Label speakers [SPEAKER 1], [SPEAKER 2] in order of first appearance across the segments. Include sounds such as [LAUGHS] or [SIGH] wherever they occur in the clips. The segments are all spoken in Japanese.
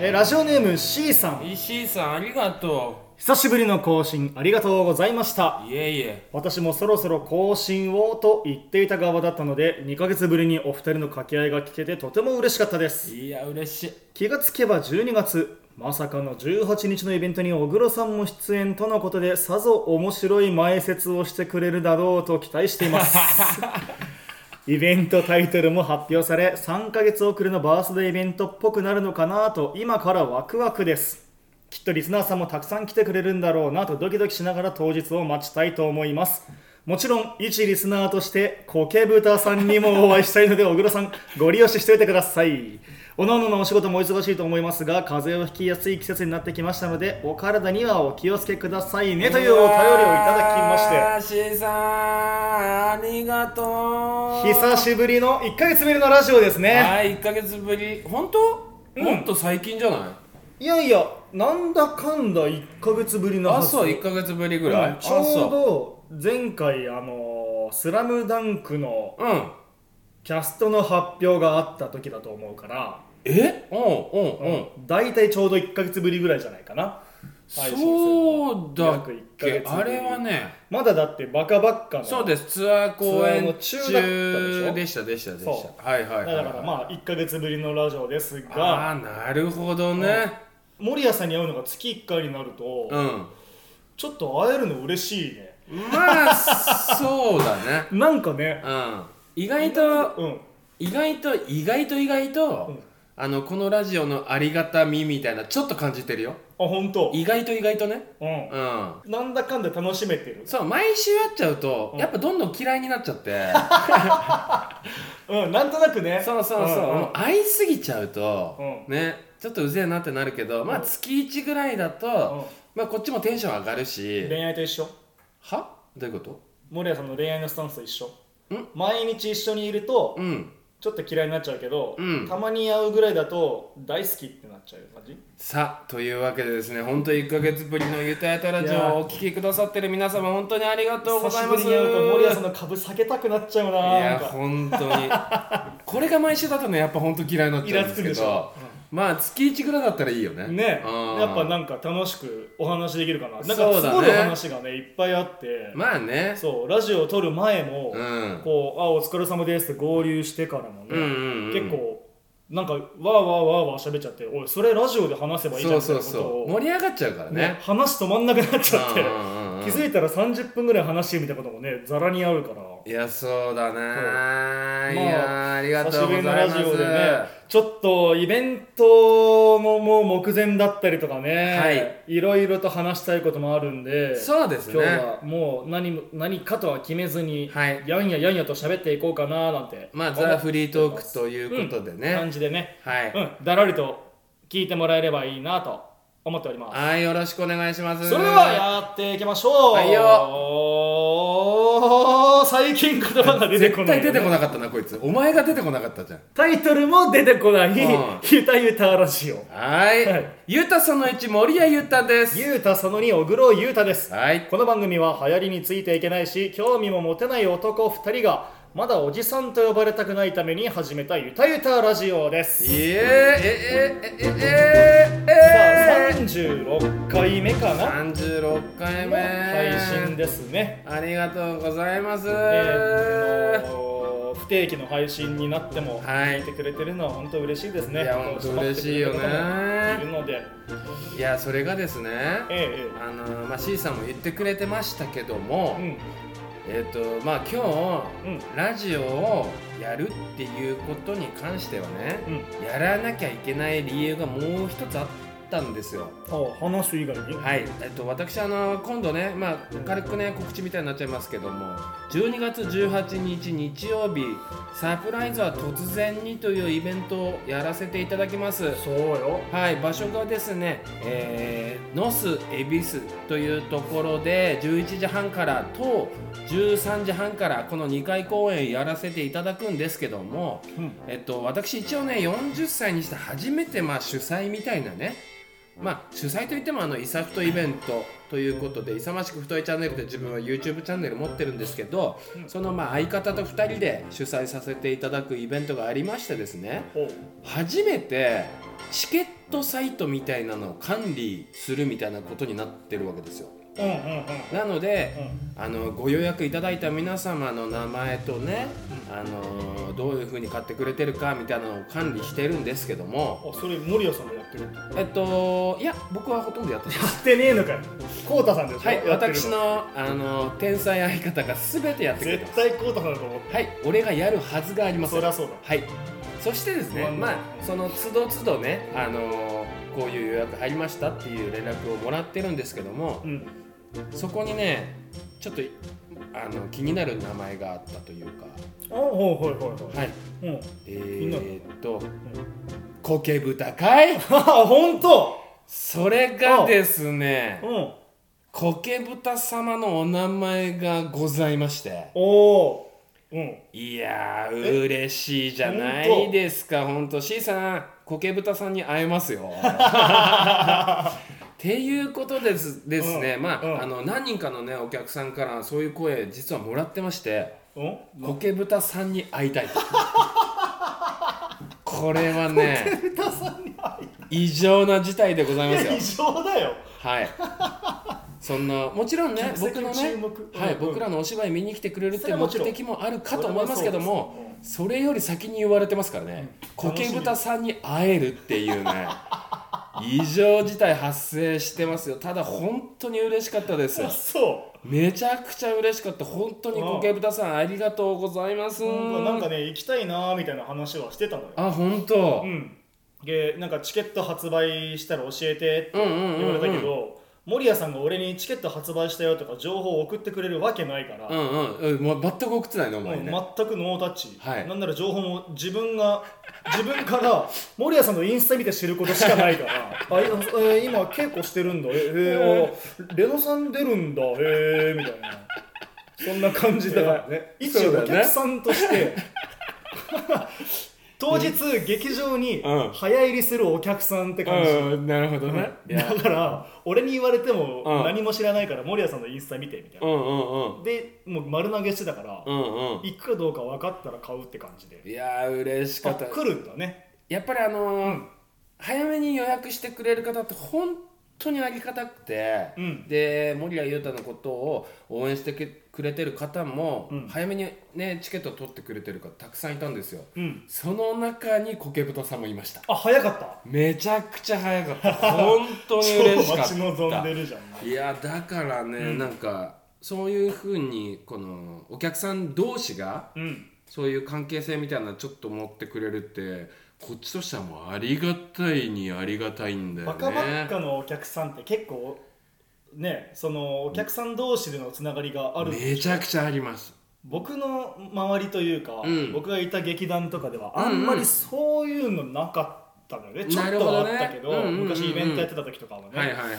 [SPEAKER 1] えーラジオネーム C さん
[SPEAKER 2] 石井さんありがと
[SPEAKER 1] 久しぶりの更新ありがとうございました
[SPEAKER 2] ういえいえ
[SPEAKER 1] 私もそろそろ更新をと言っていた側だったので2ヶ月ぶりにお二人の掛け合いが聞けてとても嬉しかったです
[SPEAKER 2] いや嬉しい
[SPEAKER 1] 気がつけば12月まさかの18日のイベントに小黒さんも出演とのことでさぞ面白い前説をしてくれるだろうと期待していますイベントタイトルも発表され3ヶ月遅れのバースデーイベントっぽくなるのかなと今からワクワクですきっとリスナーさんもたくさん来てくれるんだろうなとドキドキしながら当日を待ちたいと思いますもちろん一リスナーとしてコケブタさんにもお会いしたいので小黒さんご利用ししておいてくださいおのおののお仕事もお忙しいと思いますが風邪をひきやすい季節になってきましたのでお体にはお気をつけくださいねというお便りをいただきまして
[SPEAKER 2] して石井さんありがとう
[SPEAKER 1] 久しぶりの1ヶ月ぶりのラジオですね
[SPEAKER 2] はい1ヶ月ぶり本当、
[SPEAKER 1] うん
[SPEAKER 2] もっと最近じゃない
[SPEAKER 1] いやいや、なんだかんだ1ヶ月ぶりの
[SPEAKER 2] あ
[SPEAKER 1] はず
[SPEAKER 2] そう1ヶ月ぶりぐ
[SPEAKER 1] う
[SPEAKER 2] らい、
[SPEAKER 1] ん
[SPEAKER 2] あ
[SPEAKER 1] ちょう
[SPEAKER 2] そ
[SPEAKER 1] ど前回、あのースラムダンクの
[SPEAKER 2] ううん
[SPEAKER 1] キャストの発表があった時だと思うから、
[SPEAKER 2] えうんうんうん
[SPEAKER 1] 大体ちょうど1ヶ月ぶりぐらいじゃないかな。配信するの
[SPEAKER 2] そうだっ
[SPEAKER 1] 約一ヶ月ぶ
[SPEAKER 2] け
[SPEAKER 1] り
[SPEAKER 2] あれはね
[SPEAKER 1] まだだってバカバッカの。
[SPEAKER 2] そうですツアー公演
[SPEAKER 1] ツアーの中だったでしょ
[SPEAKER 2] 中でしたでしたでし
[SPEAKER 1] そ
[SPEAKER 2] たはいはい
[SPEAKER 1] だ
[SPEAKER 2] は
[SPEAKER 1] か
[SPEAKER 2] い
[SPEAKER 1] らまあ1ヶ月ぶりのラジオですが、
[SPEAKER 2] あーなるほどね
[SPEAKER 1] 森谷さんに会うのが月1回になると、
[SPEAKER 2] うん
[SPEAKER 1] ちょっと会えるの嬉しいね。
[SPEAKER 2] まあそうだね
[SPEAKER 1] なんかね、
[SPEAKER 2] うん意外と
[SPEAKER 1] うん。
[SPEAKER 2] 意外と意外と意外と、
[SPEAKER 1] うん
[SPEAKER 2] あのこのラジオのありがたみみたいなちょっと感じてるよ
[SPEAKER 1] あ、本当。
[SPEAKER 2] 意外と意外とね
[SPEAKER 1] うん。
[SPEAKER 2] うん
[SPEAKER 1] なんだかんだ楽しめてる。
[SPEAKER 2] そう毎週会っちゃうと、
[SPEAKER 1] うん
[SPEAKER 2] やっぱどんどん嫌いになっちゃって
[SPEAKER 1] [LAUGHS] うん、なんとなくね。
[SPEAKER 2] そうそうそう、
[SPEAKER 1] ん
[SPEAKER 2] もう会いすぎちゃうと、
[SPEAKER 1] う
[SPEAKER 2] ねちょっとうぜえなってなるけど、まあ
[SPEAKER 1] うん
[SPEAKER 2] 月1ぐらいだと、まあこっちもテンション上がるし
[SPEAKER 1] うん恋愛と一緒。
[SPEAKER 2] はどういうこ
[SPEAKER 1] 森谷さんの恋愛のスタンスと一緒
[SPEAKER 2] ん。
[SPEAKER 1] 毎日一緒にいると
[SPEAKER 2] と、うん
[SPEAKER 1] ちょっと嫌いになっちゃうけど、
[SPEAKER 2] うん
[SPEAKER 1] たまに会うぐらいだと、大好きってなっちゃう感じ。
[SPEAKER 2] さあというわけでですね本当1か月ぶりのゆたやたラジ
[SPEAKER 1] い
[SPEAKER 2] オ
[SPEAKER 1] や
[SPEAKER 2] をお聞きくださってる皆様本当にありがとうございます
[SPEAKER 1] 久しぶりに会うと、森谷さんの株下げたくなっちゃうな。
[SPEAKER 2] い
[SPEAKER 1] な
[SPEAKER 2] や
[SPEAKER 1] んか
[SPEAKER 2] 本当にこれが毎週だとねやっぱ本当嫌いになっちゃうんですけ
[SPEAKER 1] イラつくでしょ
[SPEAKER 2] ど、まあ月1ぐらいだったらいいよね
[SPEAKER 1] ね、
[SPEAKER 2] うん
[SPEAKER 1] やっぱなんか楽しくお話できるかな。なんか
[SPEAKER 2] そう
[SPEAKER 1] す
[SPEAKER 2] だね
[SPEAKER 1] ごいお話がね、いっぱいあって。
[SPEAKER 2] まあね
[SPEAKER 1] そう、ラジオを撮る前も、
[SPEAKER 2] うん
[SPEAKER 1] こう、あ、お疲れ様ですって合流してからもね。
[SPEAKER 2] うんうんうん
[SPEAKER 1] 結構なんかわーわーわーわー喋っちゃっておいそれラジオで話せばいいじゃん
[SPEAKER 2] そう
[SPEAKER 1] みたい
[SPEAKER 2] そ
[SPEAKER 1] な
[SPEAKER 2] う
[SPEAKER 1] こ
[SPEAKER 2] そ
[SPEAKER 1] とを
[SPEAKER 2] う盛り上がっちゃうから
[SPEAKER 1] ね
[SPEAKER 2] ね
[SPEAKER 1] 話止まんなくなっちゃって
[SPEAKER 2] うんうんうんうん
[SPEAKER 1] 気づいたら30分ぐらい話してみたいなこともねざらにあるから
[SPEAKER 2] いやそうだね
[SPEAKER 1] う
[SPEAKER 2] いやありがとうございます
[SPEAKER 1] 久しぶりのラジオでねちょっとイベントのもう目前だったりとかね、、
[SPEAKER 2] はい
[SPEAKER 1] ろいろと話したいこともあるんで
[SPEAKER 2] そうですね
[SPEAKER 1] 今日はもう何も何かとは決めずに、
[SPEAKER 2] はい
[SPEAKER 1] やんややんやと喋っていこうかななんて
[SPEAKER 2] まあ
[SPEAKER 1] 思って
[SPEAKER 2] ザ・フリートークということでね、
[SPEAKER 1] 感じでね
[SPEAKER 2] はい、
[SPEAKER 1] うん、だらりと聞いてもらえればいいなと思っております。
[SPEAKER 2] はい、よろしくお願いします。
[SPEAKER 1] それではやっていきましょう。
[SPEAKER 2] はい
[SPEAKER 1] 最近言葉が出てこ
[SPEAKER 2] 絶
[SPEAKER 1] ない、
[SPEAKER 2] 対出てこなかったな、こいつ。お前が出てこなかったじゃん。
[SPEAKER 1] タイトルも出てこない、
[SPEAKER 2] うん
[SPEAKER 1] ゆたゆたラジオ。
[SPEAKER 2] はい、
[SPEAKER 1] はい
[SPEAKER 2] ゆうたその1、森谷ゆうたです。
[SPEAKER 1] ゆうたその2、小黒ゆうたです。
[SPEAKER 2] はい。
[SPEAKER 1] この番組は流行りについていけないし、興味も持てない男2人が、まだおじさんと呼ばれたくないために始めたゆたゆたラジオで
[SPEAKER 2] い
[SPEAKER 1] す。
[SPEAKER 2] ええええええ
[SPEAKER 1] さ
[SPEAKER 2] え
[SPEAKER 1] あ、36回目かな
[SPEAKER 2] 36回目
[SPEAKER 1] 配信ですね。
[SPEAKER 2] ありがとうございます、
[SPEAKER 1] えーあのー不定期の配信になっても
[SPEAKER 2] は
[SPEAKER 1] 聞
[SPEAKER 2] い
[SPEAKER 1] いてくれてるのは本当嬉しいですね。
[SPEAKER 2] いや本当嬉しいよね
[SPEAKER 1] いるので、
[SPEAKER 2] いやそれがですね
[SPEAKER 1] え
[SPEAKER 2] あのーまあ C さんも言ってくれてましたけども、
[SPEAKER 1] ええ
[SPEAKER 2] えっ、とまあ今
[SPEAKER 1] えうん
[SPEAKER 2] 日ラジオをやるっていうことに関してはね、
[SPEAKER 1] うんうん。
[SPEAKER 2] やらなきゃいけない理由がもう一つあったんですよ。
[SPEAKER 1] あ話す以外に。
[SPEAKER 2] はい、えっと、私あの今度ね、まあ、軽くね告知みたいになっちゃいますけども12月18日日曜日「サプライズは突然に」というイベントをやらせていただきます。
[SPEAKER 1] そうよ。
[SPEAKER 2] はい、場所がですね、えー、ノス恵比寿というところで11時半からと13時半からこの2回公演やらせていただくんですけども、
[SPEAKER 1] うん
[SPEAKER 2] えっと、私一応ね40歳にして初めてまあ主催みたいなねまあ主催といってもあのイサフトイベントということで勇ましく太いチャンネルで自分は YouTube チャンネル持ってるんですけどそのまあ相方と2人で主催させていただくイベントがありましてですね
[SPEAKER 1] ほう
[SPEAKER 2] 初めてチケットサイトみたいなのを管理するみたいなことになってるわけですよ
[SPEAKER 1] うんうん
[SPEAKER 2] なので、
[SPEAKER 1] うん
[SPEAKER 2] あのご予約いただいた皆様の名前とね、あのどういうふうに買ってくれてるかみたいなのを管理してるんですけども
[SPEAKER 1] あそれ森谷さんもやってるって
[SPEAKER 2] えっといや僕はほとんどやって
[SPEAKER 1] [LAUGHS]
[SPEAKER 2] ない
[SPEAKER 1] やってねえのかよコウタさんでしょ
[SPEAKER 2] はい
[SPEAKER 1] やってる
[SPEAKER 2] 私のあの天才相方が全てやってくれてま
[SPEAKER 1] 絶
[SPEAKER 2] す
[SPEAKER 1] 対コウタさんだと思って
[SPEAKER 2] はい俺がやるはずがありませ
[SPEAKER 1] そ
[SPEAKER 2] ん
[SPEAKER 1] りゃそうだ
[SPEAKER 2] はい、そしてですね、
[SPEAKER 1] うん
[SPEAKER 2] まあ、その都度都度ね、あのーこういう予約入りましたっていう連絡をもらってるんですけども
[SPEAKER 1] う、ん
[SPEAKER 2] そこにね、ちょっとあの気になる名前があったというか、
[SPEAKER 1] あほうはいはい
[SPEAKER 2] はい、
[SPEAKER 1] はいうんになる
[SPEAKER 2] えー、っと、苔豚かい
[SPEAKER 1] あ本当
[SPEAKER 2] それがですね
[SPEAKER 1] う、ん
[SPEAKER 2] 苔豚様のお名前がございまして。
[SPEAKER 1] おおうん
[SPEAKER 2] いやー嬉しいじゃな
[SPEAKER 1] ほん
[SPEAKER 2] い
[SPEAKER 1] と
[SPEAKER 2] ですかほんと C さん苔豚さんに会えま
[SPEAKER 1] [LAUGHS]
[SPEAKER 2] すよ。っていうことですですね、
[SPEAKER 1] うん
[SPEAKER 2] まあ,、
[SPEAKER 1] うん
[SPEAKER 2] あの何人かのねお客さんからそういう声実はもらってまして
[SPEAKER 1] うん
[SPEAKER 2] 苔豚さんに会いた
[SPEAKER 1] [LAUGHS]
[SPEAKER 2] いとこれはね
[SPEAKER 1] 豚さんに会い
[SPEAKER 2] 異常な事態でございますよ
[SPEAKER 1] や異。常だよ
[SPEAKER 2] はい。そんなもちろんね
[SPEAKER 1] 客席
[SPEAKER 2] 僕
[SPEAKER 1] の
[SPEAKER 2] のね
[SPEAKER 1] 注目
[SPEAKER 2] はい、
[SPEAKER 1] うん
[SPEAKER 2] 僕らのお芝居見に来てくれるって
[SPEAKER 1] それ
[SPEAKER 2] い
[SPEAKER 1] は
[SPEAKER 2] う目
[SPEAKER 1] もちろん
[SPEAKER 2] 的もあるかと思いますけども
[SPEAKER 1] それはそう
[SPEAKER 2] それより先に言われてますからね
[SPEAKER 1] うん
[SPEAKER 2] 苔豚さんに会えるっていうね異常事態発生してますよただ本当に嬉しかったです
[SPEAKER 1] あそう
[SPEAKER 2] めちゃくちゃ嬉しかった本当に苔豚さんありがとうございます
[SPEAKER 1] なんかね行きたいなーみたいな話はしてたのよ
[SPEAKER 2] あ本当、
[SPEAKER 1] うんでなんかチケット発売したら教えてって
[SPEAKER 2] うんうんうんうん
[SPEAKER 1] 言われたけど守谷さんが俺にチケット発売したよとか情報を送ってくれるわけないから、
[SPEAKER 2] うんうんうんもう全く送ってないのお
[SPEAKER 1] もう
[SPEAKER 2] 前ね、
[SPEAKER 1] 全くノータッチ、
[SPEAKER 2] はい
[SPEAKER 1] なんなら情報も自分が [LAUGHS] 自分から守谷さんのインスタ見て知ることしかないからあ、いえー今稽古してるんだえー、あレノさん出るんだへえー、みたいなそんな感じだからね一
[SPEAKER 2] そうだ
[SPEAKER 1] 応お
[SPEAKER 2] よね
[SPEAKER 1] 客さんとして [LAUGHS] 当日劇場に
[SPEAKER 2] うん
[SPEAKER 1] 早入りするお客さんって感じ、
[SPEAKER 2] うんなるほどね、いや
[SPEAKER 1] だから俺に言われて
[SPEAKER 2] う
[SPEAKER 1] も
[SPEAKER 2] ん
[SPEAKER 1] 何も知らないから守谷さんのインスタ見てみたいうな、
[SPEAKER 2] んうんうん
[SPEAKER 1] でもう丸投げしてたから、
[SPEAKER 2] うんうん
[SPEAKER 1] 行くかどうか分かったら買うって感じで
[SPEAKER 2] いやー嬉しか
[SPEAKER 1] あ
[SPEAKER 2] った
[SPEAKER 1] 来るんだね
[SPEAKER 2] やっぱりあのー早めに予約してくれる方って本当にありがたくて、
[SPEAKER 1] うん
[SPEAKER 2] で森谷裕太のことを応援してくれてる方も、
[SPEAKER 1] うん
[SPEAKER 2] 早めにねチケットを取ってくれてる方たくさんいたんですよ
[SPEAKER 1] うん
[SPEAKER 2] その中に苔豚さんもいました
[SPEAKER 1] あ早かった
[SPEAKER 2] めちゃくちゃ早かった
[SPEAKER 1] [LAUGHS]
[SPEAKER 2] 本当に嬉しかった
[SPEAKER 1] 超待ち望んでるじゃん
[SPEAKER 2] いやだからね、なんかそういうふうにこのお客さん同士が
[SPEAKER 1] うん
[SPEAKER 2] そういう関係性みたいなのちょっと持ってくれるってこっちとしてはもうありがたいにありがたいんだよ
[SPEAKER 1] バ
[SPEAKER 2] ね
[SPEAKER 1] カバッカのお客さんって結構ねそのお客さん同士でのつながりがある
[SPEAKER 2] めちゃくちゃあります
[SPEAKER 1] 僕の周りというか、
[SPEAKER 2] うん
[SPEAKER 1] 僕がいた劇団とかではあんまりそういうのなかったのよね、ちょっ
[SPEAKER 2] なる
[SPEAKER 1] と
[SPEAKER 2] ほ
[SPEAKER 1] は
[SPEAKER 2] ど
[SPEAKER 1] あ
[SPEAKER 2] ね
[SPEAKER 1] ったけど
[SPEAKER 2] うんうんうんうん
[SPEAKER 1] 昔イベントやってた時とかもね、
[SPEAKER 2] はいはいはい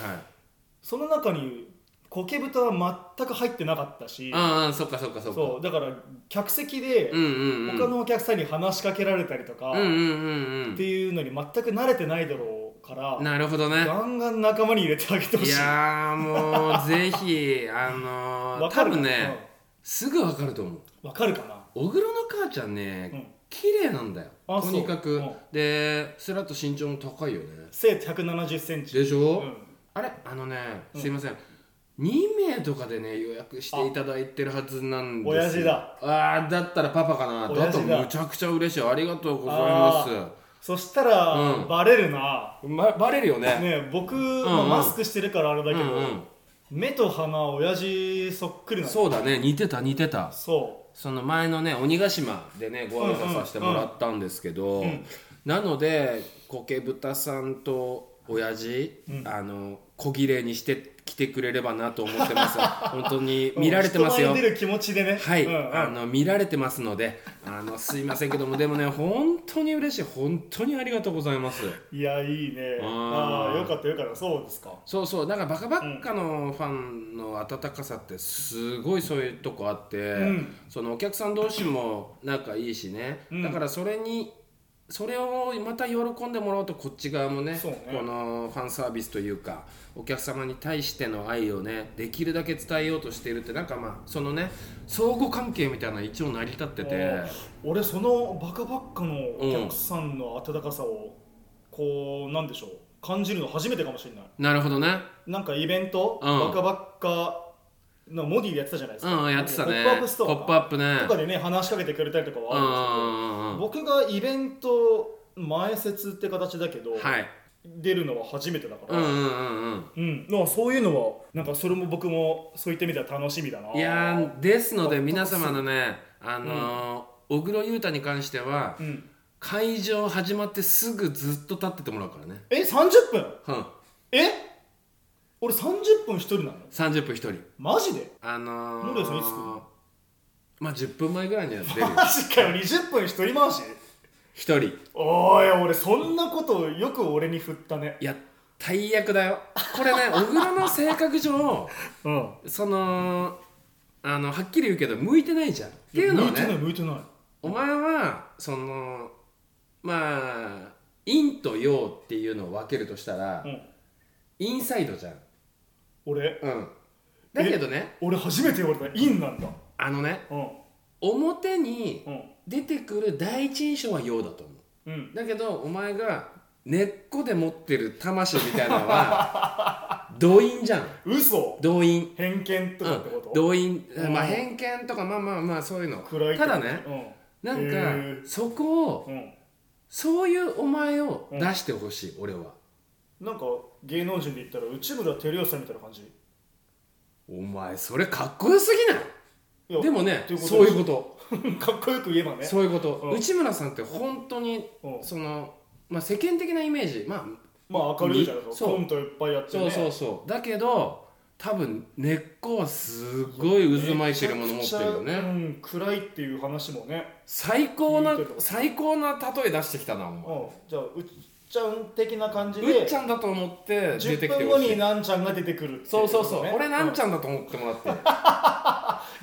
[SPEAKER 1] その中に苔豚は全く入ってなかったし
[SPEAKER 2] ああそっかそっかそっか
[SPEAKER 1] そうだから客席で
[SPEAKER 2] うんうんうん
[SPEAKER 1] 他のお客さんに話しかけられたりとか、
[SPEAKER 2] うんうんうん
[SPEAKER 1] っていうのに全く慣れてないだろうから
[SPEAKER 2] うんなるほどね
[SPEAKER 1] ガンガン仲間に入れてあげてほ
[SPEAKER 2] い
[SPEAKER 1] しい
[SPEAKER 2] やーもうぜ
[SPEAKER 1] [LAUGHS]
[SPEAKER 2] ひあのー、
[SPEAKER 1] わか
[SPEAKER 2] 多
[SPEAKER 1] る
[SPEAKER 2] 分ね、すぐわかると思う
[SPEAKER 1] うんわかるかな
[SPEAKER 2] 小黒の母ちゃんね、
[SPEAKER 1] うん
[SPEAKER 2] 綺麗なんだよ
[SPEAKER 1] あ
[SPEAKER 2] とにか
[SPEAKER 1] そう
[SPEAKER 2] く、
[SPEAKER 1] うん
[SPEAKER 2] でスラッと身長も高いよね
[SPEAKER 1] 生徒1 7 0ンチ
[SPEAKER 2] でし
[SPEAKER 1] う
[SPEAKER 2] ょ、
[SPEAKER 1] ん
[SPEAKER 2] あれあのね
[SPEAKER 1] うん
[SPEAKER 2] すいません、2名とかでね予約していただいてるはずなんですよ
[SPEAKER 1] 親父だ
[SPEAKER 2] ああだったらパパかなだ
[SPEAKER 1] 親
[SPEAKER 2] と
[SPEAKER 1] 父だ
[SPEAKER 2] むちゃくちゃ嬉しいありがとうございます
[SPEAKER 1] そしたら、
[SPEAKER 2] うん
[SPEAKER 1] バレるな、
[SPEAKER 2] ま、バレるよね
[SPEAKER 1] ね、僕、
[SPEAKER 2] んうん
[SPEAKER 1] まあマスクしてるからあれだ
[SPEAKER 2] う
[SPEAKER 1] け
[SPEAKER 2] んう
[SPEAKER 1] ど、
[SPEAKER 2] ん
[SPEAKER 1] 目と鼻親父そっくりなの
[SPEAKER 2] そうだね似てた似てた
[SPEAKER 1] そ
[SPEAKER 2] その前のね鬼ヶ島でねご挨拶させてもらったんですけど、なので苔豚さんと親父、あの小切れにして来てくれればなと思っ
[SPEAKER 1] [LAUGHS]
[SPEAKER 2] てます本当に
[SPEAKER 1] う
[SPEAKER 2] 見られてますよ、
[SPEAKER 1] 人前に出る気持ちでね
[SPEAKER 2] はい、
[SPEAKER 1] うんうん
[SPEAKER 2] あの見られてますので、あのすいませんけども、でもね、本当に嬉しい、本当にありがとうございます。
[SPEAKER 1] いやいいね
[SPEAKER 2] あ
[SPEAKER 1] ああ
[SPEAKER 2] ー
[SPEAKER 1] よかったよかったそうですか
[SPEAKER 2] そうそう、なんかバカバッカのファンの温かさって、すごいそういうとこあって、
[SPEAKER 1] ん
[SPEAKER 2] そのお客さん同士も仲いいしね、
[SPEAKER 1] うん
[SPEAKER 2] だからそれに。それをまた喜んでもらうとこっち側もね
[SPEAKER 1] そうね
[SPEAKER 2] このファンサービスというかお客様に対しての愛をねできるだけ伝えようとしているってなんかまあそのね相互関係みたいなの一応成り立ってて
[SPEAKER 1] お俺そのバカバッカのお客さんの温かさをこうなんでしょう感じるの初めてかもしれない
[SPEAKER 2] なるほどね
[SPEAKER 1] なんかイベント、
[SPEAKER 2] うん
[SPEAKER 1] バカバッカのモディでやってたじゃないですか、
[SPEAKER 2] うんやってたね
[SPEAKER 1] ポップアップスト
[SPEAKER 2] ポ
[SPEAKER 1] ア
[SPEAKER 2] ップアップね
[SPEAKER 1] とかでね話しかけてくれたりとか
[SPEAKER 2] う
[SPEAKER 1] はあるん
[SPEAKER 2] ん
[SPEAKER 1] ですけど
[SPEAKER 2] うんうん
[SPEAKER 1] 僕
[SPEAKER 2] うん
[SPEAKER 1] がイベント前説って形だけど、
[SPEAKER 2] はい
[SPEAKER 1] 出るのは初めてだか
[SPEAKER 2] う
[SPEAKER 1] ら、
[SPEAKER 2] ん
[SPEAKER 1] う
[SPEAKER 2] うんんうん
[SPEAKER 1] まあそういうのはなんかそれも僕もそういった意味では楽しみだな
[SPEAKER 2] うんいやーですので皆様のねあのー小黒優太に関しては
[SPEAKER 1] うん、
[SPEAKER 2] 会場始まってすぐずっと立っててもらうからね
[SPEAKER 1] え30分
[SPEAKER 2] うん
[SPEAKER 1] え俺30分一人なの
[SPEAKER 2] 30分1人
[SPEAKER 1] マジで
[SPEAKER 2] あのー、
[SPEAKER 1] 森田さんいつ来るの
[SPEAKER 2] まあ10分前ぐらいには出るよ [LAUGHS]
[SPEAKER 1] マジかよ20分一人回し
[SPEAKER 2] 一人
[SPEAKER 1] おい俺そんなことよく俺に振ったね
[SPEAKER 2] いや大役だよこれ
[SPEAKER 1] [LAUGHS]
[SPEAKER 2] ね小倉の性格上
[SPEAKER 1] うん
[SPEAKER 2] そのあのはっきり言うけど向いてないじゃんっていうの
[SPEAKER 1] 向
[SPEAKER 2] は
[SPEAKER 1] いてない
[SPEAKER 2] ね
[SPEAKER 1] 向いてない
[SPEAKER 2] お前はそのまあ陰と陽っていうのを分けるとしたら、
[SPEAKER 1] うん
[SPEAKER 2] インサイドじゃん、
[SPEAKER 1] 俺
[SPEAKER 2] うん、だけどね
[SPEAKER 1] 俺初めて言われたインなんだ
[SPEAKER 2] あのね
[SPEAKER 1] うん
[SPEAKER 2] 表に
[SPEAKER 1] うん
[SPEAKER 2] 出てくる第一印象は陽だと思う
[SPEAKER 1] うん
[SPEAKER 2] だけどお前が根っこで持ってる魂みたいなのは
[SPEAKER 1] [LAUGHS]
[SPEAKER 2] 動員じゃん
[SPEAKER 1] 嘘
[SPEAKER 2] 動員
[SPEAKER 1] 偏見とかってこと、
[SPEAKER 2] 動員、
[SPEAKER 1] うん
[SPEAKER 2] まあ偏見とかまあまあまあそういうの
[SPEAKER 1] 暗い
[SPEAKER 2] ただね
[SPEAKER 1] う
[SPEAKER 2] なん
[SPEAKER 1] へ
[SPEAKER 2] ん
[SPEAKER 1] ー
[SPEAKER 2] かそこを
[SPEAKER 1] うん、うん、
[SPEAKER 2] そういうお前を出してほしい、俺は
[SPEAKER 1] なんか芸能人で言ったら内村照夫さんみたいな感じ
[SPEAKER 2] お前それかっこよすぎない
[SPEAKER 1] いや
[SPEAKER 2] でもね
[SPEAKER 1] ということ
[SPEAKER 2] そういうこと
[SPEAKER 1] [LAUGHS] かっこよく言えばね
[SPEAKER 2] そういうこと、
[SPEAKER 1] うん
[SPEAKER 2] 内村さんって本当に
[SPEAKER 1] うん
[SPEAKER 2] その、まあ、世間的なイメージまあ
[SPEAKER 1] まあ明るいじゃないですか
[SPEAKER 2] そう
[SPEAKER 1] コントいっぱいやって
[SPEAKER 2] そう
[SPEAKER 1] ね
[SPEAKER 2] そうそうだけど多分根っこはすごい渦巻いてるもの持ってるよ
[SPEAKER 1] めちゃくちゃ
[SPEAKER 2] ね
[SPEAKER 1] うん、暗いっていう話もね、
[SPEAKER 2] 最高ない
[SPEAKER 1] いけど
[SPEAKER 2] 最高な例え出してきたなお
[SPEAKER 1] う
[SPEAKER 2] 前
[SPEAKER 1] ん、じゃあうっちゃん的な感じ
[SPEAKER 2] うっ
[SPEAKER 1] で
[SPEAKER 2] ちゃんだと思って出て
[SPEAKER 1] 10
[SPEAKER 2] きて
[SPEAKER 1] 分
[SPEAKER 2] ほ
[SPEAKER 1] 後
[SPEAKER 2] しい
[SPEAKER 1] になんちゃんが出てくるっていね
[SPEAKER 2] そうそうそう、俺なん
[SPEAKER 1] う
[SPEAKER 2] ちゃんだと思ってもらって
[SPEAKER 1] ん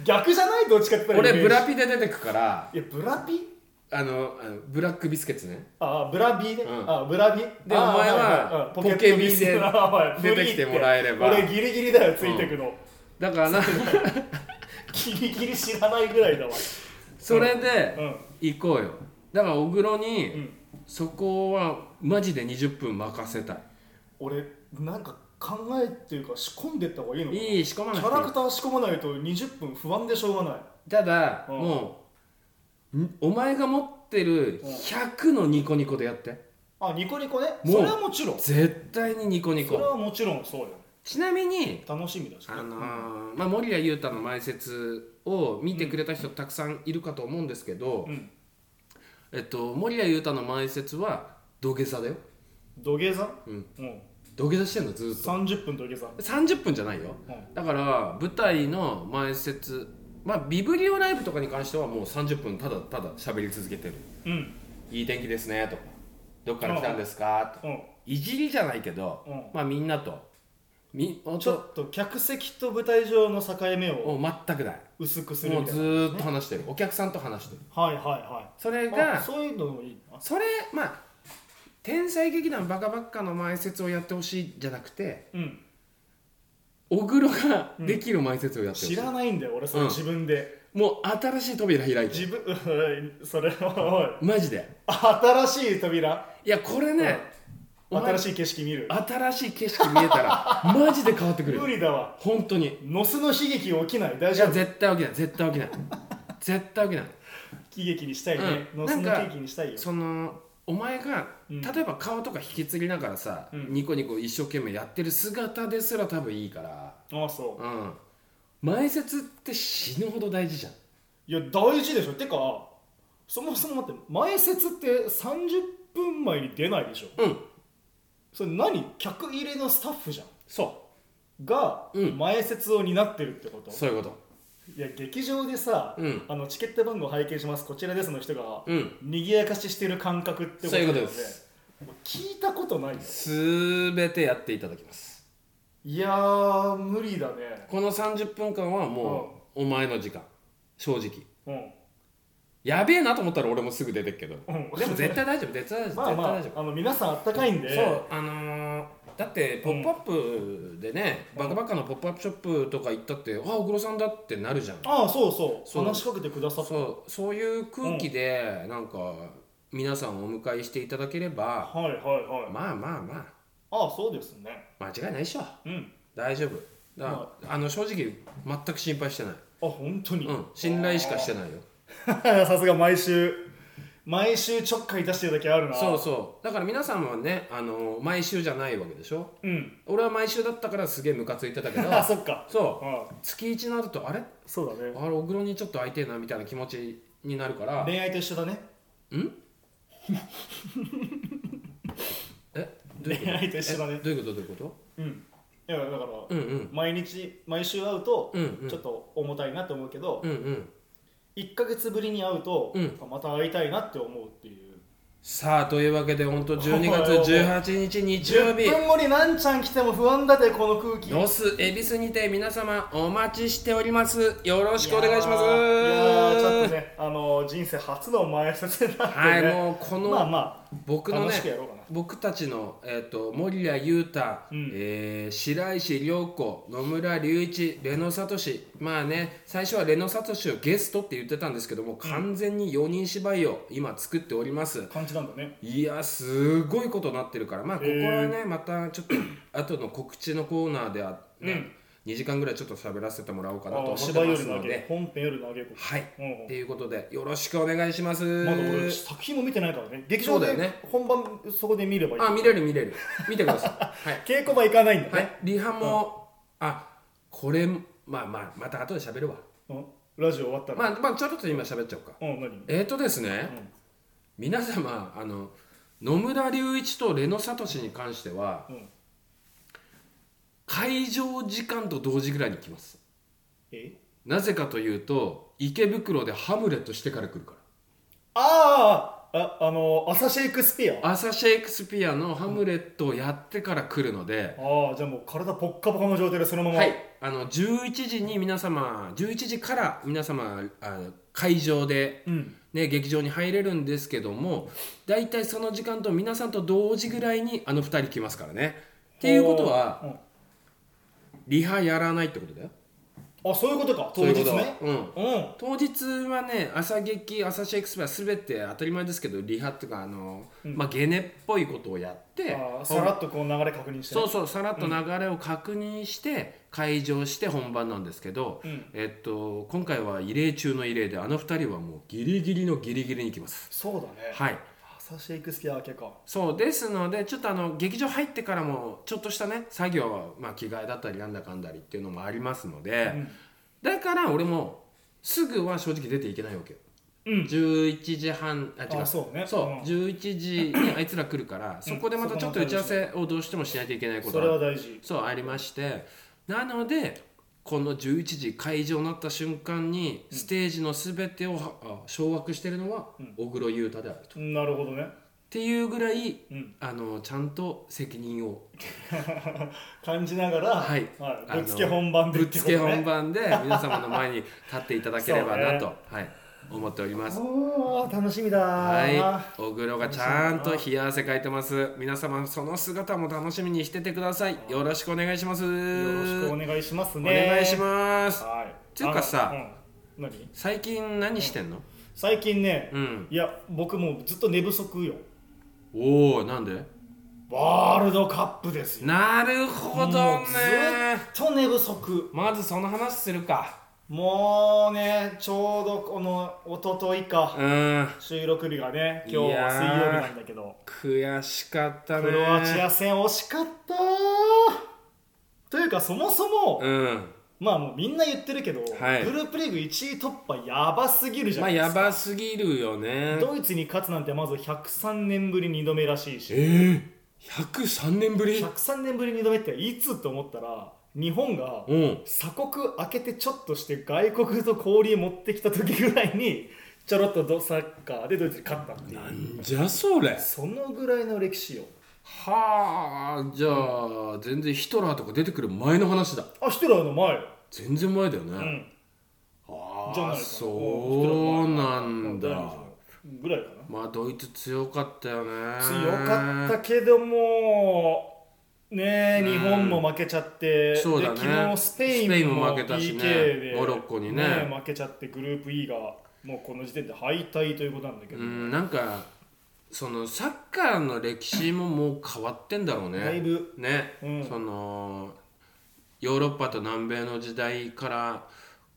[SPEAKER 1] 逆じゃないどっちかって言ったら
[SPEAKER 2] 俺ブラ
[SPEAKER 1] ピ
[SPEAKER 2] ピで出てくから
[SPEAKER 1] いやブラピ
[SPEAKER 2] あのあのブラックビスケッツね
[SPEAKER 1] あブラビで、
[SPEAKER 2] うん
[SPEAKER 1] あブラビで
[SPEAKER 2] でお前はポケビ
[SPEAKER 1] [LAUGHS]
[SPEAKER 2] で出てきてもらえれば
[SPEAKER 1] 俺ギリギリだよついてくの、
[SPEAKER 2] だからな
[SPEAKER 1] ギリギリ知らないぐらいだわ
[SPEAKER 2] それで
[SPEAKER 1] うん
[SPEAKER 2] 行こうよだから小黒に、
[SPEAKER 1] うん
[SPEAKER 2] そこはマジで20分任せた
[SPEAKER 1] 俺なんか考えっていうか仕込んでった方がいいの
[SPEAKER 2] い
[SPEAKER 1] かない
[SPEAKER 2] い仕込ま
[SPEAKER 1] キ
[SPEAKER 2] な
[SPEAKER 1] ャラ
[SPEAKER 2] く
[SPEAKER 1] ク
[SPEAKER 2] て
[SPEAKER 1] ター仕込まないと20分不安でしょうがない
[SPEAKER 2] いいただ、
[SPEAKER 1] うん
[SPEAKER 2] もうんお前が持ってる100のニコニコでやって
[SPEAKER 1] あニコニコね
[SPEAKER 2] もう
[SPEAKER 1] それはもちろんそ
[SPEAKER 2] 絶対にニコニ
[SPEAKER 1] れ
[SPEAKER 2] コ
[SPEAKER 1] はもちろんそうよ
[SPEAKER 2] ちなみに
[SPEAKER 1] 楽しみだしね
[SPEAKER 2] あのーまあ、森谷裕太の前説を見てくれた人たくさんいるかと思うんですけど、
[SPEAKER 1] うん
[SPEAKER 2] えっと、森谷裕太の前説は土下座だよ
[SPEAKER 1] 土下座
[SPEAKER 2] うん
[SPEAKER 1] うん
[SPEAKER 2] 土下座してんのずーっと
[SPEAKER 1] 30分土下座
[SPEAKER 2] 30分じゃないよ
[SPEAKER 1] うん
[SPEAKER 2] だから舞台の前説まあビブリオライブとかに関してはもう30分ただただ喋り続けてる
[SPEAKER 1] うん
[SPEAKER 2] 「いい天気ですね」とか「どっから来たんですか?」とか
[SPEAKER 1] うん
[SPEAKER 2] いじりじゃないけど、
[SPEAKER 1] うん
[SPEAKER 2] まあみんなとみほん
[SPEAKER 1] ちょっと客席と舞台上の境目を
[SPEAKER 2] もう全くない
[SPEAKER 1] 薄くする
[SPEAKER 2] も
[SPEAKER 1] み
[SPEAKER 2] う
[SPEAKER 1] た
[SPEAKER 2] ず
[SPEAKER 1] いな
[SPEAKER 2] ーっと話してるお客さんと話してる
[SPEAKER 1] はいは
[SPEAKER 2] それ
[SPEAKER 1] いはいあ
[SPEAKER 2] が
[SPEAKER 1] そういうのもいいな
[SPEAKER 2] それまあ天才劇団バカバッカの前説をやってほしいじゃなくて
[SPEAKER 1] うん
[SPEAKER 2] 小黒ができる前説をやってほしい、
[SPEAKER 1] 知らないんだよ俺それ
[SPEAKER 2] うん
[SPEAKER 1] 自分で
[SPEAKER 2] もう新しい扉開いて
[SPEAKER 1] 自分 [LAUGHS] それは
[SPEAKER 2] マジで
[SPEAKER 1] おい新しい扉
[SPEAKER 2] いやこれね、お前
[SPEAKER 1] 新しい景色見る
[SPEAKER 2] 新しい景色見えた
[SPEAKER 1] [LAUGHS]
[SPEAKER 2] らマジで変わってくるよ
[SPEAKER 1] 無理だわ
[SPEAKER 2] 本当に
[SPEAKER 1] ノスの悲劇起きない大
[SPEAKER 2] い
[SPEAKER 1] 丈
[SPEAKER 2] や
[SPEAKER 1] 夫
[SPEAKER 2] 絶対起きない絶対起きない絶対起きない
[SPEAKER 1] 喜劇にしたいね、
[SPEAKER 2] うん
[SPEAKER 1] ノスの
[SPEAKER 2] なんか
[SPEAKER 1] 喜劇にしたいよ
[SPEAKER 2] そのお前が
[SPEAKER 1] うん
[SPEAKER 2] 例えば顔とか引き継ぎながらさ、
[SPEAKER 1] うん
[SPEAKER 2] ニコニコ一生懸命やってる姿ですら多分いいから
[SPEAKER 1] ああそう
[SPEAKER 2] うん前説って死ぬほど大事じゃん
[SPEAKER 1] いや大事でしょてかそもそも待って前説って30分前に出ないでしょ
[SPEAKER 2] うん
[SPEAKER 1] それ何客入れのスタッフじゃん
[SPEAKER 2] そ
[SPEAKER 1] が
[SPEAKER 2] うん
[SPEAKER 1] 前説を担ってるってこと、
[SPEAKER 2] そういうこ
[SPEAKER 1] いや劇場でさ、
[SPEAKER 2] うん
[SPEAKER 1] あのチケット番号拝見しますこちらですの人が、
[SPEAKER 2] とうん
[SPEAKER 1] 賑やかししてる感覚ってことだよ
[SPEAKER 2] そうい
[SPEAKER 1] ね
[SPEAKER 2] うことです
[SPEAKER 1] もう聞いたことないよ
[SPEAKER 2] すべてやっていただきます
[SPEAKER 1] いやー無理だね
[SPEAKER 2] この30分間はもうお前の時間正直
[SPEAKER 1] うん
[SPEAKER 2] やべえなと思ったら俺もすぐ出てっけど、
[SPEAKER 1] うん
[SPEAKER 2] でも [LAUGHS] 絶対大丈夫絶対大丈夫、
[SPEAKER 1] まあま
[SPEAKER 2] 絶対大丈
[SPEAKER 1] ああの皆さんあったかいん
[SPEAKER 2] 夫、
[SPEAKER 1] で
[SPEAKER 2] そうあのーだって「ポップアップでね、バカバカのポップアップショップとか行ったって「あ小黒さんだ」ってなるじゃん
[SPEAKER 1] ああそうそう
[SPEAKER 2] そう
[SPEAKER 1] 話しかけてくださった
[SPEAKER 2] そうそういう空気でなんか皆さんをお迎えしていただければ
[SPEAKER 1] はいはいはい。
[SPEAKER 2] まあまあま
[SPEAKER 1] ああ、そうですね。
[SPEAKER 2] あ間違いないでしょ
[SPEAKER 1] うん。
[SPEAKER 2] 大丈夫だから、あの正直全く心配してない
[SPEAKER 1] あ、本当に。
[SPEAKER 2] うん信頼しかしてないよ
[SPEAKER 1] [LAUGHS] さすが毎週毎週ちょっかい出してるだけあるな
[SPEAKER 2] そうそうだから皆さんはねあの毎週じゃないわけでしょ
[SPEAKER 1] うん
[SPEAKER 2] 俺は毎週だったからすげえムカついてたけ
[SPEAKER 1] [LAUGHS]
[SPEAKER 2] ど
[SPEAKER 1] あそっか
[SPEAKER 2] そう
[SPEAKER 1] あ
[SPEAKER 2] 月1になるとあれ
[SPEAKER 1] そうだね
[SPEAKER 2] あれ小黒にちょっと会いてえなみたいな気持ちになるから
[SPEAKER 1] 恋愛と一緒だね
[SPEAKER 2] えどういうこと
[SPEAKER 1] 恋愛と一緒だね
[SPEAKER 2] えどういうことどういうこと
[SPEAKER 1] うんいやだから、
[SPEAKER 2] うんうん
[SPEAKER 1] 毎日毎週会うと、
[SPEAKER 2] うんうん
[SPEAKER 1] ちょっと重たいなって思うけど、
[SPEAKER 2] うんうん
[SPEAKER 1] 一1か月ぶりに会うと、
[SPEAKER 2] うん
[SPEAKER 1] あまた会いたいなって思うっていう
[SPEAKER 2] さあというわけで本当12月18日日曜日
[SPEAKER 1] 10分後になんちゃん来ても不安だってこの空気
[SPEAKER 2] ロス恵比寿にて皆様お待ちしておりますよろしくお願いします
[SPEAKER 1] いやーいやーちょっとねあのー人生初の前説になってね、
[SPEAKER 2] はいもうこの、
[SPEAKER 1] まあまあ
[SPEAKER 2] 僕の
[SPEAKER 1] 楽
[SPEAKER 2] ね
[SPEAKER 1] しくやろうかな
[SPEAKER 2] 僕たちの、えー、と森谷裕太、
[SPEAKER 1] うん
[SPEAKER 2] えー白石涼子野村隆一レノサトシまあね最初はレノサトシをゲストって言ってたんですけども完全に4人芝居を今作っております、
[SPEAKER 1] 感じなんだね
[SPEAKER 2] いやすごいことになってるからまあここはね、
[SPEAKER 1] へ
[SPEAKER 2] またちょっと [CLEARS THROAT] 後の告知のコーナーでは、ね2時間ぐらいちょっと喋らせてもらおうかなと思
[SPEAKER 1] あ
[SPEAKER 2] っ
[SPEAKER 1] ー
[SPEAKER 2] て
[SPEAKER 1] 芝居
[SPEAKER 2] ま
[SPEAKER 1] よ
[SPEAKER 2] す
[SPEAKER 1] り投
[SPEAKER 2] の
[SPEAKER 1] げ
[SPEAKER 2] で
[SPEAKER 1] 本編より投げこ
[SPEAKER 2] はい
[SPEAKER 1] うんうん
[SPEAKER 2] っていうことでよろしくお願いします
[SPEAKER 1] まだ俺作品も見てないからね劇場
[SPEAKER 2] そうだ
[SPEAKER 1] で
[SPEAKER 2] よね
[SPEAKER 1] 本番そこで見ればいい
[SPEAKER 2] あ見れる見れる見てくださ
[SPEAKER 1] [LAUGHS]
[SPEAKER 2] いはい
[SPEAKER 1] 稽古場行かないんだね、
[SPEAKER 2] はい、リハも、あこれまあまあまた後で喋るわ
[SPEAKER 1] うん、ラジオ終わったら、
[SPEAKER 2] まあまあちょろっと今喋っちゃおうか
[SPEAKER 1] うん何
[SPEAKER 2] えっ、ー、とですね、皆様あの野村隆一とレノサトシに関しては、
[SPEAKER 1] うん
[SPEAKER 2] 会場時間と同時ぐらいに来ます
[SPEAKER 1] え
[SPEAKER 2] なぜかというと池袋でハムレットしてから来るか
[SPEAKER 1] あーああの朝シェイクスピアあ
[SPEAKER 2] ら朝シェイクスピアのハムレットをやってから来るので、
[SPEAKER 1] あじゃあもう体ポッカポカの状態でそのまま、
[SPEAKER 2] はい、あの11時に皆様11時から皆様あ会場で
[SPEAKER 1] うん、
[SPEAKER 2] ね、劇場に入れるんですけども大体その時間と皆さんと同時ぐらいにあの2人来ますからねっていうことは
[SPEAKER 1] は、
[SPEAKER 2] リハやらないってことだよ
[SPEAKER 1] うんあそういうことか当
[SPEAKER 2] そう
[SPEAKER 1] 日
[SPEAKER 2] いうこと
[SPEAKER 1] ね
[SPEAKER 2] うん
[SPEAKER 1] うん
[SPEAKER 2] 当日はね朝劇朝シェイクスピア全て当たり前ですけどリハっていうかあの、
[SPEAKER 1] うん
[SPEAKER 2] まあ、ゲネっぽいことをやって
[SPEAKER 1] あーさらっとこう流れ確認してね、
[SPEAKER 2] そうそうさらっと流れを確認して会場して本番なんですけど、
[SPEAKER 1] うん
[SPEAKER 2] えっと、今回は異例中の異例であの2人はもうギリギリのギリギリに来ます
[SPEAKER 1] そうだね、
[SPEAKER 2] はい
[SPEAKER 1] 朝シェイクスピア明けか
[SPEAKER 2] そうですのでちょっとあの劇場入ってからもちょっとしたね作業は、まあ、着替えだったりなんだかんだりっていうのもありますので、
[SPEAKER 1] ん
[SPEAKER 2] だから俺もすぐは正直出ていけないわけよ、
[SPEAKER 1] うん
[SPEAKER 2] 11時半あ違う
[SPEAKER 1] あそうね
[SPEAKER 2] そう、
[SPEAKER 1] うん
[SPEAKER 2] 11時にあいつら来るからそこでまたちょっと打ち合わせをどうしてもしないといけないこと
[SPEAKER 1] それは大事
[SPEAKER 2] そうありましてなのでこの11時会場になった瞬間にステージの全てをはあ掌握してるのは小黒優太であると、っ
[SPEAKER 1] なるほどね
[SPEAKER 2] ていうぐらい
[SPEAKER 1] うん
[SPEAKER 2] あのちゃんと責任を
[SPEAKER 1] 感じながら、
[SPEAKER 2] はいあの
[SPEAKER 1] ぶっつけ本番で
[SPEAKER 2] ぶっつけ本
[SPEAKER 1] 番
[SPEAKER 2] 番で皆様の前に立っていただければなと、
[SPEAKER 1] [LAUGHS] そ
[SPEAKER 2] はい、思っております。
[SPEAKER 1] おー楽しみだー
[SPEAKER 2] はい、小黒がちゃんと冷や汗かいてます。皆様その姿も楽しみにしててください。よろしくお願いします。
[SPEAKER 1] よろしくお
[SPEAKER 2] お
[SPEAKER 1] 願いしますね
[SPEAKER 2] 願いします。
[SPEAKER 1] はい
[SPEAKER 2] ていうかさ
[SPEAKER 1] あのうん何
[SPEAKER 2] 最近何してんの？
[SPEAKER 1] 最近ね、
[SPEAKER 2] うん。
[SPEAKER 1] いや僕もうずっと寝不足よ
[SPEAKER 2] おお、なんで？
[SPEAKER 1] ワールドカップですよ
[SPEAKER 2] なるほど
[SPEAKER 1] もうず
[SPEAKER 2] ね。
[SPEAKER 1] っと寝不足
[SPEAKER 2] まずその話するか。
[SPEAKER 1] もうねちょうどこの一昨日か、
[SPEAKER 2] うん。
[SPEAKER 1] 収録日がね今
[SPEAKER 2] い
[SPEAKER 1] 日
[SPEAKER 2] や
[SPEAKER 1] は
[SPEAKER 2] ー
[SPEAKER 1] 水曜日なんだけど
[SPEAKER 2] 悔しかったね。
[SPEAKER 1] クロアチア戦惜しかったーというかそもそも、
[SPEAKER 2] うん。
[SPEAKER 1] まあもうみんな言ってるけど、
[SPEAKER 2] はい
[SPEAKER 1] グループリーグ1位突破やばすぎるじゃ
[SPEAKER 2] まあ
[SPEAKER 1] ないで
[SPEAKER 2] や
[SPEAKER 1] すか、
[SPEAKER 2] ばすぎるよね
[SPEAKER 1] ドイツに勝つなんてまず103年ぶり2度目らしいし
[SPEAKER 2] ええ103年ぶり
[SPEAKER 1] 103年ぶり2度目っていつと思ったら日本が
[SPEAKER 2] うん
[SPEAKER 1] 鎖国開けてちょっとして外国と交流持ってきた時ぐらいにちょろっとドサッカーでドイツに勝ったっていう
[SPEAKER 2] なんじゃそれ
[SPEAKER 1] そのぐらいの歴史よ
[SPEAKER 2] はあじゃあ全然ヒトラーとか出てくる前の話だ
[SPEAKER 1] あヒトラーの前
[SPEAKER 2] 全然前だよね、
[SPEAKER 1] うんじゃ
[SPEAKER 2] あ
[SPEAKER 1] な
[SPEAKER 2] あ
[SPEAKER 1] いかな
[SPEAKER 2] そうなんだ
[SPEAKER 1] ぐらいかな
[SPEAKER 2] まあドイツ強かったよね
[SPEAKER 1] 強かったけどもねえ
[SPEAKER 2] うん
[SPEAKER 1] 日本も負けちゃって、
[SPEAKER 2] そうだね
[SPEAKER 1] で昨日スペイン
[SPEAKER 2] スペインも
[SPEAKER 1] も
[SPEAKER 2] 負けたしね
[SPEAKER 1] PK で
[SPEAKER 2] モロッコにね
[SPEAKER 1] 負けちゃってグループ E がもうこの時点で敗退ということなんだけど、
[SPEAKER 2] うんなんかそのサッカーの歴史ももう変わってんだろうね
[SPEAKER 1] だいぶ
[SPEAKER 2] ね、
[SPEAKER 1] うん
[SPEAKER 2] そのヨーロッパと南米の時代から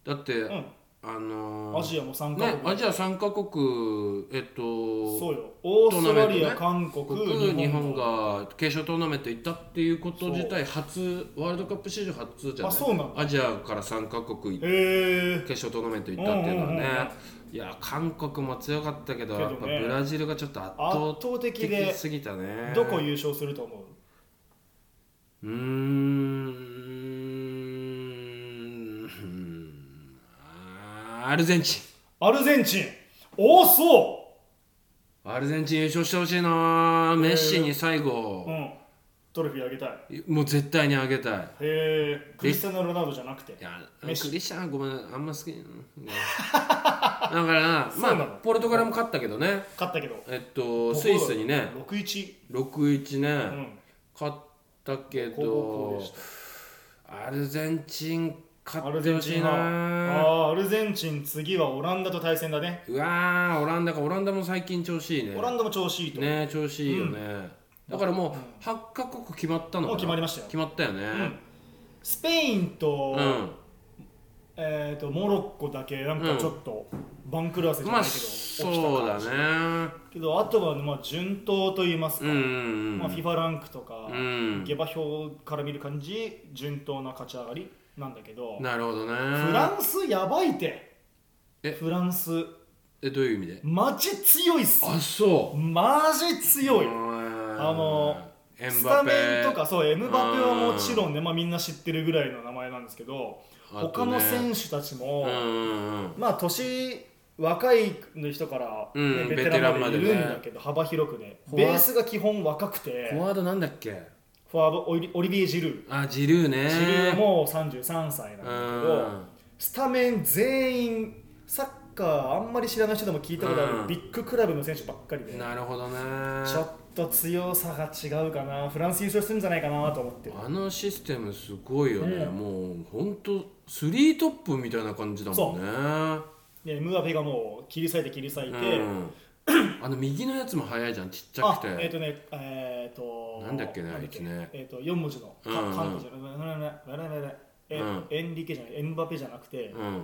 [SPEAKER 2] だって、
[SPEAKER 1] ん
[SPEAKER 2] あの
[SPEAKER 1] アジアも参加
[SPEAKER 2] ね
[SPEAKER 1] 国、
[SPEAKER 2] アジア3カ国えっと
[SPEAKER 1] そうよオーストラリア、
[SPEAKER 2] トー
[SPEAKER 1] 韓国
[SPEAKER 2] 国日本が決勝トーナメント行ったっていうこと自体初ワールドカップ史上初じゃない
[SPEAKER 1] あそうなの
[SPEAKER 2] アジアから3カ国
[SPEAKER 1] へ
[SPEAKER 2] 決
[SPEAKER 1] え
[SPEAKER 2] 勝トーナメント行ったっていうのはね、
[SPEAKER 1] うんうんうん
[SPEAKER 2] いや韓国も強かったけど
[SPEAKER 1] けど
[SPEAKER 2] や
[SPEAKER 1] ね
[SPEAKER 2] っぱブラジルがちょっと圧
[SPEAKER 1] 圧
[SPEAKER 2] 倒
[SPEAKER 1] 倒的
[SPEAKER 2] 的
[SPEAKER 1] です
[SPEAKER 2] ぎたね
[SPEAKER 1] どこ優勝すると思う
[SPEAKER 2] うーんアルゼンチン
[SPEAKER 1] アルゼンチンおおそ
[SPEAKER 2] アルゼンチン優勝してほしいなメッシに最
[SPEAKER 1] うう
[SPEAKER 2] 後、
[SPEAKER 1] んトロフィーあげたい
[SPEAKER 2] もう絶対にあげたい
[SPEAKER 1] へえクリスティアーノ・ロナウドじゃなくて
[SPEAKER 2] いやク
[SPEAKER 1] メッシ
[SPEAKER 2] リスチャンごめんあんま好き、うん、だか
[SPEAKER 1] [LAUGHS]
[SPEAKER 2] ら
[SPEAKER 1] そう
[SPEAKER 2] ま
[SPEAKER 1] な
[SPEAKER 2] あ
[SPEAKER 1] の
[SPEAKER 2] ポルトガルも勝ったけどね
[SPEAKER 1] 勝ったけど
[SPEAKER 2] えっとスイスにね
[SPEAKER 1] 61
[SPEAKER 2] 6-1ね、
[SPEAKER 1] うん
[SPEAKER 2] 勝ったけ
[SPEAKER 1] 高校
[SPEAKER 2] ど
[SPEAKER 1] でした
[SPEAKER 2] アルゼンチン
[SPEAKER 1] ア
[SPEAKER 2] 勝
[SPEAKER 1] ル
[SPEAKER 2] って
[SPEAKER 1] ゼン
[SPEAKER 2] ほ
[SPEAKER 1] チ
[SPEAKER 2] しい
[SPEAKER 1] ン
[SPEAKER 2] な
[SPEAKER 1] はあーアルゼンチン次はオランダと対戦だね
[SPEAKER 2] うわーオランダかオランダも最近調子いいね
[SPEAKER 1] オランダも調子いいと
[SPEAKER 2] ね調子いいよね、だからもう8カ国決まったのかな
[SPEAKER 1] もう決まりましたよ
[SPEAKER 2] 決まったよね
[SPEAKER 1] スペイン
[SPEAKER 2] うん、
[SPEAKER 1] とえっとモロッコだけなんかちょっと番狂わせじゃ
[SPEAKER 2] ま
[SPEAKER 1] な
[SPEAKER 2] あ
[SPEAKER 1] いけど起きた
[SPEAKER 2] そうだ
[SPEAKER 1] 感じ
[SPEAKER 2] ね
[SPEAKER 1] けどあとはまあ順当と言います
[SPEAKER 2] う
[SPEAKER 1] か
[SPEAKER 2] ん
[SPEAKER 1] まあ FIFA ランクとか
[SPEAKER 2] うんうん
[SPEAKER 1] 下馬評から見る感じ順当な勝ち上がりなんだけど
[SPEAKER 2] なるほどね
[SPEAKER 1] フランスやばいて
[SPEAKER 2] え
[SPEAKER 1] フランス
[SPEAKER 2] えどういう意味で
[SPEAKER 1] マジ強いっす
[SPEAKER 2] あそう
[SPEAKER 1] マジ強い
[SPEAKER 2] あ
[SPEAKER 1] あの
[SPEAKER 2] エ
[SPEAKER 1] ス
[SPEAKER 2] ン
[SPEAKER 1] タ
[SPEAKER 2] バ
[SPEAKER 1] メ
[SPEAKER 2] ペ
[SPEAKER 1] ンとかそうエムバペはもちろんね、まあ、みんな知ってるぐらいの名前なんですけど、
[SPEAKER 2] あとね
[SPEAKER 1] 他の選手たち
[SPEAKER 2] う
[SPEAKER 1] も、
[SPEAKER 2] んうんうん
[SPEAKER 1] まあ年若い人からね、
[SPEAKER 2] うん
[SPEAKER 1] ベテランまでい
[SPEAKER 2] ベテ
[SPEAKER 1] る
[SPEAKER 2] ラン
[SPEAKER 1] んだ
[SPEAKER 2] までね
[SPEAKER 1] けど、幅広くね
[SPEAKER 2] フォワ
[SPEAKER 1] ベースが基本若くて
[SPEAKER 2] フォワードなんだっけ
[SPEAKER 1] フォワードオリオリビエ・ジルー、
[SPEAKER 2] あジルーね
[SPEAKER 1] ジルーも33歳なんだけ
[SPEAKER 2] う
[SPEAKER 1] ど、
[SPEAKER 2] ん
[SPEAKER 1] スタメン全員サッカーあんまり知らない人でも聞いたことある、
[SPEAKER 2] うん
[SPEAKER 1] ビッグクラブの選手ばっかりで
[SPEAKER 2] なるほどね
[SPEAKER 1] ちょっと強さが違うかなフランス優勝するんじゃないかなと思ってる
[SPEAKER 2] あのシステムすごいよね、
[SPEAKER 1] うん
[SPEAKER 2] もうほんとスリートップみたいな感じだもんね
[SPEAKER 1] でムーアペがもう切り裂いて切り裂いて、
[SPEAKER 2] うん、 [CLEARS THROAT] あの右のやつも速いじゃんちっちゃ
[SPEAKER 1] あ
[SPEAKER 2] くて
[SPEAKER 1] えっ、とねえっ、と
[SPEAKER 2] なんだっけねあいつね
[SPEAKER 1] えっ、と4文字のか
[SPEAKER 2] うんうん
[SPEAKER 1] 韓国じゃなくてえ
[SPEAKER 2] うん
[SPEAKER 1] エンリケじゃないエンバペじゃなくて、
[SPEAKER 2] うん、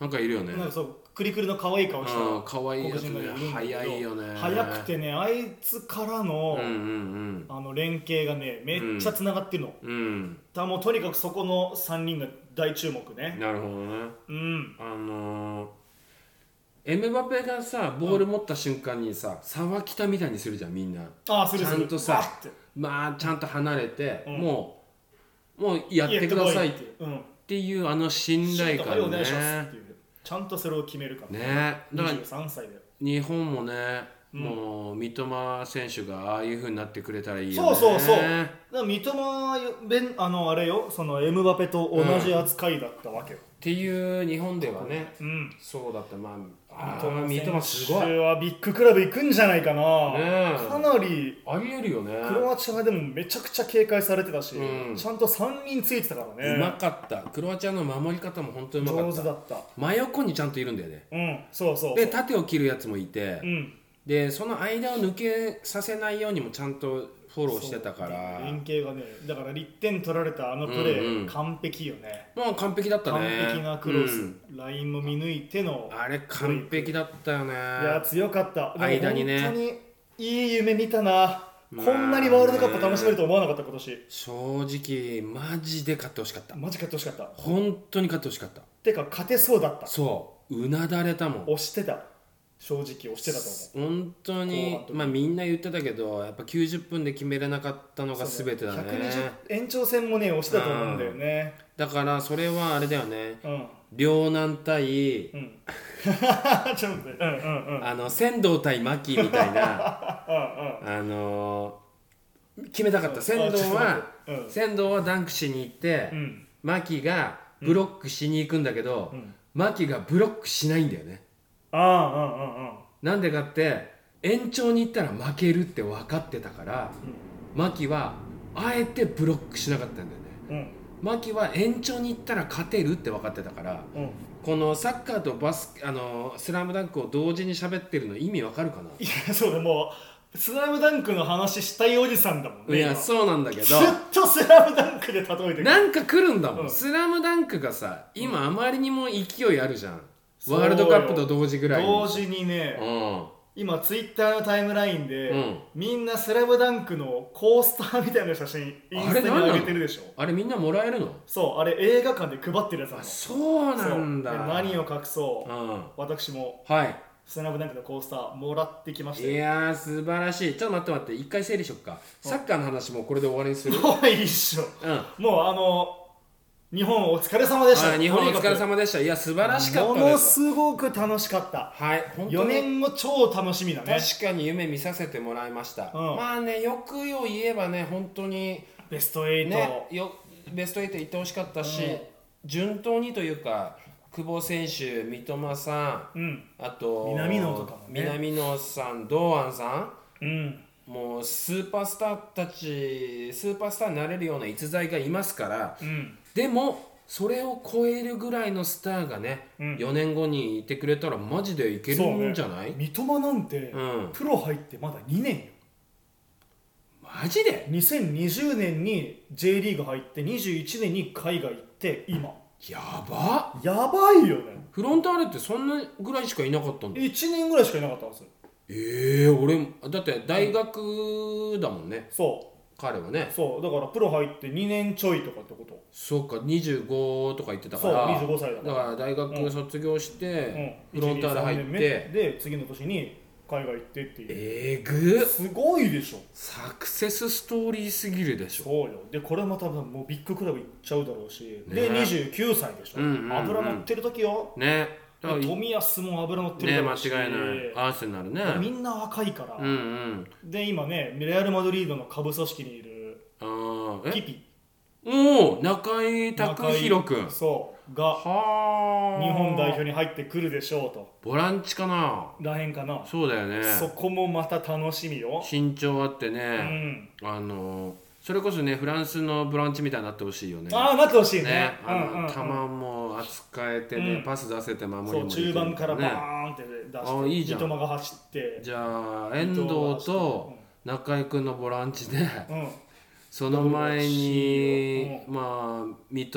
[SPEAKER 2] なんかいるよね
[SPEAKER 1] なんかそうクリクリの可愛い顔した
[SPEAKER 2] うん可愛いやつね
[SPEAKER 1] 黒人がるんだけど
[SPEAKER 2] 速いよね
[SPEAKER 1] 速くてねあいつからの
[SPEAKER 2] う、んうん
[SPEAKER 1] あの連携がねめっちゃつながってるの、
[SPEAKER 2] うんうん
[SPEAKER 1] だからもうとにかくそこの3人が大注目ね
[SPEAKER 2] なるほどね
[SPEAKER 1] うん
[SPEAKER 2] あのーエムバペがさボール持った瞬間にさ沢北みたいにするじゃんみんな
[SPEAKER 1] ああするする
[SPEAKER 2] ちゃんとさ
[SPEAKER 1] わーって
[SPEAKER 2] まあちゃんと離れて、
[SPEAKER 1] うん
[SPEAKER 2] もうもうやってくださいっ
[SPEAKER 1] やってこうん
[SPEAKER 2] ていうあの信頼
[SPEAKER 1] はいお
[SPEAKER 2] 感
[SPEAKER 1] 願いしますっ
[SPEAKER 2] ね
[SPEAKER 1] ていうちゃんとそれを決めるから
[SPEAKER 2] ねだから
[SPEAKER 1] 23歳だよ
[SPEAKER 2] 日本もね、
[SPEAKER 1] うん
[SPEAKER 2] もう三笘選手がああいうふうになってくれたらいいよ
[SPEAKER 1] そ
[SPEAKER 2] ね
[SPEAKER 1] うそうそうだから三笘はよベンあのあれよそのエムバペと同じ扱いだったわけよ、
[SPEAKER 2] っていう日本ではね
[SPEAKER 1] うん
[SPEAKER 2] そうだったまあ
[SPEAKER 1] 三
[SPEAKER 2] あー三
[SPEAKER 1] 笘
[SPEAKER 2] 笘
[SPEAKER 1] 選
[SPEAKER 2] す
[SPEAKER 1] 手
[SPEAKER 2] ごいね
[SPEAKER 1] はビッグクラブ行くんじゃないかな、
[SPEAKER 2] え
[SPEAKER 1] かなり
[SPEAKER 2] ありえるよね
[SPEAKER 1] クロアチアでもめちゃくちゃ警戒されてたし、
[SPEAKER 2] うん
[SPEAKER 1] ちゃんと3人ついてたからね
[SPEAKER 2] うまかったクロアチアの守り方も本当にうまか
[SPEAKER 1] 上
[SPEAKER 2] っ
[SPEAKER 1] 手
[SPEAKER 2] た
[SPEAKER 1] だった
[SPEAKER 2] 真横にちゃんといるんだよね
[SPEAKER 1] うんそうそうそう
[SPEAKER 2] で縦を切るやつもいて、
[SPEAKER 1] うん
[SPEAKER 2] でその間を抜けさせないようにもちゃんとフォローしてたから
[SPEAKER 1] 連携がねだから1点取られたあのプレー、
[SPEAKER 2] うんうん
[SPEAKER 1] 完璧よね
[SPEAKER 2] もう完璧だった
[SPEAKER 1] 完
[SPEAKER 2] ね
[SPEAKER 1] 璧なクロス、
[SPEAKER 2] うん
[SPEAKER 1] ラインも見抜いての
[SPEAKER 2] あれ完璧だったよね
[SPEAKER 1] いや強かったでも
[SPEAKER 2] 間にね
[SPEAKER 1] 本当にいい夢見たなこんなにワールドカップ楽しめると思わなかった今年
[SPEAKER 2] 正直マジで勝ってほしかった
[SPEAKER 1] マジ勝ってほしかった
[SPEAKER 2] 本当に勝ってほしかった
[SPEAKER 1] てか勝てそうだった
[SPEAKER 2] そううなだれたもん
[SPEAKER 1] 押してた正直押してたと思う
[SPEAKER 2] 本当
[SPEAKER 1] 後
[SPEAKER 2] に
[SPEAKER 1] 半とか
[SPEAKER 2] まあみんな言ってたけどやっぱ90分で決めれなかったのが
[SPEAKER 1] そう
[SPEAKER 2] 全てだ
[SPEAKER 1] 120
[SPEAKER 2] ね
[SPEAKER 1] 延長戦もね押してたと思うんだよね
[SPEAKER 2] だからそれはあれだよね
[SPEAKER 1] うん
[SPEAKER 2] 両南対
[SPEAKER 1] うん [LAUGHS] ちょっと待ってうんうんうんうんうん
[SPEAKER 2] あの仙道対牧みたい [LAUGHS] なあのー決めたかった仙道は
[SPEAKER 1] うんうん
[SPEAKER 2] 仙道はダンクしに行って
[SPEAKER 1] うん
[SPEAKER 2] 牧がブロックしに行くんだけど
[SPEAKER 1] うん
[SPEAKER 2] 牧がブロックしないんだよね
[SPEAKER 1] ああうんうんうん
[SPEAKER 2] なんでかって延長に行ったら負けるって分かってたから、マキはあえてブロックしなかったんだよね
[SPEAKER 1] うん
[SPEAKER 2] マキは延長に行ったら勝てるって分かってたから
[SPEAKER 1] うん
[SPEAKER 2] このサッカーとバスあのスラムダンクを同時に喋ってるの意味わかるかない
[SPEAKER 1] やそうだもう「スラムダンクの話したいおじさんだもんね
[SPEAKER 2] いや
[SPEAKER 1] 今
[SPEAKER 2] そうなんだけ
[SPEAKER 1] ず
[SPEAKER 2] ど
[SPEAKER 1] っと「スラムダンクで例えてくる
[SPEAKER 2] なんか来るんだもん、
[SPEAKER 1] うん
[SPEAKER 2] スラムダンクがさ今あまりにも勢いあるじゃん
[SPEAKER 1] そうよ
[SPEAKER 2] ワールドカップと同時ぐらいに
[SPEAKER 1] 同時にね、
[SPEAKER 2] うん
[SPEAKER 1] 今ツイッターのタイムラインで、
[SPEAKER 2] うん
[SPEAKER 1] みんな「スラムダンクのコースターみたいな写真インスタに上げてるでしょ
[SPEAKER 2] あれみんなもらえるの
[SPEAKER 1] そうあれ映画館で配ってるやつな
[SPEAKER 2] あ
[SPEAKER 1] の
[SPEAKER 2] そうなんだ
[SPEAKER 1] そうで何を隠そう、
[SPEAKER 2] うん
[SPEAKER 1] 私も
[SPEAKER 2] は
[SPEAKER 1] 「スラムダンクのコースターもらってきまし
[SPEAKER 2] い
[SPEAKER 1] た
[SPEAKER 2] い
[SPEAKER 1] よ
[SPEAKER 2] やー素晴らしいちょっと待って待って一回整理しよっかサッカーの話もうこれで終わりにする
[SPEAKER 1] もういいっしょ
[SPEAKER 2] うん
[SPEAKER 1] もうあの日本お疲れ様でした
[SPEAKER 2] あ日本お
[SPEAKER 1] とにかく
[SPEAKER 2] 疲れ様でしたいや素晴らしかっ
[SPEAKER 1] も
[SPEAKER 2] たで
[SPEAKER 1] の
[SPEAKER 2] す
[SPEAKER 1] すごく楽しかった
[SPEAKER 2] はい本当
[SPEAKER 1] 4
[SPEAKER 2] に
[SPEAKER 1] 年後超楽しみだね
[SPEAKER 2] 確かに夢見させてもらいました、
[SPEAKER 1] うん
[SPEAKER 2] まあねよくよ言えばね本当に
[SPEAKER 1] ベスト8、
[SPEAKER 2] ね、よベスト8行ってほしかったし、
[SPEAKER 1] うん
[SPEAKER 2] 順当にというか久保選手、三笘さん
[SPEAKER 1] うん
[SPEAKER 2] あと
[SPEAKER 1] 南野とかもね
[SPEAKER 2] 南野さん、堂安さ
[SPEAKER 1] うん
[SPEAKER 2] んもうスーパースターたちスーパースターになれるような逸材がいますから
[SPEAKER 1] うん
[SPEAKER 2] でもそれを超えるぐらいのスターがね、
[SPEAKER 1] うん
[SPEAKER 2] 4年後にいてくれたらマジでいけるんじゃない
[SPEAKER 1] そうね、三笘なんて、
[SPEAKER 2] うん
[SPEAKER 1] プロ入ってまだ2年よ
[SPEAKER 2] マジで
[SPEAKER 1] 2020年に J リーグ入って21年に海外行って今
[SPEAKER 2] やば
[SPEAKER 1] やばいよね
[SPEAKER 2] フロンターレってそんなぐらいしかいなかったんだ
[SPEAKER 1] 1年ぐらいしかいなかったんですよ
[SPEAKER 2] ええ俺だって大学だもんね
[SPEAKER 1] そ
[SPEAKER 2] 彼はね
[SPEAKER 1] うそうだからプロ入って2年ちょいとかってこと
[SPEAKER 2] そうか25とか言ってた
[SPEAKER 1] そ
[SPEAKER 2] か
[SPEAKER 1] う
[SPEAKER 2] ら
[SPEAKER 1] 25歳だ
[SPEAKER 2] だ
[SPEAKER 1] か
[SPEAKER 2] から大
[SPEAKER 1] うん
[SPEAKER 2] 学卒業し
[SPEAKER 1] ら、うん
[SPEAKER 2] て、フロンターレ入
[SPEAKER 1] 1 2 3
[SPEAKER 2] っ
[SPEAKER 1] 年
[SPEAKER 2] て
[SPEAKER 1] 目で次の年に海外行ってっていう
[SPEAKER 2] えぐ
[SPEAKER 1] すごいでしょ
[SPEAKER 2] サクセスストーリーすぎるでしょ
[SPEAKER 1] そうよでこれも多分もうビッグクラブ行っちゃうだろうし、で
[SPEAKER 2] ね
[SPEAKER 1] 29歳でしょ、
[SPEAKER 2] うんうんうん
[SPEAKER 1] 油乗ってる時よ
[SPEAKER 2] ねだからね
[SPEAKER 1] 冨安も油乗ってるだろ
[SPEAKER 2] 間
[SPEAKER 1] うし
[SPEAKER 2] 違いないアーセナルね
[SPEAKER 1] みんな若いから、
[SPEAKER 2] うんうん
[SPEAKER 1] で今ねレアル・マドリードの下部組織にいる
[SPEAKER 2] あー
[SPEAKER 1] ピ
[SPEAKER 2] え
[SPEAKER 1] ピ
[SPEAKER 2] おお中井拓宏君
[SPEAKER 1] そうが
[SPEAKER 2] はあ
[SPEAKER 1] 日本代表に入ってくるでしょうと
[SPEAKER 2] ボランチかな
[SPEAKER 1] らへんかな、
[SPEAKER 2] そうだよね
[SPEAKER 1] そこもまた楽しみよ、
[SPEAKER 2] 身長あってね、
[SPEAKER 1] うん、
[SPEAKER 2] あのそれこそねフランスのブランチみたいになってほしいよね。
[SPEAKER 1] ああなってほしい
[SPEAKER 2] ね
[SPEAKER 1] ねう
[SPEAKER 2] あ
[SPEAKER 1] んうんう
[SPEAKER 2] の
[SPEAKER 1] ん
[SPEAKER 2] 球も扱えてね、
[SPEAKER 1] うん
[SPEAKER 2] パス出せて守り
[SPEAKER 1] そ
[SPEAKER 2] も
[SPEAKER 1] う
[SPEAKER 2] できる
[SPEAKER 1] 中盤から
[SPEAKER 2] ね、
[SPEAKER 1] バーンって出して、
[SPEAKER 2] あいいじゃん
[SPEAKER 1] 三笘が走って
[SPEAKER 2] じゃあ遠藤と中居君のボランチで、
[SPEAKER 1] うん、
[SPEAKER 2] その前に、
[SPEAKER 1] う
[SPEAKER 2] まあ三笘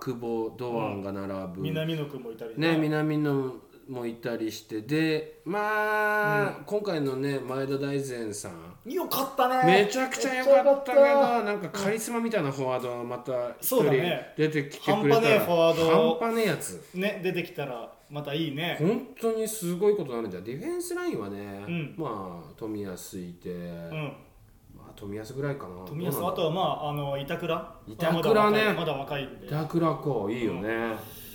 [SPEAKER 2] 久保堂安が並ぶ、
[SPEAKER 1] 南野君もいたり
[SPEAKER 2] ね南野もいたりしてでまあ、今回のね前田大然さん
[SPEAKER 1] よかったね
[SPEAKER 2] めちゃくちゃ良かったけど
[SPEAKER 1] めちゃ良かっ
[SPEAKER 2] なんかカリスマみたいなフォワードがまた一
[SPEAKER 1] そう
[SPEAKER 2] 人
[SPEAKER 1] だね
[SPEAKER 2] 出てきてくれたら、
[SPEAKER 1] 半端ねえフォワード
[SPEAKER 2] 半端ねえやつ
[SPEAKER 1] たね出てきたらまたいいね
[SPEAKER 2] 本当にすごいことになるんじゃんディフェンスラインはね、
[SPEAKER 1] ん
[SPEAKER 2] まあ冨安いて、
[SPEAKER 1] うん
[SPEAKER 2] まあ、冨安ぐらいかな
[SPEAKER 1] 冨安あ
[SPEAKER 2] どうなんだ
[SPEAKER 1] とはまああの板倉
[SPEAKER 2] 板倉ね
[SPEAKER 1] まだ若いまだ若いんで
[SPEAKER 2] 板倉子いいよね、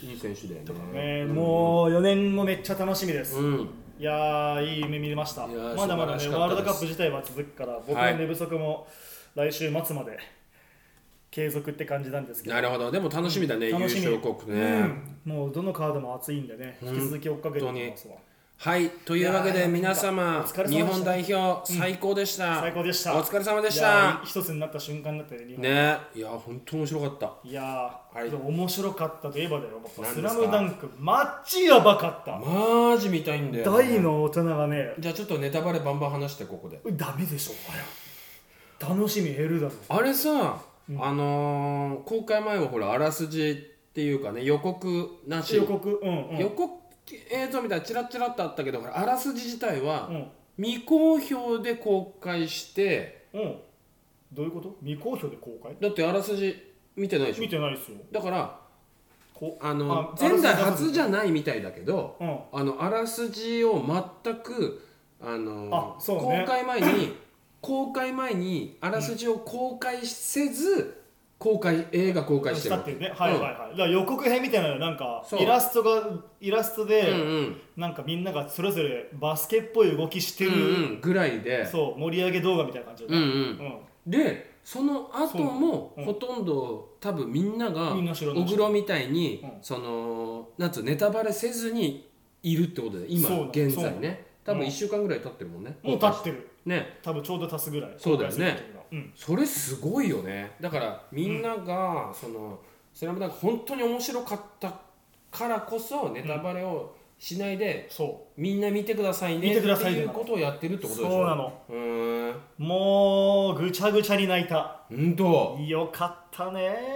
[SPEAKER 2] いい選手だよ
[SPEAKER 1] ね、
[SPEAKER 2] ね
[SPEAKER 1] もう4年後めっちゃ楽しみです、
[SPEAKER 2] うん、うん
[SPEAKER 1] いやーいい夢見れました
[SPEAKER 2] いやー
[SPEAKER 1] まだまだね
[SPEAKER 2] 素晴らしかったです
[SPEAKER 1] ワールドカップ自体は続くから僕
[SPEAKER 2] は
[SPEAKER 1] の
[SPEAKER 2] い
[SPEAKER 1] 寝不足も来週末まで継続って感じなんですけど、
[SPEAKER 2] なるほどでも楽しみだね、優
[SPEAKER 1] 楽しみ
[SPEAKER 2] 勝国ね、
[SPEAKER 1] うんもうどのカードも熱いんでね引き続き追っかけていきますわ
[SPEAKER 2] はいというわ
[SPEAKER 1] い
[SPEAKER 2] け
[SPEAKER 1] や
[SPEAKER 2] で
[SPEAKER 1] ー
[SPEAKER 2] 皆様
[SPEAKER 1] お疲れ様でした
[SPEAKER 2] 日本代表最高でした、
[SPEAKER 1] 最高でした
[SPEAKER 2] お疲れ様でし
[SPEAKER 1] いやー
[SPEAKER 2] た
[SPEAKER 1] 一つになった瞬間だったよね日本
[SPEAKER 2] ねいや本当面白かった
[SPEAKER 1] いやー、
[SPEAKER 2] はい
[SPEAKER 1] でも面白かったといえばだよ「
[SPEAKER 2] 何
[SPEAKER 1] ス
[SPEAKER 2] で
[SPEAKER 1] ラ
[SPEAKER 2] すか
[SPEAKER 1] ムダンクマッチやばかった、
[SPEAKER 2] マジ見たいんだよね、
[SPEAKER 1] 大の大人がね
[SPEAKER 2] じゃあちょっとネタバレバンバン話してここで
[SPEAKER 1] ダメでしょあれ楽しみ減るだろ
[SPEAKER 2] あれさ、あのー公開前はほらあらすじっていうかね予告なし
[SPEAKER 1] 予告うんうん
[SPEAKER 2] 予告映像みたいなチラチラっとあったけどほらあらすじ自体は
[SPEAKER 1] うん
[SPEAKER 2] 未公表で公開して
[SPEAKER 1] うんどういうこと未公表で公開
[SPEAKER 2] だってあらすじ見てないでしょ
[SPEAKER 1] 見てないですよ
[SPEAKER 2] だから
[SPEAKER 1] こ
[SPEAKER 2] あの
[SPEAKER 1] あ
[SPEAKER 2] 前代
[SPEAKER 1] あらすじ
[SPEAKER 2] 初じゃないみたいだけど
[SPEAKER 1] うん
[SPEAKER 2] あのあらすじを全くあの
[SPEAKER 1] あそうね
[SPEAKER 2] 公開前に公開前にあらすじを公開せず公開映画公開して
[SPEAKER 1] し
[SPEAKER 2] る
[SPEAKER 1] たっていうねはいはいはい、だから予告編みたいなのなんか
[SPEAKER 2] そう
[SPEAKER 1] イラストがイラスト
[SPEAKER 2] うんう
[SPEAKER 1] で、
[SPEAKER 2] ん
[SPEAKER 1] なんかみんながそれぞれバスケっぽい動きして
[SPEAKER 2] うん
[SPEAKER 1] る、
[SPEAKER 2] うんぐらいで
[SPEAKER 1] そう盛り上げ動画みたいな感じで、
[SPEAKER 2] うんう
[SPEAKER 1] うんん
[SPEAKER 2] でその後も
[SPEAKER 1] そううん
[SPEAKER 2] ほとんど多分みんなが
[SPEAKER 1] みんな知らない
[SPEAKER 2] 小黒みたいに
[SPEAKER 1] うん
[SPEAKER 2] そのなんつうのネタバレせずにいるってことで今
[SPEAKER 1] そうなの
[SPEAKER 2] 現
[SPEAKER 1] そうな
[SPEAKER 2] 在
[SPEAKER 1] の
[SPEAKER 2] ね多分
[SPEAKER 1] うん
[SPEAKER 2] 1週間ぐらい経ってるもんね
[SPEAKER 1] もう経ってる
[SPEAKER 2] ね
[SPEAKER 1] 多分ちょうど足すぐらい
[SPEAKER 2] そうだよね
[SPEAKER 1] 公開する時がうん
[SPEAKER 2] それすごいよねだからみんなが、その「スラムダンク本当に面白かったからこそネタバレをしないで、
[SPEAKER 1] そ
[SPEAKER 2] みんな見てくださいね
[SPEAKER 1] 見てください
[SPEAKER 2] って
[SPEAKER 1] ね
[SPEAKER 2] いうことをやってるって
[SPEAKER 1] う
[SPEAKER 2] ことでしょ
[SPEAKER 1] そうなの
[SPEAKER 2] うーん
[SPEAKER 1] もうぐちゃぐちゃに泣いた
[SPEAKER 2] うんと
[SPEAKER 1] よかった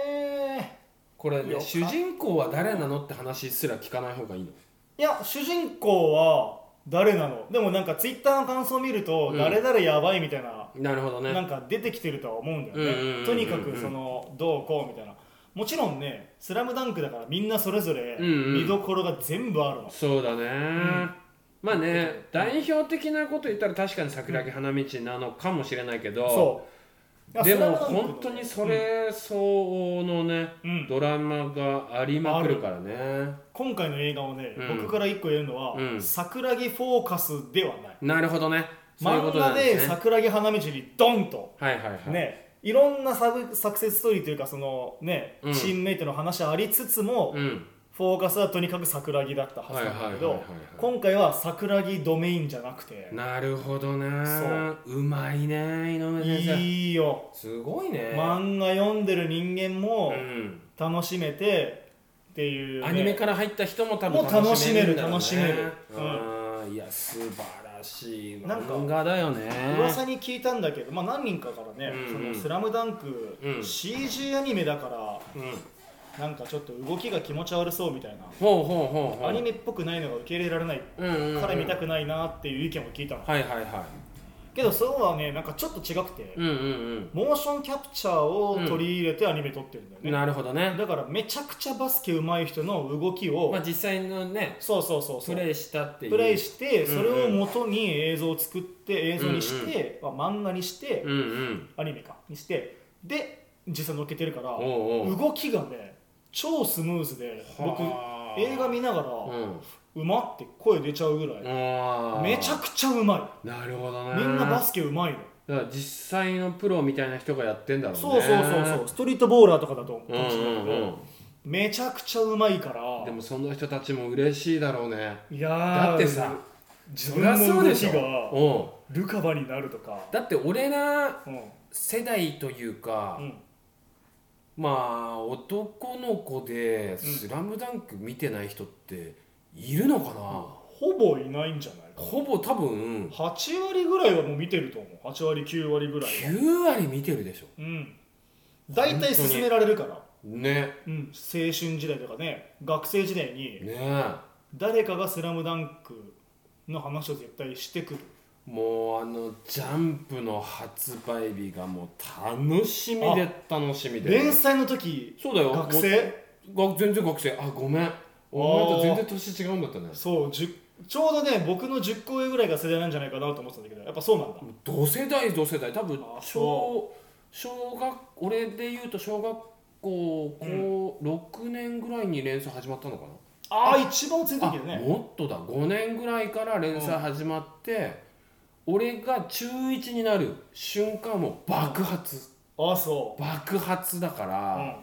[SPEAKER 1] ね
[SPEAKER 2] これ
[SPEAKER 1] よ
[SPEAKER 2] ね
[SPEAKER 1] か
[SPEAKER 2] 主人公は誰なのって話すら聞かない方がいいの
[SPEAKER 1] いや主人公は誰なのでもなんかツイッターの感想を見ると
[SPEAKER 2] うん
[SPEAKER 1] 誰々やばいみたいな、
[SPEAKER 2] なるほどね
[SPEAKER 1] なんか出てきてるとは思うんだよ
[SPEAKER 2] うんうんうんうんう
[SPEAKER 1] ね
[SPEAKER 2] ん
[SPEAKER 1] とにかくそのどうこうみたいなもちろんね「スラムダンクだからみんなそれぞれ
[SPEAKER 2] うんうん
[SPEAKER 1] 見どころが全部あるの、
[SPEAKER 2] そうだね、
[SPEAKER 1] ん
[SPEAKER 2] まあね代表的なこと言ったら確かに桜木花道なのかもしれないけど、
[SPEAKER 1] そういや
[SPEAKER 2] でも
[SPEAKER 1] スラムダンクの
[SPEAKER 2] 本当にそれ相応のね、
[SPEAKER 1] うん
[SPEAKER 2] ドラマがありまくるからね
[SPEAKER 1] 今回の映画をね、
[SPEAKER 2] うん
[SPEAKER 1] 僕から一個言えるのは、
[SPEAKER 2] うん
[SPEAKER 1] 桜木フォーカスではない
[SPEAKER 2] なるほどねそういうこ
[SPEAKER 1] 漫
[SPEAKER 2] と
[SPEAKER 1] 画
[SPEAKER 2] なんで
[SPEAKER 1] です
[SPEAKER 2] ね
[SPEAKER 1] 桜木花道にドンと
[SPEAKER 2] はいはいはい、
[SPEAKER 1] ねいろんなサブサクセスストーリーというかそのね、
[SPEAKER 2] うん
[SPEAKER 1] チームメイトの話ありつつも、
[SPEAKER 2] うん、
[SPEAKER 1] フォーカスはとにかく桜木だったはずなんだけ
[SPEAKER 2] はい
[SPEAKER 1] ど
[SPEAKER 2] はいはいはいはい
[SPEAKER 1] 今回は桜木ドメインじゃなくて
[SPEAKER 2] なるほどね
[SPEAKER 1] そう
[SPEAKER 2] うまいね井上先生
[SPEAKER 1] いいよ
[SPEAKER 2] すごいね、
[SPEAKER 1] 漫画読んでる人間も
[SPEAKER 2] うん
[SPEAKER 1] 楽しめてっていう、ね、
[SPEAKER 2] アニメから入った人も多
[SPEAKER 1] も
[SPEAKER 2] 分
[SPEAKER 1] う楽
[SPEAKER 2] 楽
[SPEAKER 1] し
[SPEAKER 2] し
[SPEAKER 1] め
[SPEAKER 2] め
[SPEAKER 1] る
[SPEAKER 2] るんだろうね
[SPEAKER 1] 楽しめるう
[SPEAKER 2] あーいや素晴らしい
[SPEAKER 1] なんか
[SPEAKER 2] 漫画だよね
[SPEAKER 1] 噂に聞いたんだけど、まあ、何人かからね「
[SPEAKER 2] うん
[SPEAKER 1] そ
[SPEAKER 2] うん
[SPEAKER 1] のスラムダンク、
[SPEAKER 2] うん
[SPEAKER 1] CG アニメだから
[SPEAKER 2] うん、
[SPEAKER 1] なんかちょっと動きが気持ち悪そうみたいな、
[SPEAKER 2] ほうほうほうほう
[SPEAKER 1] アニメっぽくないのが受け入れられない
[SPEAKER 2] うんうんうん
[SPEAKER 1] から見たくないなっていう意見を聞いたの、
[SPEAKER 2] はいはいは
[SPEAKER 1] けどそうはねなんかちょっと違くて、
[SPEAKER 2] いうんうん
[SPEAKER 1] モーションキャプチャーを取り入れてアニメ撮ってるんだよ
[SPEAKER 2] う
[SPEAKER 1] ね、
[SPEAKER 2] んなるほどね
[SPEAKER 1] だからめちゃくちゃバスケ上手い人の動きを、
[SPEAKER 2] まあ実際のね
[SPEAKER 1] そうそうそうそ
[SPEAKER 2] プ
[SPEAKER 1] う
[SPEAKER 2] レイしたっていう
[SPEAKER 1] プレイして
[SPEAKER 2] うんう
[SPEAKER 1] そ
[SPEAKER 2] ん
[SPEAKER 1] れを元に映像を作って映像にして、まあ、漫画にして、
[SPEAKER 2] うんうん
[SPEAKER 1] アニメかにしてで実際乗っけてるから
[SPEAKER 2] おうおう
[SPEAKER 1] 動きがね超スムーズで僕
[SPEAKER 2] はあ
[SPEAKER 1] 映画見ながら
[SPEAKER 2] う
[SPEAKER 1] 「
[SPEAKER 2] ん
[SPEAKER 1] うま」って声出ちゃうぐらい
[SPEAKER 2] あー
[SPEAKER 1] めちゃくちゃうま
[SPEAKER 2] なるほど
[SPEAKER 1] い
[SPEAKER 2] ね
[SPEAKER 1] みんなバスケうまいの
[SPEAKER 2] だから実際のプロみたいな人がやってんだろうね
[SPEAKER 1] そうそうそうそうストリートボーラーとかだと思うか
[SPEAKER 2] うん
[SPEAKER 1] もしれないけ
[SPEAKER 2] うん
[SPEAKER 1] どめちゃくちゃうまいから
[SPEAKER 2] うんでもその人たちも嬉しいだろうね
[SPEAKER 1] いやー
[SPEAKER 2] だってさ
[SPEAKER 1] 自分の動きが
[SPEAKER 2] うん
[SPEAKER 1] ルカバになるとか
[SPEAKER 2] だって俺ら
[SPEAKER 1] うん
[SPEAKER 2] 世代というか、
[SPEAKER 1] うん
[SPEAKER 2] まあ男の子で「スラムダンク見てない人っているのかな、
[SPEAKER 1] ほぼいないんじゃないか
[SPEAKER 2] ほぼ多分
[SPEAKER 1] 8割ぐらいはもう見てると思う8割9割ぐらいは
[SPEAKER 2] 9割見てるでしょ
[SPEAKER 1] うん大体勧められるから、
[SPEAKER 2] ね
[SPEAKER 1] うん、青春時代とかね学生時代に
[SPEAKER 2] ね
[SPEAKER 1] 誰かが「スラムダンクの話を絶対してくる
[SPEAKER 2] もうあの「ジャンプ」の発売日がもう楽しみで楽しみで
[SPEAKER 1] 連載の時
[SPEAKER 2] そうだよ
[SPEAKER 1] 学生
[SPEAKER 2] もうが全然学生あごめんお前と全然年違うんだったね
[SPEAKER 1] そう10ちょうどね僕の10個上ぐらいが世代なんじゃないかなと思ってたんだけどやっぱそうなんだ
[SPEAKER 2] 同世代同世代多分
[SPEAKER 1] あ
[SPEAKER 2] 小小学俺で言うと小学校こう6年ぐらいに連載始まったのか
[SPEAKER 1] ああ一番強い
[SPEAKER 2] な、
[SPEAKER 1] 時だ
[SPEAKER 2] あ
[SPEAKER 1] ね
[SPEAKER 2] もっとだ5年ぐらいから連載始まって、俺が中1になる瞬間もう爆発
[SPEAKER 1] ああそ
[SPEAKER 2] 爆発だか
[SPEAKER 1] うう
[SPEAKER 2] ら、
[SPEAKER 1] ん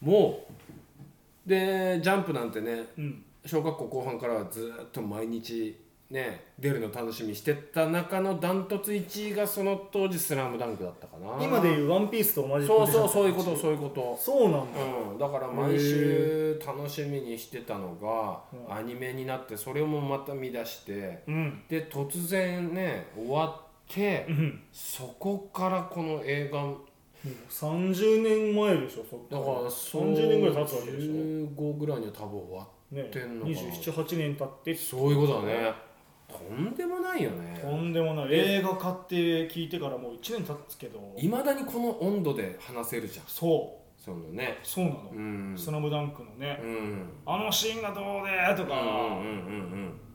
[SPEAKER 2] もうで「ジャンプ」なんてね
[SPEAKER 1] うん
[SPEAKER 2] 小学校後半からはずっと毎日ね出るの楽しみにしてた中のダントツ1位がその当時「スラムダンクだったかな
[SPEAKER 1] 今でいう「ワンピースと同じ
[SPEAKER 2] そうそうそういう
[SPEAKER 1] ポジシ
[SPEAKER 2] こ
[SPEAKER 1] ョン
[SPEAKER 2] とそういうこ
[SPEAKER 1] そうなんだ、
[SPEAKER 2] とうんだから毎週楽しみにしてたのがアニメになってそれもまた見出して
[SPEAKER 1] うん
[SPEAKER 2] で突然ね終わって
[SPEAKER 1] うん、も
[SPEAKER 2] そこからこの映画
[SPEAKER 1] う30年前でしょそっ
[SPEAKER 2] だからそう
[SPEAKER 1] 30年ぐらい経つわけでしょ
[SPEAKER 2] 15ぐらいには多分終わっ
[SPEAKER 1] ね
[SPEAKER 2] 天皇が
[SPEAKER 1] 278年経って
[SPEAKER 2] てそういうことだねとんでもないよね
[SPEAKER 1] とんでもない映画化って聞いてからもう1年経つけど
[SPEAKER 2] いまだにこの温度で話せるじゃん
[SPEAKER 1] そ
[SPEAKER 2] そのね
[SPEAKER 1] うそうなの
[SPEAKER 2] う
[SPEAKER 1] 「
[SPEAKER 2] ん
[SPEAKER 1] スラムダンクのね
[SPEAKER 2] うんうん
[SPEAKER 1] あのシーンがどうでと
[SPEAKER 2] うんう
[SPEAKER 1] か、
[SPEAKER 2] んう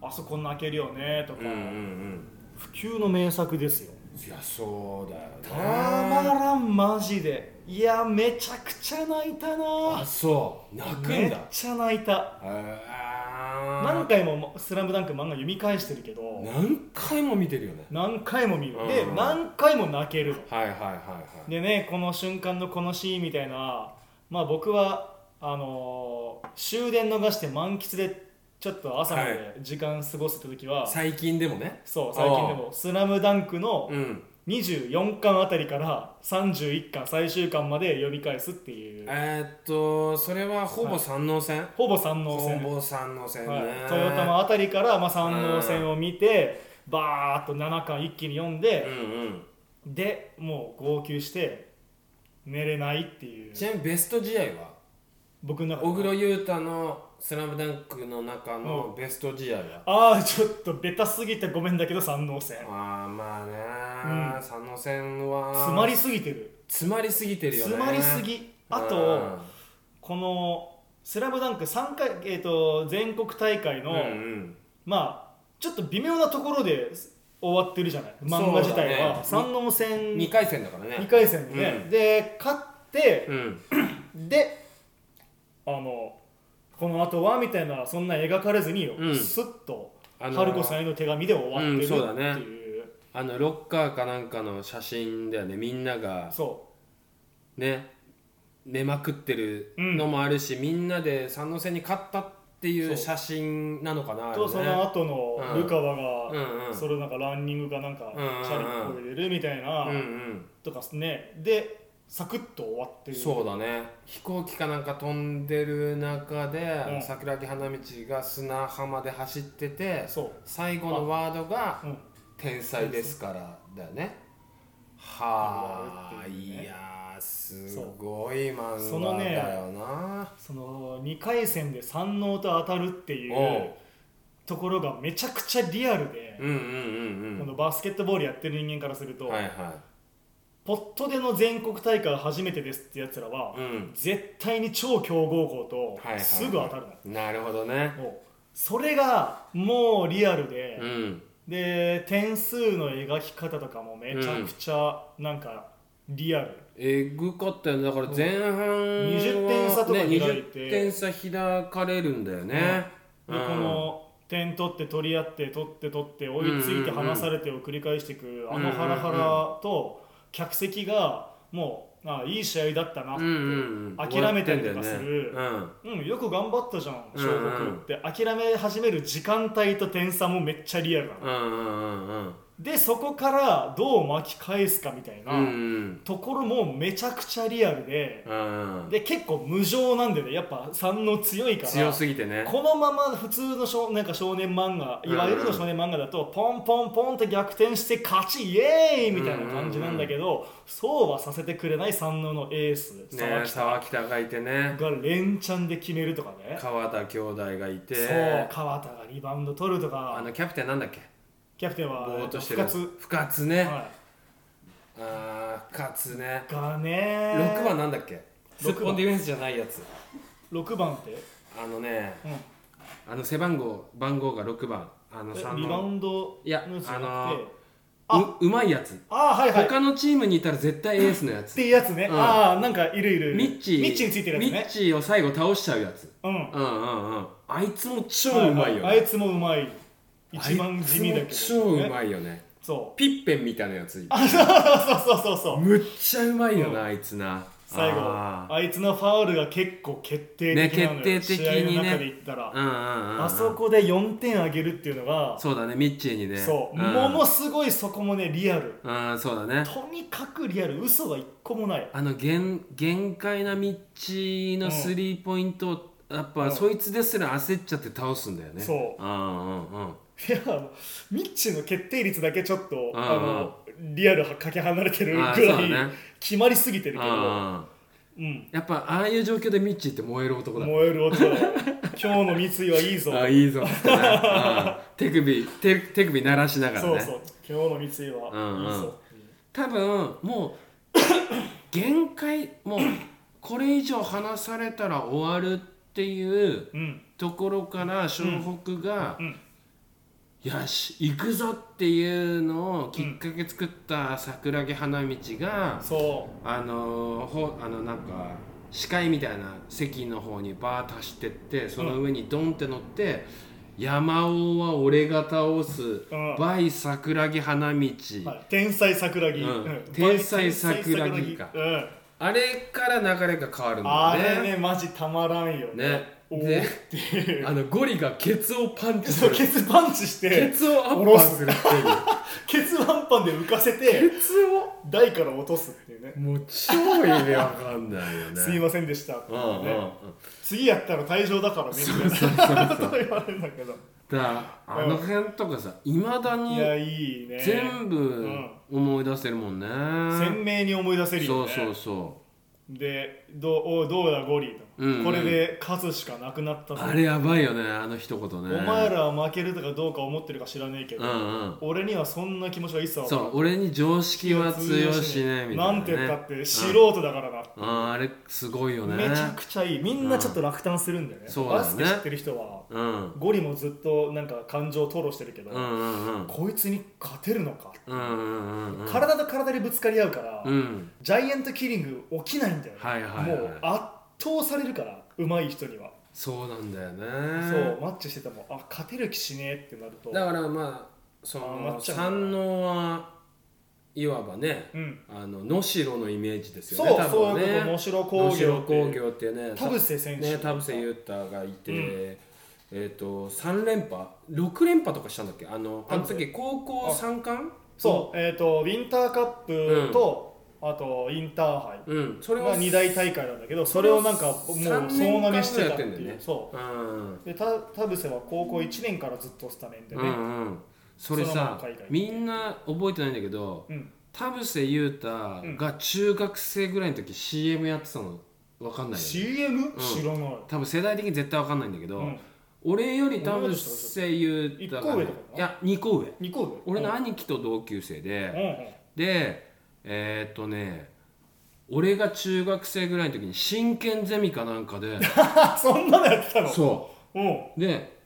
[SPEAKER 2] ん
[SPEAKER 1] あそこ泣けるよねとか、
[SPEAKER 2] うんうんうん
[SPEAKER 1] 普及の名作ですよ
[SPEAKER 2] いやそうだよね
[SPEAKER 1] たまらんマジでいやめちゃくちゃ泣いた
[SPEAKER 2] あ
[SPEAKER 1] な
[SPEAKER 2] そう泣く
[SPEAKER 1] め
[SPEAKER 2] ん
[SPEAKER 1] っ
[SPEAKER 2] だ
[SPEAKER 1] ちゃ泣いた
[SPEAKER 2] あ
[SPEAKER 1] 何回も「スラムダンク漫画読み返してるけど
[SPEAKER 2] ー何回も見てるよね
[SPEAKER 1] 何回も見るで
[SPEAKER 2] うん
[SPEAKER 1] 何回も泣けるの
[SPEAKER 2] はいはいはいはい
[SPEAKER 1] でねこの瞬間のこのシーンみたいなまあ僕はあのー終電逃して満喫でちょっと朝ま
[SPEAKER 2] は
[SPEAKER 1] で時間過ごせた時は、
[SPEAKER 2] 最近でもね
[SPEAKER 1] そう最近でも「スラムダンクの
[SPEAKER 2] うん
[SPEAKER 1] 24巻あたりから31巻最終巻まで読み返すっていう
[SPEAKER 2] えーっとそれはほぼ山王戦、
[SPEAKER 1] ほぼ山王
[SPEAKER 2] ほ
[SPEAKER 1] 戦
[SPEAKER 2] ぼ山王戦ね、
[SPEAKER 1] はい、豊玉あたりから、まあ、山王戦を見て、バーっと7巻一気に読ん
[SPEAKER 2] う
[SPEAKER 1] で、
[SPEAKER 2] んうん
[SPEAKER 1] でもう号泣して寝れないっていう
[SPEAKER 2] ちなみにベスト試合は
[SPEAKER 1] 僕の
[SPEAKER 2] 小
[SPEAKER 1] 中で
[SPEAKER 2] 黒優太の「スラムダンクの中のベスト試合は、
[SPEAKER 1] ああちょっとベタすぎてごめんだけど山王戦
[SPEAKER 2] ああまあね、
[SPEAKER 1] うん
[SPEAKER 2] 山王戦は
[SPEAKER 1] 詰まりすぎてる
[SPEAKER 2] 詰まりすぎてるよね
[SPEAKER 1] 詰まりすぎあとこの「スラムダンク3回、えー、と全国大会
[SPEAKER 2] う
[SPEAKER 1] の、
[SPEAKER 2] ん、うん
[SPEAKER 1] まあちょっと微妙なところで終わってるじゃない漫画自体は、
[SPEAKER 2] そうだね
[SPEAKER 1] 山王
[SPEAKER 2] うん、
[SPEAKER 1] 戦
[SPEAKER 2] 2回戦だからね
[SPEAKER 1] 二回戦でね、
[SPEAKER 2] うん
[SPEAKER 1] で勝って
[SPEAKER 2] う、ん
[SPEAKER 1] であのこの後はみたいなそんな描かれずによ、
[SPEAKER 2] うん
[SPEAKER 1] スッと
[SPEAKER 2] あのー
[SPEAKER 1] 春子さんへの手紙で終わってる
[SPEAKER 2] うん
[SPEAKER 1] って
[SPEAKER 2] そうだね
[SPEAKER 1] いう、
[SPEAKER 2] あのロッカーかなんかの写真だよねみんなが
[SPEAKER 1] そ
[SPEAKER 2] ね寝まくってるのもあるし、みんなで三ノ線に勝ったってい
[SPEAKER 1] そう
[SPEAKER 2] う写真なのかな
[SPEAKER 1] うと
[SPEAKER 2] あ
[SPEAKER 1] そ
[SPEAKER 2] れ
[SPEAKER 1] の
[SPEAKER 2] ね
[SPEAKER 1] 後の
[SPEAKER 2] うん
[SPEAKER 1] ルカワ
[SPEAKER 2] う
[SPEAKER 1] が、
[SPEAKER 2] んうん
[SPEAKER 1] それなんかランニングかなんか、
[SPEAKER 2] うんうんうん
[SPEAKER 1] チャリこいでるみたいな、
[SPEAKER 2] うんうん
[SPEAKER 1] とかねでサクッと終わってる
[SPEAKER 2] そうだね飛行機かなんか飛んでる中で、
[SPEAKER 1] うん
[SPEAKER 2] 桜木花道が砂浜で走ってて
[SPEAKER 1] そう
[SPEAKER 2] 最後のワードが
[SPEAKER 1] うん
[SPEAKER 2] 「天才ですから」だよねはあ
[SPEAKER 1] 言われてるね
[SPEAKER 2] いやーすごい
[SPEAKER 1] そ
[SPEAKER 2] 漫
[SPEAKER 1] の
[SPEAKER 2] 画
[SPEAKER 1] ね
[SPEAKER 2] だよな、
[SPEAKER 1] その2回戦で三能と当たるってい
[SPEAKER 2] お
[SPEAKER 1] うところがめちゃくちゃリアルで、
[SPEAKER 2] うんうんうんう
[SPEAKER 1] こ
[SPEAKER 2] ん
[SPEAKER 1] のバスケットボールやってる人間からすると、
[SPEAKER 2] はいは
[SPEAKER 1] ポットでの全国大会初めてですってやつらは、
[SPEAKER 2] いうん
[SPEAKER 1] 絶対に超強豪校
[SPEAKER 2] はいはい
[SPEAKER 1] とすぐ当たるの、
[SPEAKER 2] なるほどね
[SPEAKER 1] もうそれがもうリアルで、
[SPEAKER 2] うん
[SPEAKER 1] で点数の描き方とかもめちゃくちゃなんかリアル、
[SPEAKER 2] えぐかったよねだから前半は、ね、
[SPEAKER 1] 20点差とか開いて
[SPEAKER 2] 20点差開かれるんだよね、
[SPEAKER 1] でこの点取って取り合って取って取って追いついて
[SPEAKER 2] うんうんうん
[SPEAKER 1] 離されてを繰り返していくあ
[SPEAKER 2] うんう
[SPEAKER 1] の
[SPEAKER 2] んうん
[SPEAKER 1] ハラハラと客席がもうあいい試合だったなって、
[SPEAKER 2] うんうんうん、
[SPEAKER 1] 諦めたりとかする
[SPEAKER 2] 終わっ
[SPEAKER 1] うん、よく頑張ったじゃん
[SPEAKER 2] うん
[SPEAKER 1] 小国って、諦め始める時間帯と点差もめっちゃリアルな
[SPEAKER 2] てん
[SPEAKER 1] の
[SPEAKER 2] だよねうんうんうんうん
[SPEAKER 1] でそこからどう巻き返すかみたいな、
[SPEAKER 2] うんうん
[SPEAKER 1] ところもめちゃくちゃリアルで、
[SPEAKER 2] うんうん
[SPEAKER 1] で結構無情なんでねやっぱ3の強いから
[SPEAKER 2] 強すぎてね
[SPEAKER 1] このまま普通の少なんか少年漫画
[SPEAKER 2] うん
[SPEAKER 1] いわゆるの少年漫画だとポンポンポンって逆転して勝ちイエーイみたいな感じなんだけど、そうはさせてくれない三能のエース
[SPEAKER 2] ね
[SPEAKER 1] 沢北
[SPEAKER 2] 沢北がいてね
[SPEAKER 1] が連チャンで決めるとかね
[SPEAKER 2] 川田兄弟がいて
[SPEAKER 1] そう川田がリバウンド取ると
[SPEAKER 2] あ
[SPEAKER 1] か
[SPEAKER 2] のキャプテンなんだっけ
[SPEAKER 1] キャプテン
[SPEAKER 2] ぼ
[SPEAKER 1] は
[SPEAKER 2] ーっとしてる
[SPEAKER 1] 深津
[SPEAKER 2] 深津ね、
[SPEAKER 1] は
[SPEAKER 2] あー深津ね
[SPEAKER 1] い、がね
[SPEAKER 2] 6番なんだっけ
[SPEAKER 1] 六番
[SPEAKER 2] スッポンディフェンスじゃないやつ
[SPEAKER 1] 6番って、
[SPEAKER 2] あのね
[SPEAKER 1] うん
[SPEAKER 2] あの背番号番号が6番あの
[SPEAKER 1] え
[SPEAKER 2] 3
[SPEAKER 1] リバウ
[SPEAKER 2] の
[SPEAKER 1] ンド
[SPEAKER 2] いや
[SPEAKER 1] のやつじゃ
[SPEAKER 2] あ
[SPEAKER 1] なくて
[SPEAKER 2] のー
[SPEAKER 1] あ
[SPEAKER 2] ううまいやつ
[SPEAKER 1] ああはいはいっ
[SPEAKER 2] 他のチームにいたら絶対エースのやつ
[SPEAKER 1] ていうやつね、
[SPEAKER 2] うん
[SPEAKER 1] ああなんかいるいるいる
[SPEAKER 2] ミッチー
[SPEAKER 1] ミッチーについてるやつ
[SPEAKER 2] ミッ
[SPEAKER 1] ね
[SPEAKER 2] チーを最後倒しちゃうやつ
[SPEAKER 1] うん
[SPEAKER 2] うんうんうんあいつも超うまいよね、
[SPEAKER 1] あいつもうまい一番地味だけど、
[SPEAKER 2] あいつも超うまいよね
[SPEAKER 1] そ
[SPEAKER 2] ピッペンみたいなやつ
[SPEAKER 1] うそうそうそうそう
[SPEAKER 2] むっちゃうまいよ
[SPEAKER 1] う
[SPEAKER 2] なあいつな
[SPEAKER 1] 最後あ
[SPEAKER 2] あ
[SPEAKER 1] いつのファウルが結構決定的なのよ、
[SPEAKER 2] ね決定的
[SPEAKER 1] 試
[SPEAKER 2] にね
[SPEAKER 1] 合の中で言ったら、
[SPEAKER 2] ーうんうんうんうん
[SPEAKER 1] あそこで4点あげるっていうのが
[SPEAKER 2] そうだねミッチーにね
[SPEAKER 1] そう、
[SPEAKER 2] ん
[SPEAKER 1] ものすごいそこもねリアル
[SPEAKER 2] うんそうだね
[SPEAKER 1] とにかくリアル嘘が一個もない
[SPEAKER 2] あの限限界なミッチーのスリーポイントをやっ
[SPEAKER 1] う
[SPEAKER 2] ぱ、
[SPEAKER 1] ん
[SPEAKER 2] そいつですら焦っちゃって倒すんだよね
[SPEAKER 1] そう
[SPEAKER 2] うんうんうん
[SPEAKER 1] いやミッチーの決定率だけちょっと、
[SPEAKER 2] ん
[SPEAKER 1] あのリアルはかけ離れてるぐ
[SPEAKER 2] あ
[SPEAKER 1] ら
[SPEAKER 2] ーそうだ
[SPEAKER 1] い、
[SPEAKER 2] ね
[SPEAKER 1] 決まりすぎてる
[SPEAKER 2] うん
[SPEAKER 1] け
[SPEAKER 2] う
[SPEAKER 1] ど、
[SPEAKER 2] ん
[SPEAKER 1] うん、
[SPEAKER 2] やっぱああいう状況でミッチーって燃える男だ
[SPEAKER 1] 燃える音だ今日の三井はいいぞ
[SPEAKER 2] あい
[SPEAKER 1] [LAUGHS]
[SPEAKER 2] いぞっつってね、うん手首手手首鳴らしながらね
[SPEAKER 1] そうそう今日の三井はいいぞ、
[SPEAKER 2] 多分もう限界もうこれ以上話されたら終わるっていう
[SPEAKER 1] うんうん
[SPEAKER 2] ところから湘北が、
[SPEAKER 1] うん
[SPEAKER 2] よし行くぞっていうのをきっかけ作った桜木花道が、
[SPEAKER 1] そ
[SPEAKER 2] あのーほあのなんか視界みたいな席の方にバーッと走ってってその上にドンって乗って「山王は俺が倒す」
[SPEAKER 1] うん
[SPEAKER 2] バイ桜木花道」
[SPEAKER 1] う、はい、天才桜木、
[SPEAKER 2] うん
[SPEAKER 1] うん
[SPEAKER 2] 天才桜木か
[SPEAKER 1] うん、
[SPEAKER 2] あれから流れが変わるんだ
[SPEAKER 1] あ
[SPEAKER 2] よね
[SPEAKER 1] れねマジたまらんよね
[SPEAKER 2] ね
[SPEAKER 1] おー
[SPEAKER 2] で
[SPEAKER 1] っていう
[SPEAKER 2] あのゴリがケツをパンチす
[SPEAKER 1] そう
[SPEAKER 2] る
[SPEAKER 1] ケツパンチして
[SPEAKER 2] ケツをアッパンするって
[SPEAKER 1] [LAUGHS]
[SPEAKER 2] いう
[SPEAKER 1] ケツワンパンで浮かせて
[SPEAKER 2] ケツを
[SPEAKER 1] 台から落とすっていうね
[SPEAKER 2] もう超意味わかんないよね
[SPEAKER 1] すいませんでしたって
[SPEAKER 2] う
[SPEAKER 1] い
[SPEAKER 2] ん
[SPEAKER 1] う
[SPEAKER 2] うんう
[SPEAKER 1] ね
[SPEAKER 2] ん
[SPEAKER 1] 次やったら退場だからねみたいなこと言われるんだけど
[SPEAKER 2] だからあの辺とかさいまだ
[SPEAKER 1] い
[SPEAKER 2] に
[SPEAKER 1] やいいね
[SPEAKER 2] 全部思い出せるもんね、
[SPEAKER 1] 鮮明に思い出せる
[SPEAKER 2] そ
[SPEAKER 1] よ
[SPEAKER 2] う
[SPEAKER 1] ね
[SPEAKER 2] そうそ
[SPEAKER 1] でどうおいどうだゴリーと、
[SPEAKER 2] うんうん
[SPEAKER 1] これで勝つしかなくなった
[SPEAKER 2] う
[SPEAKER 1] ぞ
[SPEAKER 2] あれやばいよねあの一言ね
[SPEAKER 1] お前らは負けるとかどうか思ってるか知らねえけ
[SPEAKER 2] う
[SPEAKER 1] ど、
[SPEAKER 2] んうん
[SPEAKER 1] 俺にはそんな気持ちは一切わか
[SPEAKER 2] そ
[SPEAKER 1] んないう
[SPEAKER 2] 俺に常識は通用しないみたいな、ね、
[SPEAKER 1] んて言ったって素人だからな、
[SPEAKER 2] うんあれすごいよね
[SPEAKER 1] めちゃくちゃいいみんなちょっと落胆するんだよね,、
[SPEAKER 2] うんそうだね
[SPEAKER 1] バスケ知ってる人は
[SPEAKER 2] うん
[SPEAKER 1] ゴリもずっとなんか感情を吐露してるけど、
[SPEAKER 2] うんうんうん
[SPEAKER 1] こいつに勝てるのか、
[SPEAKER 2] うんうんうん
[SPEAKER 1] 体と体でぶつかり合うから、
[SPEAKER 2] うん
[SPEAKER 1] ジャイアントキリング起きないんだよね、
[SPEAKER 2] はいはいはい
[SPEAKER 1] もう圧倒されるから上手い人には、
[SPEAKER 2] そうなんだよね
[SPEAKER 1] そうマッチしててもあ勝てる気しねえってなると
[SPEAKER 2] だからまあそ
[SPEAKER 1] あーな
[SPEAKER 2] の
[SPEAKER 1] っちゃう
[SPEAKER 2] 三能はいわばね
[SPEAKER 1] うん
[SPEAKER 2] あの能代のイメージですよ
[SPEAKER 1] そ
[SPEAKER 2] ね
[SPEAKER 1] う、
[SPEAKER 2] 多
[SPEAKER 1] そういう
[SPEAKER 2] 分
[SPEAKER 1] こと
[SPEAKER 2] ね
[SPEAKER 1] 能代工
[SPEAKER 2] 能
[SPEAKER 1] 業
[SPEAKER 2] 代
[SPEAKER 1] っていう
[SPEAKER 2] 工業ってね
[SPEAKER 1] 田臥選手
[SPEAKER 2] ね田臥勇太がいて、
[SPEAKER 1] うん
[SPEAKER 2] えっ、と3連覇6連覇とかしたんだっけあのあ
[SPEAKER 1] 田
[SPEAKER 2] の
[SPEAKER 1] 臥
[SPEAKER 2] 時高校三冠
[SPEAKER 1] そう、えっ、とウィンターカップと、あとインターハイ
[SPEAKER 2] うん、うん、それ
[SPEAKER 1] ま
[SPEAKER 2] は
[SPEAKER 1] あ、2大大会なんだけどそれをなんかもう
[SPEAKER 2] 3
[SPEAKER 1] 総
[SPEAKER 2] 年
[SPEAKER 1] な
[SPEAKER 2] 間ぐら
[SPEAKER 1] め
[SPEAKER 2] い
[SPEAKER 1] してたって
[SPEAKER 2] やってん
[SPEAKER 1] い
[SPEAKER 2] だよ
[SPEAKER 1] う
[SPEAKER 2] ね
[SPEAKER 1] そう
[SPEAKER 2] うん
[SPEAKER 1] でた田臥は高校1年からずっとスタメンで
[SPEAKER 2] う
[SPEAKER 1] ね、
[SPEAKER 2] んうんそれ
[SPEAKER 1] そのまま
[SPEAKER 2] さ
[SPEAKER 1] 海外行って
[SPEAKER 2] みんな覚えてないんだけど
[SPEAKER 1] うん
[SPEAKER 2] 田臥勇太が中学生ぐらいの時 CM やってたの分かんないよ、ね、
[SPEAKER 1] CM、
[SPEAKER 2] ん
[SPEAKER 1] 知らない、
[SPEAKER 2] 多分世代的に絶対分かんないんだけど、
[SPEAKER 1] うん、
[SPEAKER 2] 俺より田臥勇太
[SPEAKER 1] 一個
[SPEAKER 2] が、
[SPEAKER 1] 上とかかない
[SPEAKER 2] や2個上
[SPEAKER 1] 2個上
[SPEAKER 2] 俺の兄貴と同級
[SPEAKER 1] う
[SPEAKER 2] 生
[SPEAKER 1] ん
[SPEAKER 2] で、
[SPEAKER 1] うん
[SPEAKER 2] でえーっとね俺が中学生ぐらいの時に真剣ゼミかなん
[SPEAKER 1] [LAUGHS]
[SPEAKER 2] かで
[SPEAKER 1] あそんなのやってたの
[SPEAKER 2] そう
[SPEAKER 1] うんうん
[SPEAKER 2] で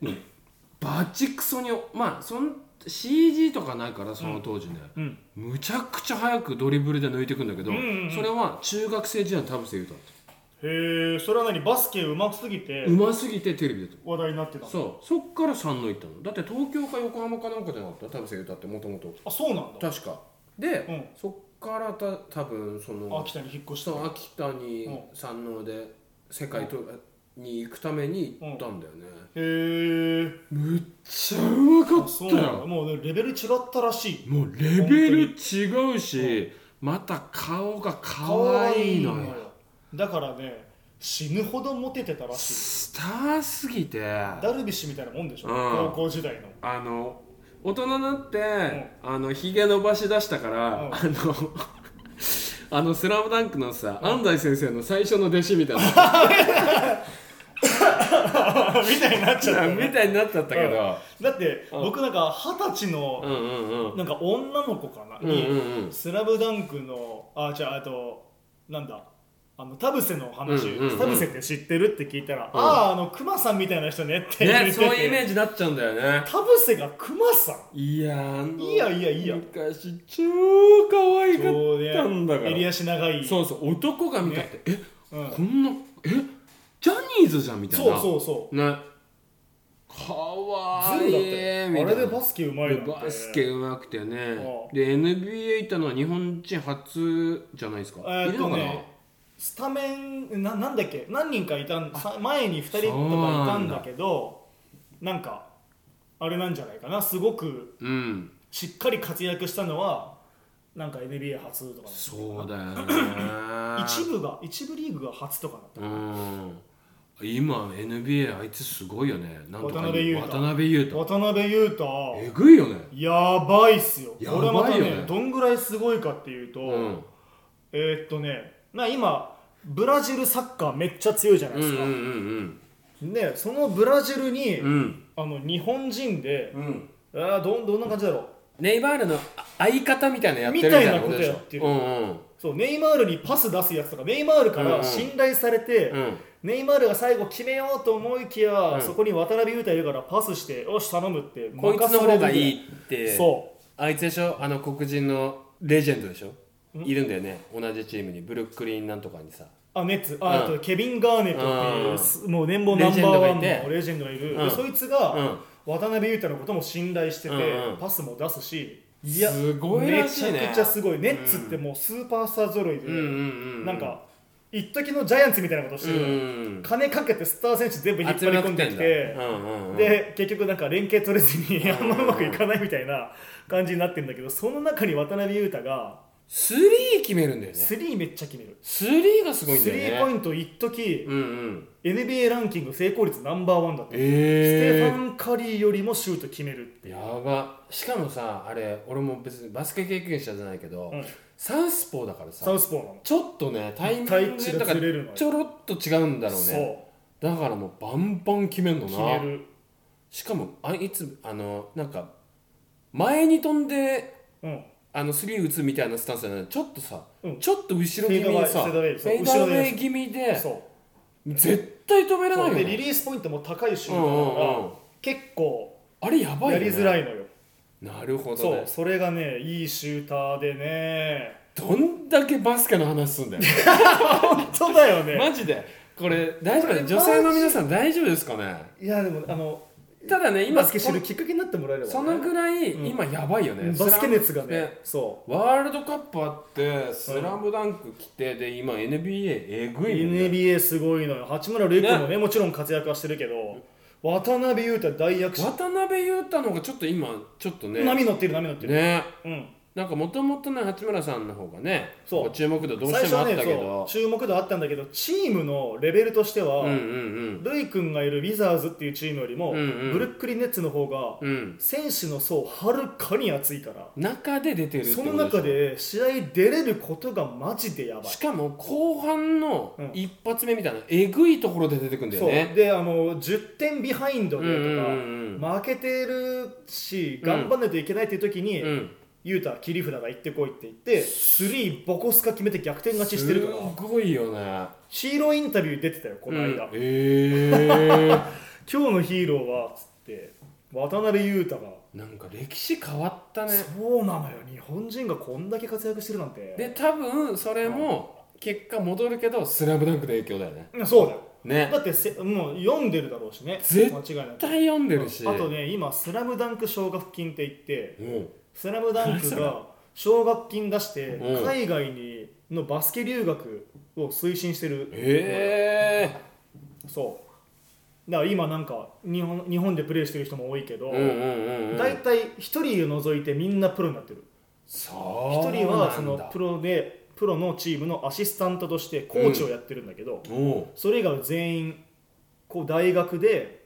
[SPEAKER 2] バチクソにまあそん CG とかないからその当時ね、
[SPEAKER 1] うん
[SPEAKER 2] むちゃくちゃ早くドリブルで抜いていくんだけど、
[SPEAKER 1] うんうんうん
[SPEAKER 2] それは中学生時代の田臥勇太だっ
[SPEAKER 1] へえそれは何バスケうますぎて
[SPEAKER 2] たうますぎてテレビでと
[SPEAKER 1] 話題になってたの
[SPEAKER 2] そうそっから三の行ったのだって東京か横浜かなんかじゃなかった田臥勇太ってもともと
[SPEAKER 1] あそうなんだ
[SPEAKER 2] 確かで、
[SPEAKER 1] うん
[SPEAKER 2] そっからた多分その
[SPEAKER 1] 秋田に引っ越した
[SPEAKER 2] そう秋田に山王で世界と、に行くために行ったんだよね、
[SPEAKER 1] へえ
[SPEAKER 2] むっちゃうまか
[SPEAKER 1] あ
[SPEAKER 2] った
[SPEAKER 1] そ
[SPEAKER 2] よ
[SPEAKER 1] うなんだもうねレベル違ったらしい
[SPEAKER 2] もうレベル違うし、また顔が可愛いのよ。
[SPEAKER 1] だからね死ぬほどモテてたらしい
[SPEAKER 2] スターすぎて、あ
[SPEAKER 1] ダルビッシュみたいなもんでしょ、
[SPEAKER 2] うん
[SPEAKER 1] 高校時代の [LAUGHS]
[SPEAKER 2] の、大人になって、あの、ひげ伸ばし出したから、
[SPEAKER 1] うん
[SPEAKER 2] あの、 [LAUGHS] あの、スラムダンクのさ、安西先生の最初の弟子みたいな、
[SPEAKER 1] みたいになっちゃったよね、
[SPEAKER 2] みたいにな [LAUGHS] っちゃったけど、
[SPEAKER 1] だって
[SPEAKER 2] うん
[SPEAKER 1] 僕なんか二十歳
[SPEAKER 2] う
[SPEAKER 1] の
[SPEAKER 2] んうんうん。
[SPEAKER 1] なんか女の子かな、
[SPEAKER 2] うんうん
[SPEAKER 1] に
[SPEAKER 2] うん。
[SPEAKER 1] スラムダンクのあじゃああとなんだあの田臥の話、
[SPEAKER 2] うんうんうん
[SPEAKER 1] 田臥って知ってるって聞いたら、あああの熊さんみたいな人ねって言って [LAUGHS]
[SPEAKER 2] ね、
[SPEAKER 1] て、
[SPEAKER 2] そういうイメージになっちゃうんだよね。
[SPEAKER 1] 田臥が熊さん
[SPEAKER 2] いやー、あの
[SPEAKER 1] いやいやいや
[SPEAKER 2] 昔、超可愛か
[SPEAKER 1] そう
[SPEAKER 2] ったんだか
[SPEAKER 1] ね
[SPEAKER 2] ら。
[SPEAKER 1] 襟足長い
[SPEAKER 2] そうそう男が見たって、え
[SPEAKER 1] うん
[SPEAKER 2] こんなえジャニーズじゃんみたい
[SPEAKER 1] そ
[SPEAKER 2] な
[SPEAKER 1] うそうそう
[SPEAKER 2] ねかわ
[SPEAKER 1] ズ
[SPEAKER 2] い
[SPEAKER 1] ル
[SPEAKER 2] い
[SPEAKER 1] だったよ、
[SPEAKER 2] み
[SPEAKER 1] あ
[SPEAKER 2] た
[SPEAKER 1] れ
[SPEAKER 2] いな
[SPEAKER 1] でバスケうまいなんて
[SPEAKER 2] でバスケうまくてね
[SPEAKER 1] ああ
[SPEAKER 2] で NBA 行ったのは日本人初じゃないですか、
[SPEAKER 1] えーっとね
[SPEAKER 2] いるのかな
[SPEAKER 1] スタメンななんだっけ何人かいたんさ前に2人とかいたんだけどなんかあれなんじゃないかなすごく
[SPEAKER 2] うん
[SPEAKER 1] しっかり活躍したのはなんか NBA 初とかなん
[SPEAKER 2] そうだよね
[SPEAKER 1] 一部が一部リーグが初とかだった
[SPEAKER 2] うん今 NBA あいつすごいよねなんとか
[SPEAKER 1] 渡辺裕太
[SPEAKER 2] 渡辺裕太
[SPEAKER 1] 渡辺裕太
[SPEAKER 2] えぐいよね
[SPEAKER 1] やばいっすよ
[SPEAKER 2] や
[SPEAKER 1] こ
[SPEAKER 2] ばい
[SPEAKER 1] れ
[SPEAKER 2] よね
[SPEAKER 1] またねどんぐらいすごいかっていうと、
[SPEAKER 2] うん
[SPEAKER 1] えーっとねな今ブラジルサッカーめっちゃ強いじゃな
[SPEAKER 2] う
[SPEAKER 1] いで
[SPEAKER 2] んうん
[SPEAKER 1] すか、
[SPEAKER 2] うん
[SPEAKER 1] ねそのブラジルに、
[SPEAKER 2] うんうん
[SPEAKER 1] あの日本人で、
[SPEAKER 2] うん
[SPEAKER 1] あーどんどんな感じだろう
[SPEAKER 2] ネイバールの相方みたいなのやって
[SPEAKER 1] み
[SPEAKER 2] るみ
[SPEAKER 1] た
[SPEAKER 2] た
[SPEAKER 1] い
[SPEAKER 2] い
[SPEAKER 1] な
[SPEAKER 2] な
[SPEAKER 1] こ
[SPEAKER 2] ことと
[SPEAKER 1] で
[SPEAKER 2] で
[SPEAKER 1] し
[SPEAKER 2] し
[SPEAKER 1] ょ
[SPEAKER 2] ょ
[SPEAKER 1] そうネイマールにパス出すやつとかネイマールか
[SPEAKER 2] うんう
[SPEAKER 1] ら
[SPEAKER 2] ん
[SPEAKER 1] 信頼されて、
[SPEAKER 2] うんうん
[SPEAKER 1] ネイマールが最後決めようと思いきや、
[SPEAKER 2] ん
[SPEAKER 1] そこに渡辺裕太いるからパスしてよし頼むって
[SPEAKER 2] こいつの方がい
[SPEAKER 1] い
[SPEAKER 2] いって
[SPEAKER 1] そ
[SPEAKER 2] あいつでしょあの黒人のレジェンドでしょ
[SPEAKER 1] ん
[SPEAKER 2] いるんだよね同じチームにブルックリンなんとかにさ
[SPEAKER 1] うあネッツあ,、
[SPEAKER 2] うん
[SPEAKER 1] あとケビン・ガーネットっていう
[SPEAKER 2] うん
[SPEAKER 1] すもう年俸ナンバーワンの
[SPEAKER 2] レジェンドがいて
[SPEAKER 1] レジェンドがいる
[SPEAKER 2] う
[SPEAKER 1] で
[SPEAKER 2] ん
[SPEAKER 1] そいつが、
[SPEAKER 2] うん
[SPEAKER 1] 渡辺裕太のことも信頼してて、
[SPEAKER 2] うんうん
[SPEAKER 1] パスも出すしい
[SPEAKER 2] すごいらしいね
[SPEAKER 1] めちゃくちゃすごいネッツってもうスーパースター揃いで、
[SPEAKER 2] うんうんうん
[SPEAKER 1] なんか一時のジャイアンツみたいなことをしてるから、金
[SPEAKER 2] ん
[SPEAKER 1] かけてスター選手全部引っ張
[SPEAKER 2] 集
[SPEAKER 1] り
[SPEAKER 2] ま
[SPEAKER 1] 込んでき
[SPEAKER 2] ん
[SPEAKER 1] て
[SPEAKER 2] だうんうんうん、
[SPEAKER 1] で結局なんか連携取れずにあんまうまくいかないみたいな感じになってるんだけどその中に渡辺裕太が
[SPEAKER 2] スリー決めるんだよね
[SPEAKER 1] スリーめっちゃ決める
[SPEAKER 2] スリーがすごいん
[SPEAKER 1] ス
[SPEAKER 2] だ
[SPEAKER 1] リ
[SPEAKER 2] よね
[SPEAKER 1] ーポイ
[SPEAKER 2] ン
[SPEAKER 1] ント一時
[SPEAKER 2] トうんうん、
[SPEAKER 1] NBA ランキング成功率ナンバーワンだってステフ
[SPEAKER 2] え
[SPEAKER 1] ァン・カリーよりもシュート決めるって
[SPEAKER 2] ー、
[SPEAKER 1] いう
[SPEAKER 2] やばしかもさあれ俺も別にバスケ経験者じゃないけど、
[SPEAKER 1] うん
[SPEAKER 2] サウスポーだからさ
[SPEAKER 1] サウスポーなの
[SPEAKER 2] ちょっとねタイミン
[SPEAKER 1] タイ
[SPEAKER 2] グ
[SPEAKER 1] チが
[SPEAKER 2] だか
[SPEAKER 1] ずれるのよ
[SPEAKER 2] らちょろっと違うんだろうね
[SPEAKER 1] そ
[SPEAKER 2] だからもうバンバン決めるの
[SPEAKER 1] う
[SPEAKER 2] な
[SPEAKER 1] 決める
[SPEAKER 2] しかもあいつあのなんか前に飛んで
[SPEAKER 1] うん
[SPEAKER 2] あのスリー打つみたいなスタンスじゃないちょっとさ、
[SPEAKER 1] うん
[SPEAKER 2] ちょっと後ろ気味にさ
[SPEAKER 1] フェードアウェイ
[SPEAKER 2] フェードアウェイ気味で
[SPEAKER 1] そう
[SPEAKER 2] 絶対止められない
[SPEAKER 1] そう
[SPEAKER 2] よ、
[SPEAKER 1] で
[SPEAKER 2] ね、
[SPEAKER 1] リリースポイントも高いシュ
[SPEAKER 2] う
[SPEAKER 1] ー
[SPEAKER 2] んう
[SPEAKER 1] トだか
[SPEAKER 2] んうん
[SPEAKER 1] ら結構
[SPEAKER 2] あれやばい
[SPEAKER 1] や
[SPEAKER 2] よ、ね、
[SPEAKER 1] りづらいのよ
[SPEAKER 2] なるほど
[SPEAKER 1] そう
[SPEAKER 2] ね
[SPEAKER 1] それがねいいシューターでね
[SPEAKER 2] どんだけバスケの話すんだよ
[SPEAKER 1] 本当だよね
[SPEAKER 2] マジでこれ大丈夫
[SPEAKER 1] これ
[SPEAKER 2] 女性の皆さん大丈夫ですかね
[SPEAKER 1] いやでもあの
[SPEAKER 2] ただね今
[SPEAKER 1] バスケ知るきっかけになってもらえればね
[SPEAKER 2] そのぐらい、
[SPEAKER 1] うん
[SPEAKER 2] 今やばいよね
[SPEAKER 1] バスケ熱が
[SPEAKER 2] スラム
[SPEAKER 1] ねそ
[SPEAKER 2] ワールドカップあって「スラムダンク来てで今 NBA え
[SPEAKER 1] う
[SPEAKER 2] ぐいもんね
[SPEAKER 1] NBA すごいのよ八村塁君もねもちろん活躍はしてるけど渡辺裕太大躍進
[SPEAKER 2] 渡辺裕太の方がちょっと今ちょっとね
[SPEAKER 1] 波乗ってる波乗ってる
[SPEAKER 2] ね
[SPEAKER 1] うん
[SPEAKER 2] なんかもともとね八村さんの方がね
[SPEAKER 1] そう
[SPEAKER 2] こ注目度どう
[SPEAKER 1] 最
[SPEAKER 2] して
[SPEAKER 1] 初
[SPEAKER 2] もあ
[SPEAKER 1] は
[SPEAKER 2] っ
[SPEAKER 1] ね
[SPEAKER 2] たけ
[SPEAKER 1] そう
[SPEAKER 2] ど
[SPEAKER 1] 注目度あったんだけどチームのレベルとしては、
[SPEAKER 2] うんうん
[SPEAKER 1] ルイ君がいるウィザーズっていうチームよりも、
[SPEAKER 2] うんうん
[SPEAKER 1] ブルックリン・ネッツの方が
[SPEAKER 2] うんうん
[SPEAKER 1] 選手の層はるかに厚いから
[SPEAKER 2] 中で出てるってこ
[SPEAKER 1] そ
[SPEAKER 2] と
[SPEAKER 1] の
[SPEAKER 2] しょ
[SPEAKER 1] 中で試合出れることがマジでやばい
[SPEAKER 2] しかも後半の
[SPEAKER 1] うん
[SPEAKER 2] 一発目みたいなえぐいところで出てくんだよ
[SPEAKER 1] そう
[SPEAKER 2] ね
[SPEAKER 1] であの10点ビハインドでとか、
[SPEAKER 2] うんうん
[SPEAKER 1] 負けてるし頑張んないといけないっていう時に、
[SPEAKER 2] うん
[SPEAKER 1] 雄太切り札が行ってこいって言ってスリーボコスカ決めて逆転勝ちしてるから
[SPEAKER 2] すごいよね
[SPEAKER 1] ヒーローインタビュー出てたよこの間、
[SPEAKER 2] うんええ
[SPEAKER 1] 今日のヒーローはつって渡辺裕太が、
[SPEAKER 2] なんか歴史変わったね
[SPEAKER 1] そうなのよ日本人がこんだけ活躍してるなんて
[SPEAKER 2] で多分それも結果戻るけど「スラムダンクの影響だよね
[SPEAKER 1] うんそうだよ
[SPEAKER 2] ね
[SPEAKER 1] だってせもう読んでるだろうしね間
[SPEAKER 2] 絶
[SPEAKER 1] 違いな
[SPEAKER 2] 絶
[SPEAKER 1] く
[SPEAKER 2] 対読んでるし
[SPEAKER 1] あとね今「スラムダンク奨学金って言って
[SPEAKER 2] うん
[SPEAKER 1] 「スラムダンクが奨学金出して
[SPEAKER 2] うん
[SPEAKER 1] 海外にのバスケ留学を推進してる
[SPEAKER 2] ええ
[SPEAKER 1] そうだから今なんか日本日本でプレーしてる人も多いけど、
[SPEAKER 2] うんうんうんうん
[SPEAKER 1] 大体1人を除いてみんなプロになってる
[SPEAKER 2] そう
[SPEAKER 1] 1人はそのプ
[SPEAKER 2] ロ
[SPEAKER 1] ロでプロのチームのアシスタントとしてコーチをやってるんだけど、
[SPEAKER 2] おう
[SPEAKER 1] それ以外は全員こう大学で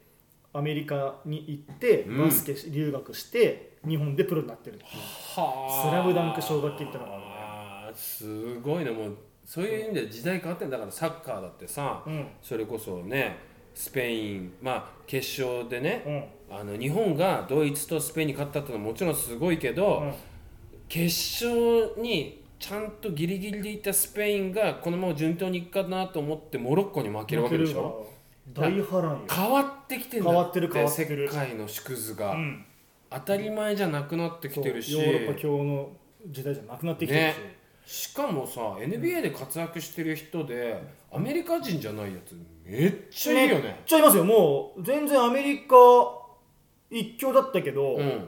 [SPEAKER 1] アメリカに行って
[SPEAKER 2] うん
[SPEAKER 1] バスケ留学して日本でプロになってるっていう
[SPEAKER 2] は
[SPEAKER 1] スラムダンク奨学金ってのが
[SPEAKER 2] があるねすごいねもうそういう意味では時代変わってんだからサッカーだってさ
[SPEAKER 1] うん
[SPEAKER 2] それこそねスペインまあ決勝でね
[SPEAKER 1] うん
[SPEAKER 2] あの日本がドイツとスペインに勝ったってのはもちろんすごいけど、
[SPEAKER 1] うん
[SPEAKER 2] 決勝にちゃんとギリギリでいったスペインがこのまま順当にいくかなと思ってモロッコに負けるわけでしょ
[SPEAKER 1] 負けるわ大波乱よ、
[SPEAKER 2] 変わってきてんだ
[SPEAKER 1] 変わってる変わってる
[SPEAKER 2] 世界の縮図が、
[SPEAKER 1] うん、
[SPEAKER 2] 当たり前じゃなくなってき
[SPEAKER 1] そう
[SPEAKER 2] て
[SPEAKER 1] ヨ
[SPEAKER 2] るし
[SPEAKER 1] ーロッパ教の時代じゃなくなってきてるし、
[SPEAKER 2] ねしかもさ NBA で活躍してる人でアメリカ人じゃないやつめっちゃいいよ
[SPEAKER 1] めっ
[SPEAKER 2] ね
[SPEAKER 1] ちゃいますよもう全然アメリカ一強だったけど、
[SPEAKER 2] うん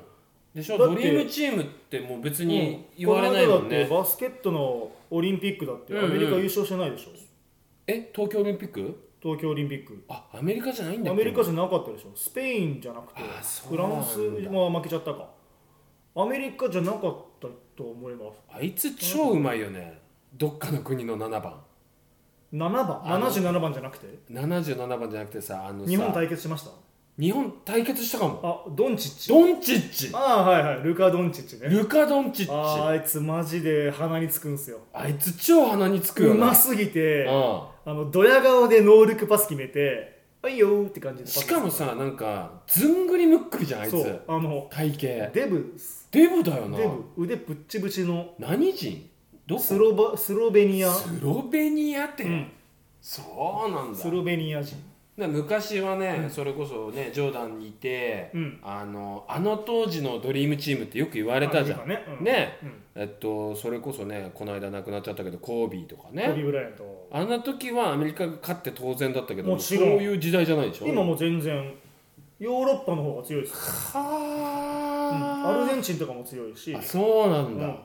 [SPEAKER 2] でしょ
[SPEAKER 1] だっ
[SPEAKER 2] ド
[SPEAKER 1] て
[SPEAKER 2] リームチームってもう別
[SPEAKER 1] うん
[SPEAKER 2] に言われないも
[SPEAKER 1] こ
[SPEAKER 2] んね、
[SPEAKER 1] の間だってバスケットのオリンピックだって
[SPEAKER 2] う
[SPEAKER 1] ア
[SPEAKER 2] んうん
[SPEAKER 1] メリカ優勝してないでしょ、
[SPEAKER 2] え東京オリンピック
[SPEAKER 1] 東京オリンピック
[SPEAKER 2] あアメリカじゃないんだ
[SPEAKER 1] ア
[SPEAKER 2] っけ
[SPEAKER 1] メリカじゃなかったでしょスペインじゃなくて
[SPEAKER 2] あそ
[SPEAKER 1] フ
[SPEAKER 2] う
[SPEAKER 1] ラ
[SPEAKER 2] なんだ
[SPEAKER 1] ンスは負けちゃったかアメリカじゃなかったと思います
[SPEAKER 2] あいつ超うまいよねどっかの国の7番
[SPEAKER 1] 7番
[SPEAKER 2] あの
[SPEAKER 1] 77番じゃなくて
[SPEAKER 2] 77番じゃなくてさあのさ
[SPEAKER 1] 日本対決しました
[SPEAKER 2] 日本対決したかも
[SPEAKER 1] あドンチッチ
[SPEAKER 2] ドンチッチ
[SPEAKER 1] ああはいはいルカ・ドンチッチね
[SPEAKER 2] ルカ・ドンチ
[SPEAKER 1] あー
[SPEAKER 2] ッチ
[SPEAKER 1] あいつマジで鼻につくんすよ
[SPEAKER 2] あいつ超鼻につくよ
[SPEAKER 1] う
[SPEAKER 2] な
[SPEAKER 1] ま、すぎて
[SPEAKER 2] うん
[SPEAKER 1] あのドヤ顔でノールックパス決めて「はいよー」って感じでパス
[SPEAKER 2] しかもさなんかずんぐりむっくりじゃんあい
[SPEAKER 1] そ
[SPEAKER 2] つ
[SPEAKER 1] うあの
[SPEAKER 2] 体型
[SPEAKER 1] デブス
[SPEAKER 2] デブだよな
[SPEAKER 1] デブ腕ぶっちぶちの
[SPEAKER 2] 何人どこ
[SPEAKER 1] スロバスロベニア、
[SPEAKER 2] スロベニアって、
[SPEAKER 1] うん
[SPEAKER 2] そうなんだ
[SPEAKER 1] スロベニア人
[SPEAKER 2] な昔はね、それこそねジョーダンにいて、
[SPEAKER 1] うん
[SPEAKER 2] あのあの当時のドリームチームってよく言われたじゃん
[SPEAKER 1] あなんかねうん
[SPEAKER 2] ね
[SPEAKER 1] うん
[SPEAKER 2] えっとそれこそねこの間亡くなっちゃったけどコービーとか
[SPEAKER 1] コビ
[SPEAKER 2] ね
[SPEAKER 1] ーブライアント
[SPEAKER 2] あの時はアメリカが勝って当然だったけど
[SPEAKER 1] もちろん
[SPEAKER 2] そういう時代じゃないでしょ
[SPEAKER 1] 今もう全然ヨーロッパの方が強いです、うんア
[SPEAKER 2] は
[SPEAKER 1] ルゼンチンとかも強いし
[SPEAKER 2] あそうなんだ、
[SPEAKER 1] うん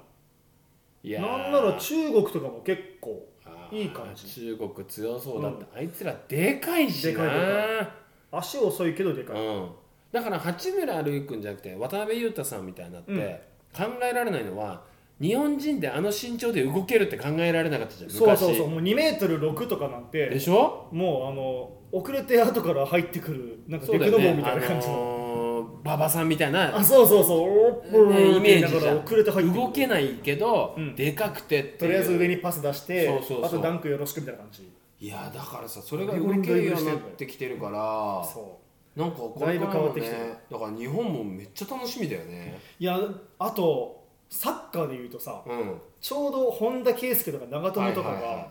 [SPEAKER 2] いやー
[SPEAKER 1] なんなら中国とかも結構
[SPEAKER 2] あ
[SPEAKER 1] いい感じ
[SPEAKER 2] 中国強そうだって、あいつらでかいしな
[SPEAKER 1] でかいで足遅いけどでかい、
[SPEAKER 2] うん、だから八村塁君じゃなくて渡辺裕太さんみたいになって、
[SPEAKER 1] うん
[SPEAKER 2] 考えられないのは日本人であの身長で動けるって考えられなかったじゃん昔
[SPEAKER 1] そうそうそうもう2メートル6とかなん
[SPEAKER 2] で
[SPEAKER 1] て
[SPEAKER 2] しょ
[SPEAKER 1] もうあの遅れて後から入ってくるなんか
[SPEAKER 2] そう
[SPEAKER 1] デ
[SPEAKER 2] だ
[SPEAKER 1] ク
[SPEAKER 2] よ
[SPEAKER 1] ノボみ
[SPEAKER 2] ね
[SPEAKER 1] たいな感じ
[SPEAKER 2] あ
[SPEAKER 1] の
[SPEAKER 2] のー馬場さんみた
[SPEAKER 1] [LAUGHS]
[SPEAKER 2] いな
[SPEAKER 1] あそうそうそうおっぽろ
[SPEAKER 2] ね
[SPEAKER 1] ー
[SPEAKER 2] イ
[SPEAKER 1] っ
[SPEAKER 2] メ
[SPEAKER 1] て言い
[SPEAKER 2] ー
[SPEAKER 1] な
[SPEAKER 2] ジじ
[SPEAKER 1] が
[SPEAKER 2] ゃ
[SPEAKER 1] ら
[SPEAKER 2] ん
[SPEAKER 1] 遅れて入ってくる
[SPEAKER 2] 動けないけど、
[SPEAKER 1] うん
[SPEAKER 2] でかくてっていう
[SPEAKER 1] とりあえず上にパス出して
[SPEAKER 2] そうそうそう
[SPEAKER 1] あとダンクよろしくみたいな感じ
[SPEAKER 2] いやだからさそれが動けるようになってきてるから
[SPEAKER 1] そ
[SPEAKER 2] なんかこれか
[SPEAKER 1] だい
[SPEAKER 2] らもね
[SPEAKER 1] ぶ変わってきてる
[SPEAKER 2] だから日本もめっちゃ楽しみだよね
[SPEAKER 1] ういやあとサッカーでいうとさ
[SPEAKER 2] うん
[SPEAKER 1] ちょうど本田圭佑とか長友とか
[SPEAKER 2] はいはいはい
[SPEAKER 1] が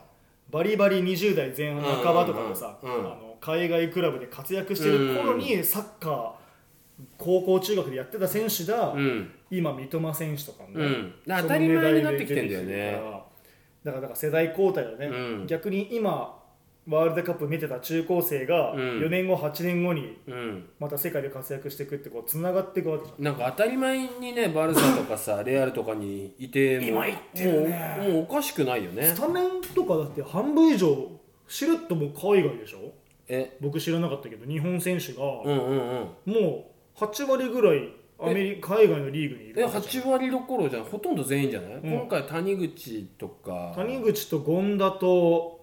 [SPEAKER 1] バリバリ20代前半半ばとかでさあ
[SPEAKER 2] うんうんうん
[SPEAKER 1] の海外クラブで活躍してる頃にサッカー高校中学でやってた選手が
[SPEAKER 2] うん
[SPEAKER 1] 今三笘選手とかね
[SPEAKER 2] うん
[SPEAKER 1] その
[SPEAKER 2] 当たり前になってきてんだ
[SPEAKER 1] 年代で出てきて
[SPEAKER 2] よね
[SPEAKER 1] るからだからだから世代交代だね、
[SPEAKER 2] うん
[SPEAKER 1] 逆に今ワールドカップ見てた中高生が
[SPEAKER 2] うん
[SPEAKER 1] 4年後8年後に
[SPEAKER 2] うん
[SPEAKER 1] また世界で活躍していくってこうつながっていくわけじゃん
[SPEAKER 2] なんか当たり前にねバルサと
[SPEAKER 1] [LAUGHS]
[SPEAKER 2] かさレアルとかにいても
[SPEAKER 1] 今行ってるね
[SPEAKER 2] もうもうおかしくないよね
[SPEAKER 1] スタメンとかだって半分以上しれっともう海外でしょ
[SPEAKER 2] え
[SPEAKER 1] 僕知らなかったけど日本選手が
[SPEAKER 2] うんうんうん
[SPEAKER 1] もう8割ぐらいアメリ海外のリーグにいる
[SPEAKER 2] え
[SPEAKER 1] わけじゃん
[SPEAKER 2] 8割どころじゃんほとんど全員じゃない、
[SPEAKER 1] ん
[SPEAKER 2] 今回谷口とか
[SPEAKER 1] 谷口と権田と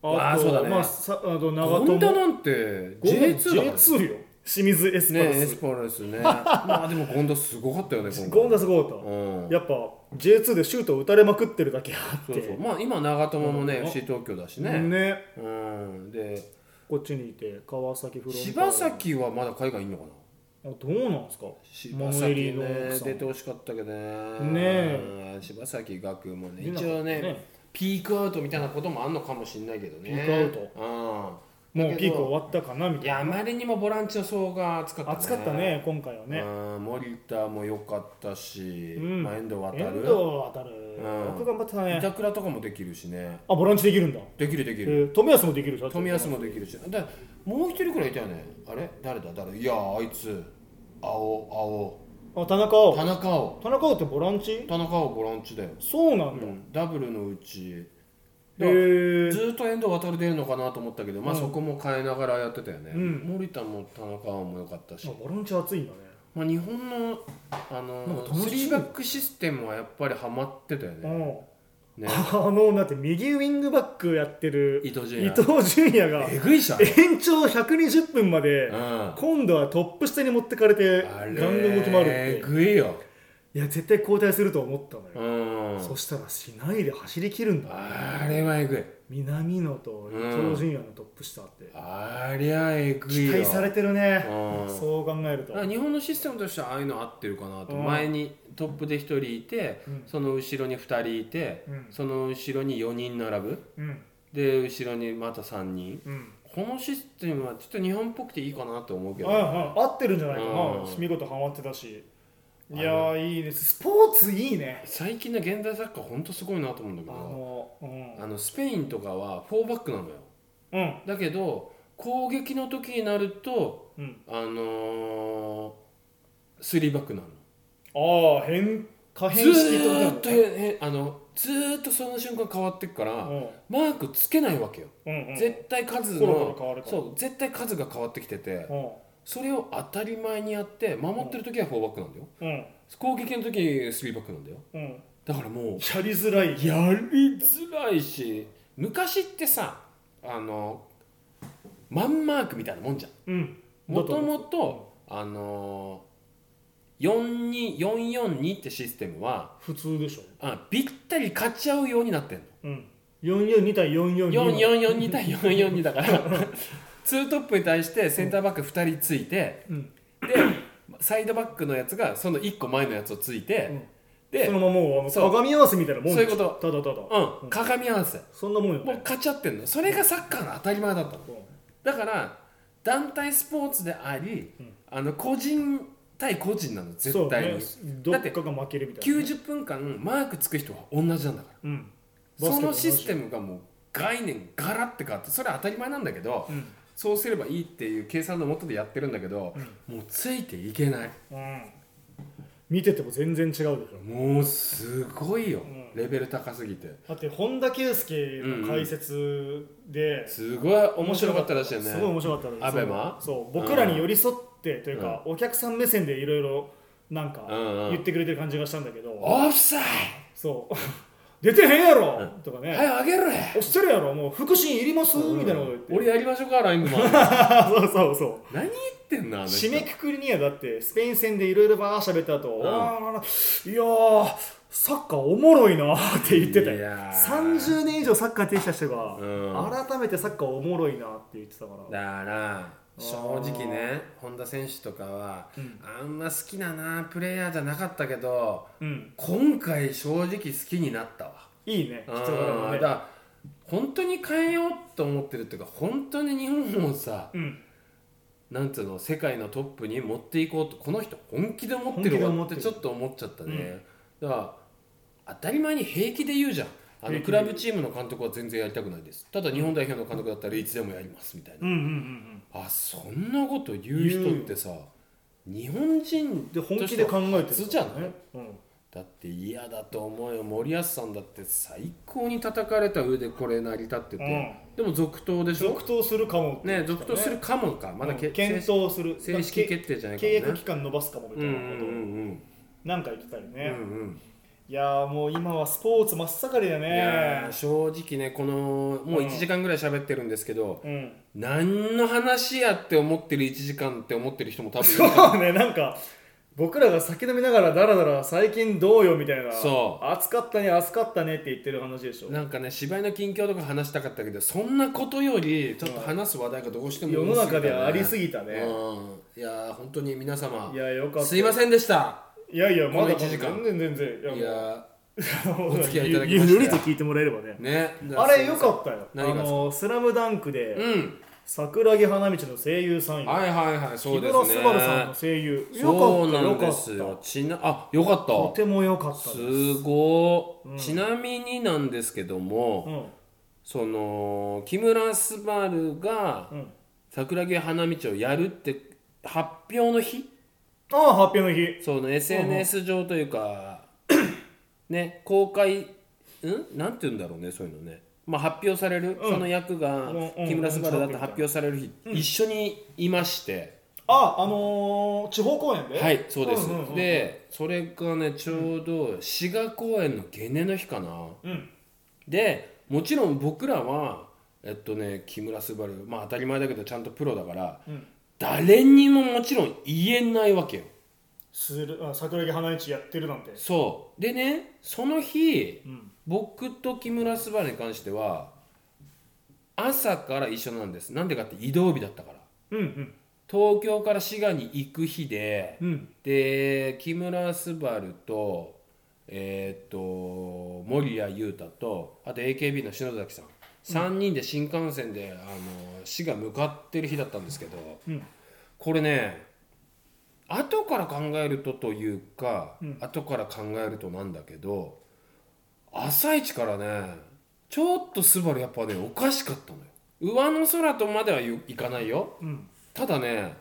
[SPEAKER 2] あ
[SPEAKER 1] あ
[SPEAKER 2] ーそうだ
[SPEAKER 1] と
[SPEAKER 2] ね
[SPEAKER 1] まあさあと長
[SPEAKER 2] ゴン
[SPEAKER 1] 友
[SPEAKER 2] ダなんて J2 だからね
[SPEAKER 1] J2 よ清水エスパル
[SPEAKER 2] ねエ
[SPEAKER 1] ス
[SPEAKER 2] スパルス
[SPEAKER 1] [LAUGHS]
[SPEAKER 2] ねまあでもゴンダすごかったよね今回
[SPEAKER 1] ゴンダすごかっ
[SPEAKER 2] うん
[SPEAKER 1] たやっぱ J2 でシュートを打たれまくってるだけあって
[SPEAKER 2] そうそうまあ今長友もね
[SPEAKER 1] うん
[SPEAKER 2] FC 東京だしね
[SPEAKER 1] ね
[SPEAKER 2] うんで
[SPEAKER 1] こっちにいて川崎フロンターレ
[SPEAKER 2] 柴崎はまだ海外いんのかな
[SPEAKER 1] あどうなんですか
[SPEAKER 2] 柴
[SPEAKER 1] モエ
[SPEAKER 2] 崎
[SPEAKER 1] リの奥
[SPEAKER 2] ね
[SPEAKER 1] さん
[SPEAKER 2] 出てほしかったけどね
[SPEAKER 1] ね
[SPEAKER 2] うん柴崎岳もね
[SPEAKER 1] 出なか
[SPEAKER 2] 一
[SPEAKER 1] った
[SPEAKER 2] 応ね
[SPEAKER 1] ね
[SPEAKER 2] ピークアウトみたいなこともあんのかもしれないけどね
[SPEAKER 1] ピークアウ
[SPEAKER 2] ト
[SPEAKER 1] もうピーク終わったかなみ
[SPEAKER 2] い
[SPEAKER 1] たい
[SPEAKER 2] やあ
[SPEAKER 1] な
[SPEAKER 2] まりにもボランチの層が厚かったね
[SPEAKER 1] 暑かったね今回はね
[SPEAKER 2] うん森田も良かったし、
[SPEAKER 1] うん
[SPEAKER 2] まあ、遠藤
[SPEAKER 1] 遠藤
[SPEAKER 2] 航
[SPEAKER 1] 当たる
[SPEAKER 2] うん
[SPEAKER 1] よく頑張ってたね
[SPEAKER 2] 板倉とかもできるしね
[SPEAKER 1] あボランチできるんだ
[SPEAKER 2] できるでき
[SPEAKER 1] えー
[SPEAKER 2] る、
[SPEAKER 1] 冨安もできるじゃん
[SPEAKER 2] 冨安もできるしだもう一人くらいいたよねあれ誰だ誰だいやあいつ青
[SPEAKER 1] あ田中
[SPEAKER 2] 青
[SPEAKER 1] 碧
[SPEAKER 2] 田中青
[SPEAKER 1] 田中碧ってボランチ
[SPEAKER 2] 田中青ボランチだよ、
[SPEAKER 1] そうな
[SPEAKER 2] うん
[SPEAKER 1] だ
[SPEAKER 2] ん、ダブルのうち
[SPEAKER 1] へ
[SPEAKER 2] だから
[SPEAKER 1] え
[SPEAKER 2] ずっと遠藤航出るのかなと思ったけど、まあ、
[SPEAKER 1] うん
[SPEAKER 2] そこも変えながらやってたよね、
[SPEAKER 1] うん
[SPEAKER 2] 森田も田中碧も良かったし、
[SPEAKER 1] ボランチ熱いんだね
[SPEAKER 2] まあ、日本のあ
[SPEAKER 1] なん
[SPEAKER 2] の
[SPEAKER 1] か楽しい
[SPEAKER 2] 3バックシステムはやっぱりハマってたよ
[SPEAKER 1] う
[SPEAKER 2] ね
[SPEAKER 1] ん [LAUGHS]
[SPEAKER 2] ね
[SPEAKER 1] あのだって右ウィングバックやってる
[SPEAKER 2] 伊藤純
[SPEAKER 1] 伊
[SPEAKER 2] 也
[SPEAKER 1] 藤純也が
[SPEAKER 2] えぐいじゃん、
[SPEAKER 1] 延長120分まで
[SPEAKER 2] うん
[SPEAKER 1] 今度はトップ下に持ってかれて
[SPEAKER 2] あ
[SPEAKER 1] 弾
[SPEAKER 2] れ
[SPEAKER 1] 丸動きもある
[SPEAKER 2] え
[SPEAKER 1] んで
[SPEAKER 2] ぐいよ、
[SPEAKER 1] いや絶対交代すると思ったの
[SPEAKER 2] う
[SPEAKER 1] よ、
[SPEAKER 2] ん、
[SPEAKER 1] そしたらしないで走り切るんだ
[SPEAKER 2] あれはえぐい
[SPEAKER 1] 南野と伊藤純也のトップ下って、
[SPEAKER 2] ありゃえぐい
[SPEAKER 1] 期
[SPEAKER 2] よ
[SPEAKER 1] 待されてるね、
[SPEAKER 2] うん
[SPEAKER 1] そう考えると
[SPEAKER 2] だから日本のシステムとしてはああいうの合ってるかなと、
[SPEAKER 1] うん
[SPEAKER 2] 前にトップで1人いて、
[SPEAKER 1] うん
[SPEAKER 2] その後ろに2人いて、
[SPEAKER 1] うん
[SPEAKER 2] その後ろに4人並ぶ
[SPEAKER 1] うん
[SPEAKER 2] で後ろにまた3人
[SPEAKER 1] うん
[SPEAKER 2] このシステムはちょっと日本っぽくていいかなと思うけ
[SPEAKER 1] あ
[SPEAKER 2] ど、
[SPEAKER 1] ああ合ってるんじゃないかな、
[SPEAKER 2] うん
[SPEAKER 1] 見事ハマってたしいやーいいですスポーツいいね
[SPEAKER 2] 最近の現代サッカーほんとすごいなと思うんだけ
[SPEAKER 1] あ
[SPEAKER 2] ど
[SPEAKER 1] のうん
[SPEAKER 2] あのスペインとかは4バックなのよ
[SPEAKER 1] うん
[SPEAKER 2] だけど攻撃の時になると
[SPEAKER 1] うん
[SPEAKER 2] あのー、3バックなの
[SPEAKER 1] ああ変可
[SPEAKER 2] ず
[SPEAKER 1] 変式ってこと
[SPEAKER 2] ーっと
[SPEAKER 1] だね
[SPEAKER 2] えあのずーっとその瞬間変わってくから、
[SPEAKER 1] うん
[SPEAKER 2] マークつけないわけよ、
[SPEAKER 1] うんうん
[SPEAKER 2] 絶対数
[SPEAKER 1] コロコロ
[SPEAKER 2] の
[SPEAKER 1] 変わるから
[SPEAKER 2] そう絶対数が変わってきてて、
[SPEAKER 1] う
[SPEAKER 2] それを当たり前にやって守ってる時は4バックなんだよ
[SPEAKER 1] んうん
[SPEAKER 2] 攻撃の時3バックなんだよ
[SPEAKER 1] うんや
[SPEAKER 2] だからもう
[SPEAKER 1] りづらい
[SPEAKER 2] やりづらいし昔ってさあのマンマークみたいなもんじゃん
[SPEAKER 1] うん
[SPEAKER 2] もともとあの42 442ってシステムは
[SPEAKER 1] 普通でしょ
[SPEAKER 2] あぴったり勝ち合うようになってんの
[SPEAKER 1] うん442対442
[SPEAKER 2] 4442対442だから2トップに対してセンターバック2人ついて
[SPEAKER 1] うん
[SPEAKER 2] でサイドバックのやつがその1個前のやつをついて、
[SPEAKER 1] うん
[SPEAKER 2] で
[SPEAKER 1] そのままもうあの
[SPEAKER 2] そう
[SPEAKER 1] 鏡合わせみたいなもんでしょ
[SPEAKER 2] そういうこ
[SPEAKER 1] ただただ
[SPEAKER 2] うん、鏡合わせ
[SPEAKER 1] そんなもんよ
[SPEAKER 2] もう
[SPEAKER 1] ね
[SPEAKER 2] 勝ち合ってんのそれがサッカーの当たり前だったのだから団体スポーツであり、
[SPEAKER 1] うん
[SPEAKER 2] あの個人対個人なの
[SPEAKER 1] そ
[SPEAKER 2] 絶
[SPEAKER 1] う
[SPEAKER 2] 対に、
[SPEAKER 1] ねどっかが負けるみたいなね
[SPEAKER 2] 90分間マークつく人は同じなんだか
[SPEAKER 1] うん
[SPEAKER 2] ら
[SPEAKER 1] バ
[SPEAKER 2] そ
[SPEAKER 1] スケと同
[SPEAKER 2] の
[SPEAKER 1] じ
[SPEAKER 2] システムがもう概念ガラッて変わってそれは当たり前なんだけど、
[SPEAKER 1] うん
[SPEAKER 2] そうすればいいっていう計算のもとでやってるんだけど、もうついていけない
[SPEAKER 1] うん見てても全然違うでしょ
[SPEAKER 2] もうすごいよ、
[SPEAKER 1] ん
[SPEAKER 2] レベル高すぎて
[SPEAKER 1] だって本田圭佑の解説で、
[SPEAKER 2] すごい面白かったらしいよね
[SPEAKER 1] すごい面白かったです
[SPEAKER 2] アベマ
[SPEAKER 1] そうそう僕らに寄り添ってというか、お客さん目線でいろいろなんか
[SPEAKER 2] うんうん
[SPEAKER 1] 言ってくれてる感じがしたんだけど、
[SPEAKER 2] オフサイ
[SPEAKER 1] そう [LAUGHS] 出てへんやろ、とか
[SPEAKER 2] ド
[SPEAKER 1] ね、
[SPEAKER 2] 早く上げろや
[SPEAKER 1] おっしゃるやろもう腹心いります、みたいなこと言って
[SPEAKER 2] 俺やりましょうかライングマン
[SPEAKER 1] [LAUGHS] そうそうそう
[SPEAKER 2] 何言ってんのあの人
[SPEAKER 1] 締めくくりにはだってスペイン戦でいろいろバーしゃべった後、
[SPEAKER 2] ん
[SPEAKER 1] あーいやーサッカーおもろいなーって言ってた
[SPEAKER 2] い
[SPEAKER 1] よ
[SPEAKER 2] やー
[SPEAKER 1] 30年以上サッカーやってきた人が、
[SPEAKER 2] うん
[SPEAKER 1] 改めてサッカーおもろいなって言ってたから
[SPEAKER 2] だから正直ね本田選手とかは、
[SPEAKER 1] うん
[SPEAKER 2] あんま好きななプレイヤーじゃなかったけど
[SPEAKER 1] うん
[SPEAKER 2] 今回正直好きになったわ
[SPEAKER 1] いいね
[SPEAKER 2] う
[SPEAKER 1] 貴
[SPEAKER 2] ん
[SPEAKER 1] 重
[SPEAKER 2] だ
[SPEAKER 1] だ
[SPEAKER 2] か
[SPEAKER 1] からね
[SPEAKER 2] ら本当に変えようと思ってるっていうか本当に日本をさ
[SPEAKER 1] うん
[SPEAKER 2] なんつうの世界のトップに持っていこうとこの人本気で思って
[SPEAKER 1] 本気
[SPEAKER 2] るわっ
[SPEAKER 1] で思って
[SPEAKER 2] て
[SPEAKER 1] る
[SPEAKER 2] ちょっと思っちゃったね、だから当たり前に平気で言うじゃんあの
[SPEAKER 1] 平気
[SPEAKER 2] ク
[SPEAKER 1] で
[SPEAKER 2] ラ
[SPEAKER 1] 言う
[SPEAKER 2] ブチームの監督は全然やりたくないですただ日本代表の監督だったらいつでもやりますみたいな、
[SPEAKER 1] うんうんうん
[SPEAKER 2] あそんなこと言う人ってさ日本人
[SPEAKER 1] うんで本気で考えてる
[SPEAKER 2] 普通じゃない
[SPEAKER 1] うん
[SPEAKER 2] だって嫌だと思うよ森保さんだって最高に叩かれた上でこれ成り立ってて、でも続投でしょ
[SPEAKER 1] 続投するかもって言っ
[SPEAKER 2] ね
[SPEAKER 1] てた
[SPEAKER 2] 続投するかもかまだ
[SPEAKER 1] うん
[SPEAKER 2] け
[SPEAKER 1] 検討する
[SPEAKER 2] 正式決定じゃないか
[SPEAKER 1] 契
[SPEAKER 2] も
[SPEAKER 1] 約
[SPEAKER 2] ね
[SPEAKER 1] 期間延ばすかもみ
[SPEAKER 2] うん
[SPEAKER 1] た
[SPEAKER 2] う
[SPEAKER 1] い
[SPEAKER 2] ん
[SPEAKER 1] なことをなんか言ってたり
[SPEAKER 2] うんう
[SPEAKER 1] ね、
[SPEAKER 2] んうん
[SPEAKER 1] いやーもう今はスポーツ真っ盛りだ
[SPEAKER 2] いや
[SPEAKER 1] ね
[SPEAKER 2] ー正直ねこのもう
[SPEAKER 1] うん
[SPEAKER 2] 1時間ぐらい喋ってるんですけど、
[SPEAKER 1] うん
[SPEAKER 2] 何の話やって思ってる1時間って思ってる人も多分いるから
[SPEAKER 1] そうねなんか僕らが酒飲みながらダラダラ最近どうよみたいな
[SPEAKER 2] そう
[SPEAKER 1] 暑かったね暑かったねって言ってる話で [LAUGHS] しょ
[SPEAKER 2] なんかね芝居の近況とか話したかったけどそんなことよりちょっと話す話題がどうしても
[SPEAKER 1] 世の中ではありす
[SPEAKER 2] ぎ
[SPEAKER 1] ぎた
[SPEAKER 2] た
[SPEAKER 1] ね
[SPEAKER 2] ねうんいやー本当に皆様
[SPEAKER 1] いやよかった
[SPEAKER 2] すいませんでした
[SPEAKER 1] いやいやまだ
[SPEAKER 2] この1時間
[SPEAKER 1] 全然全然
[SPEAKER 2] いや
[SPEAKER 1] もう [LAUGHS]
[SPEAKER 2] お付き合いいただきました
[SPEAKER 1] ゆるりと聞いてもらえればね
[SPEAKER 2] ーね
[SPEAKER 1] あれよかったよあ
[SPEAKER 2] 何がですか
[SPEAKER 1] の「スラムダンクで、
[SPEAKER 2] うん
[SPEAKER 1] 桜木花道の声優さんよ、
[SPEAKER 2] はいはいはいそ
[SPEAKER 1] 木
[SPEAKER 2] うで
[SPEAKER 1] 村
[SPEAKER 2] すね
[SPEAKER 1] 昴さんの声優よ
[SPEAKER 2] そ
[SPEAKER 1] か
[SPEAKER 2] う
[SPEAKER 1] った
[SPEAKER 2] な
[SPEAKER 1] よ
[SPEAKER 2] ん
[SPEAKER 1] か
[SPEAKER 2] で
[SPEAKER 1] っ
[SPEAKER 2] すよ
[SPEAKER 1] た
[SPEAKER 2] ちなあよかっ
[SPEAKER 1] と
[SPEAKER 2] た
[SPEAKER 1] てもよかったです
[SPEAKER 2] すごい、
[SPEAKER 1] うん
[SPEAKER 2] ちなみになんですけども、
[SPEAKER 1] うん
[SPEAKER 2] その木村昴が
[SPEAKER 1] うん
[SPEAKER 2] 桜木花道をやるって発表の日
[SPEAKER 1] ああ発表の日
[SPEAKER 2] その SNS 上という
[SPEAKER 1] [COUGHS]
[SPEAKER 2] か、ね公開んなんて言うんだろうねそういうのね、まあ、発表される、
[SPEAKER 1] うん
[SPEAKER 2] その役が
[SPEAKER 1] うんうん
[SPEAKER 2] 木村昴だって発表される日、一緒にいまして、
[SPEAKER 1] ああのー、地方公演では
[SPEAKER 2] はいそうです、
[SPEAKER 1] んんん
[SPEAKER 2] でそれがねちょうど滋賀公演のゲネの日かな、
[SPEAKER 1] うん
[SPEAKER 2] でもちろん僕らはえっとね木村昴まあ当たり前だけどちゃんとプロだから
[SPEAKER 1] うん
[SPEAKER 2] 誰にももちろん言えないわけよ
[SPEAKER 1] するあ桜木花道やってるなんて
[SPEAKER 2] そうでねその日
[SPEAKER 1] うん
[SPEAKER 2] 僕と木村昴に関しては朝から一緒なんですなんでかって移動日だったから
[SPEAKER 1] うんうん
[SPEAKER 2] 東京から滋賀に行く日で
[SPEAKER 1] うん
[SPEAKER 2] で木村昴とえーっと守谷裕太とあと AKB の篠崎さん3人で新幹線であの滋賀向かってる日だったんですけど
[SPEAKER 1] うん
[SPEAKER 2] これね後から考えるとというか、
[SPEAKER 1] うん
[SPEAKER 2] 後から考えるとなんだけど朝一からねちょっとスバルやっぱねおかしかったのよ上の空とまでは言ういかないよ
[SPEAKER 1] うん
[SPEAKER 2] ただね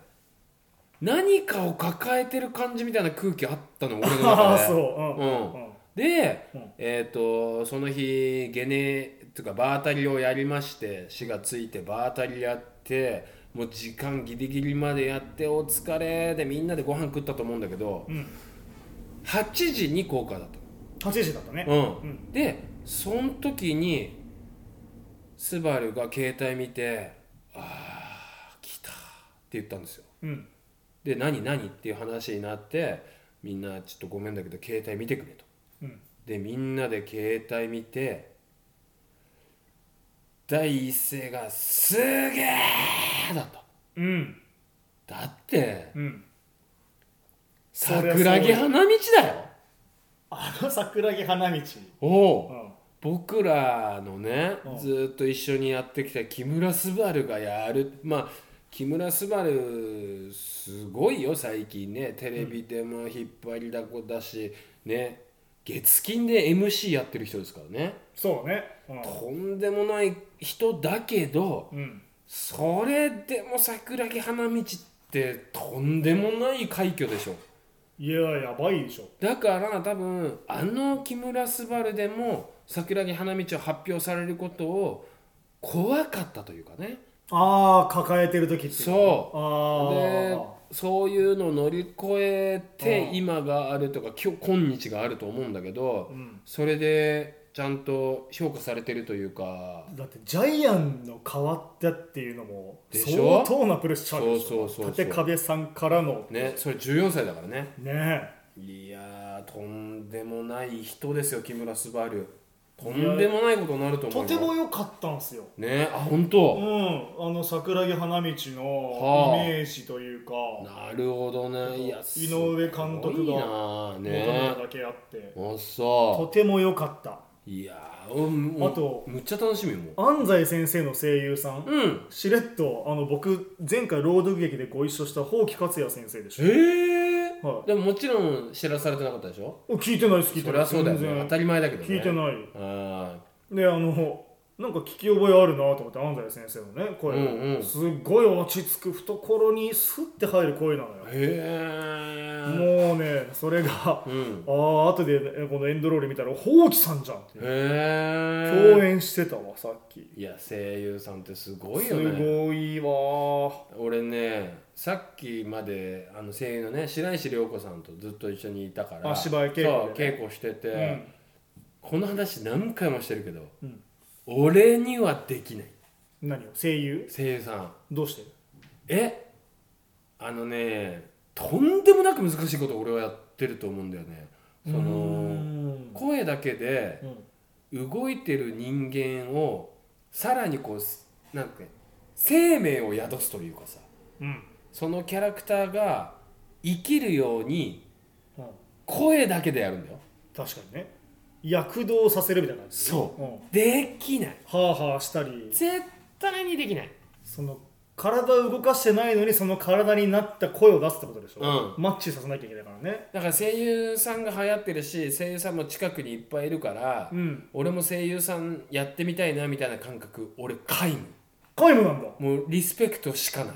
[SPEAKER 2] 何かを抱えてる感じみたいな空気あったの
[SPEAKER 1] [LAUGHS]
[SPEAKER 2] 俺の
[SPEAKER 1] ああ
[SPEAKER 2] 中
[SPEAKER 1] そ
[SPEAKER 2] で
[SPEAKER 1] ううんうん
[SPEAKER 2] で、
[SPEAKER 1] うん
[SPEAKER 2] えっ、とその日ゲネとかバータリをやりまして死がついてバータリやってもう時間ギリギリまでやってお疲れでみんなでご飯食ったと思うんだけど
[SPEAKER 1] うん
[SPEAKER 2] 8時に公開だっ
[SPEAKER 1] 8時だった
[SPEAKER 2] た
[SPEAKER 1] ね
[SPEAKER 2] の、
[SPEAKER 1] う
[SPEAKER 2] うん、でその時にスバルが携帯見て「あー来た」って言ったんですよ
[SPEAKER 1] うん
[SPEAKER 2] で何何っていう話になってみんなちょっとごめんだけど携帯見てくれと
[SPEAKER 1] うん
[SPEAKER 2] でみんなで携帯見て第一声が「すげえ!」だった
[SPEAKER 1] うん
[SPEAKER 2] だって
[SPEAKER 1] うんそりゃそうよ
[SPEAKER 2] 桜木花道だよ
[SPEAKER 1] あの桜木花道
[SPEAKER 2] お
[SPEAKER 1] う
[SPEAKER 2] おうん僕らのね
[SPEAKER 1] うん
[SPEAKER 2] ずーっと一緒にやってきた木村昴がやるまあ木村昴すごいよ最近ねテレビでも引っ張りだこだしね月金で MC やってる人ですからね
[SPEAKER 1] そうね
[SPEAKER 2] とんでもない人だけど
[SPEAKER 1] うんうん
[SPEAKER 2] それでも桜木花道ってとんでもない快挙でしょ
[SPEAKER 1] いややばいでしょ
[SPEAKER 2] だから多分あの木村昴でも桜木花道を発表されることを怖かったというかね
[SPEAKER 1] ああ抱えてる時ってい
[SPEAKER 2] そう
[SPEAKER 1] あ
[SPEAKER 2] で
[SPEAKER 1] あ
[SPEAKER 2] そういうのを乗り越えて
[SPEAKER 1] うん
[SPEAKER 2] 今があるとか今日今日があると思うんだけど
[SPEAKER 1] うん
[SPEAKER 2] それでちゃんと評価されてるというか
[SPEAKER 1] だってジャイアンの変わったっていうのも
[SPEAKER 2] でし
[SPEAKER 1] 相
[SPEAKER 2] ょ
[SPEAKER 1] 当なプレッシャーでし
[SPEAKER 2] そう
[SPEAKER 1] ょ
[SPEAKER 2] そうそうそ
[SPEAKER 1] 縦
[SPEAKER 2] う
[SPEAKER 1] 壁さんからの
[SPEAKER 2] ねそれ14歳だからね
[SPEAKER 1] ね
[SPEAKER 2] いやーとんでもない人ですよ木村昴とんでもないことになると
[SPEAKER 1] え
[SPEAKER 2] 思う
[SPEAKER 1] と
[SPEAKER 2] よ
[SPEAKER 1] ても良かったんですよ
[SPEAKER 2] ねあ本
[SPEAKER 1] うん
[SPEAKER 2] 当、
[SPEAKER 1] あの桜木花道のイ
[SPEAKER 2] はあ
[SPEAKER 1] メージというか、
[SPEAKER 2] なるほどねいや
[SPEAKER 1] 井上監督が
[SPEAKER 2] が
[SPEAKER 1] 求め
[SPEAKER 2] ね
[SPEAKER 1] ただけあって
[SPEAKER 2] あ
[SPEAKER 1] と
[SPEAKER 2] そ
[SPEAKER 1] ても良かった
[SPEAKER 2] ういやーうんもう
[SPEAKER 1] あと
[SPEAKER 2] むっちゃ楽しみよもう
[SPEAKER 1] 安西先生の声優さん、
[SPEAKER 2] うん
[SPEAKER 1] しれっとあの僕前回朗読劇でご一緒した宝木克也先生でし
[SPEAKER 2] え
[SPEAKER 1] ょ
[SPEAKER 2] え
[SPEAKER 1] は
[SPEAKER 2] でももちろん知らされてなかったでしょ
[SPEAKER 1] お聞いてないです聞いて
[SPEAKER 2] そ
[SPEAKER 1] な
[SPEAKER 2] り
[SPEAKER 1] い
[SPEAKER 2] ゃそうだよ
[SPEAKER 1] 全
[SPEAKER 2] ね
[SPEAKER 1] 然
[SPEAKER 2] 当たり前だけどね
[SPEAKER 1] 聞いて
[SPEAKER 2] い
[SPEAKER 1] ない
[SPEAKER 2] あ
[SPEAKER 1] であのなんか聞き覚えあるなと思って安西先生のね声、
[SPEAKER 2] うんうん
[SPEAKER 1] すっごい落ち着く懐にスッて入る声なのよ
[SPEAKER 2] ー、へえ
[SPEAKER 1] もうねそれが
[SPEAKER 2] うん
[SPEAKER 1] ああ後でねこのエンドロール見たら宝木さんじゃんって
[SPEAKER 2] へえ
[SPEAKER 1] 共演してたわさっき
[SPEAKER 2] いや声優さんってすごい
[SPEAKER 1] す
[SPEAKER 2] よね
[SPEAKER 1] ごいわ
[SPEAKER 2] 俺ねさっきまであの声優のね白石涼子さんとずっと一緒にいたから
[SPEAKER 1] あ芝居稽古でね
[SPEAKER 2] そう稽古してて、
[SPEAKER 1] うん
[SPEAKER 2] この話何回もしてるけど、
[SPEAKER 1] うん
[SPEAKER 2] 俺にはできない
[SPEAKER 1] 何を声優
[SPEAKER 2] 声優さん
[SPEAKER 1] どうして
[SPEAKER 2] えあのねとんでもなく難しいことを俺はやってると思うんだよねその
[SPEAKER 1] うーん
[SPEAKER 2] 声だけで
[SPEAKER 1] うん
[SPEAKER 2] 動いてる人間をさらにこうすなんかね生命を宿すというかさ
[SPEAKER 1] うん
[SPEAKER 2] そのキャラクターが生きるように
[SPEAKER 1] うん
[SPEAKER 2] 声だけでやるんだよ
[SPEAKER 1] 確かにね躍動させるみたいな感じ
[SPEAKER 2] そ
[SPEAKER 1] うんは
[SPEAKER 2] できない
[SPEAKER 1] あはあしたり
[SPEAKER 2] 絶対にできない
[SPEAKER 1] その体を動かしてないのにその体になった声を出すってことでしょ、
[SPEAKER 2] う
[SPEAKER 1] マッチさせなきゃいけないからね
[SPEAKER 2] だから声優さんが流行ってるし声優さんも近くにいっぱいいるから、
[SPEAKER 1] うん
[SPEAKER 2] 俺も声優さんやってみたいなみたいな感覚俺皆無
[SPEAKER 1] 皆無なんだへ
[SPEAKER 2] もうリスペクトしかない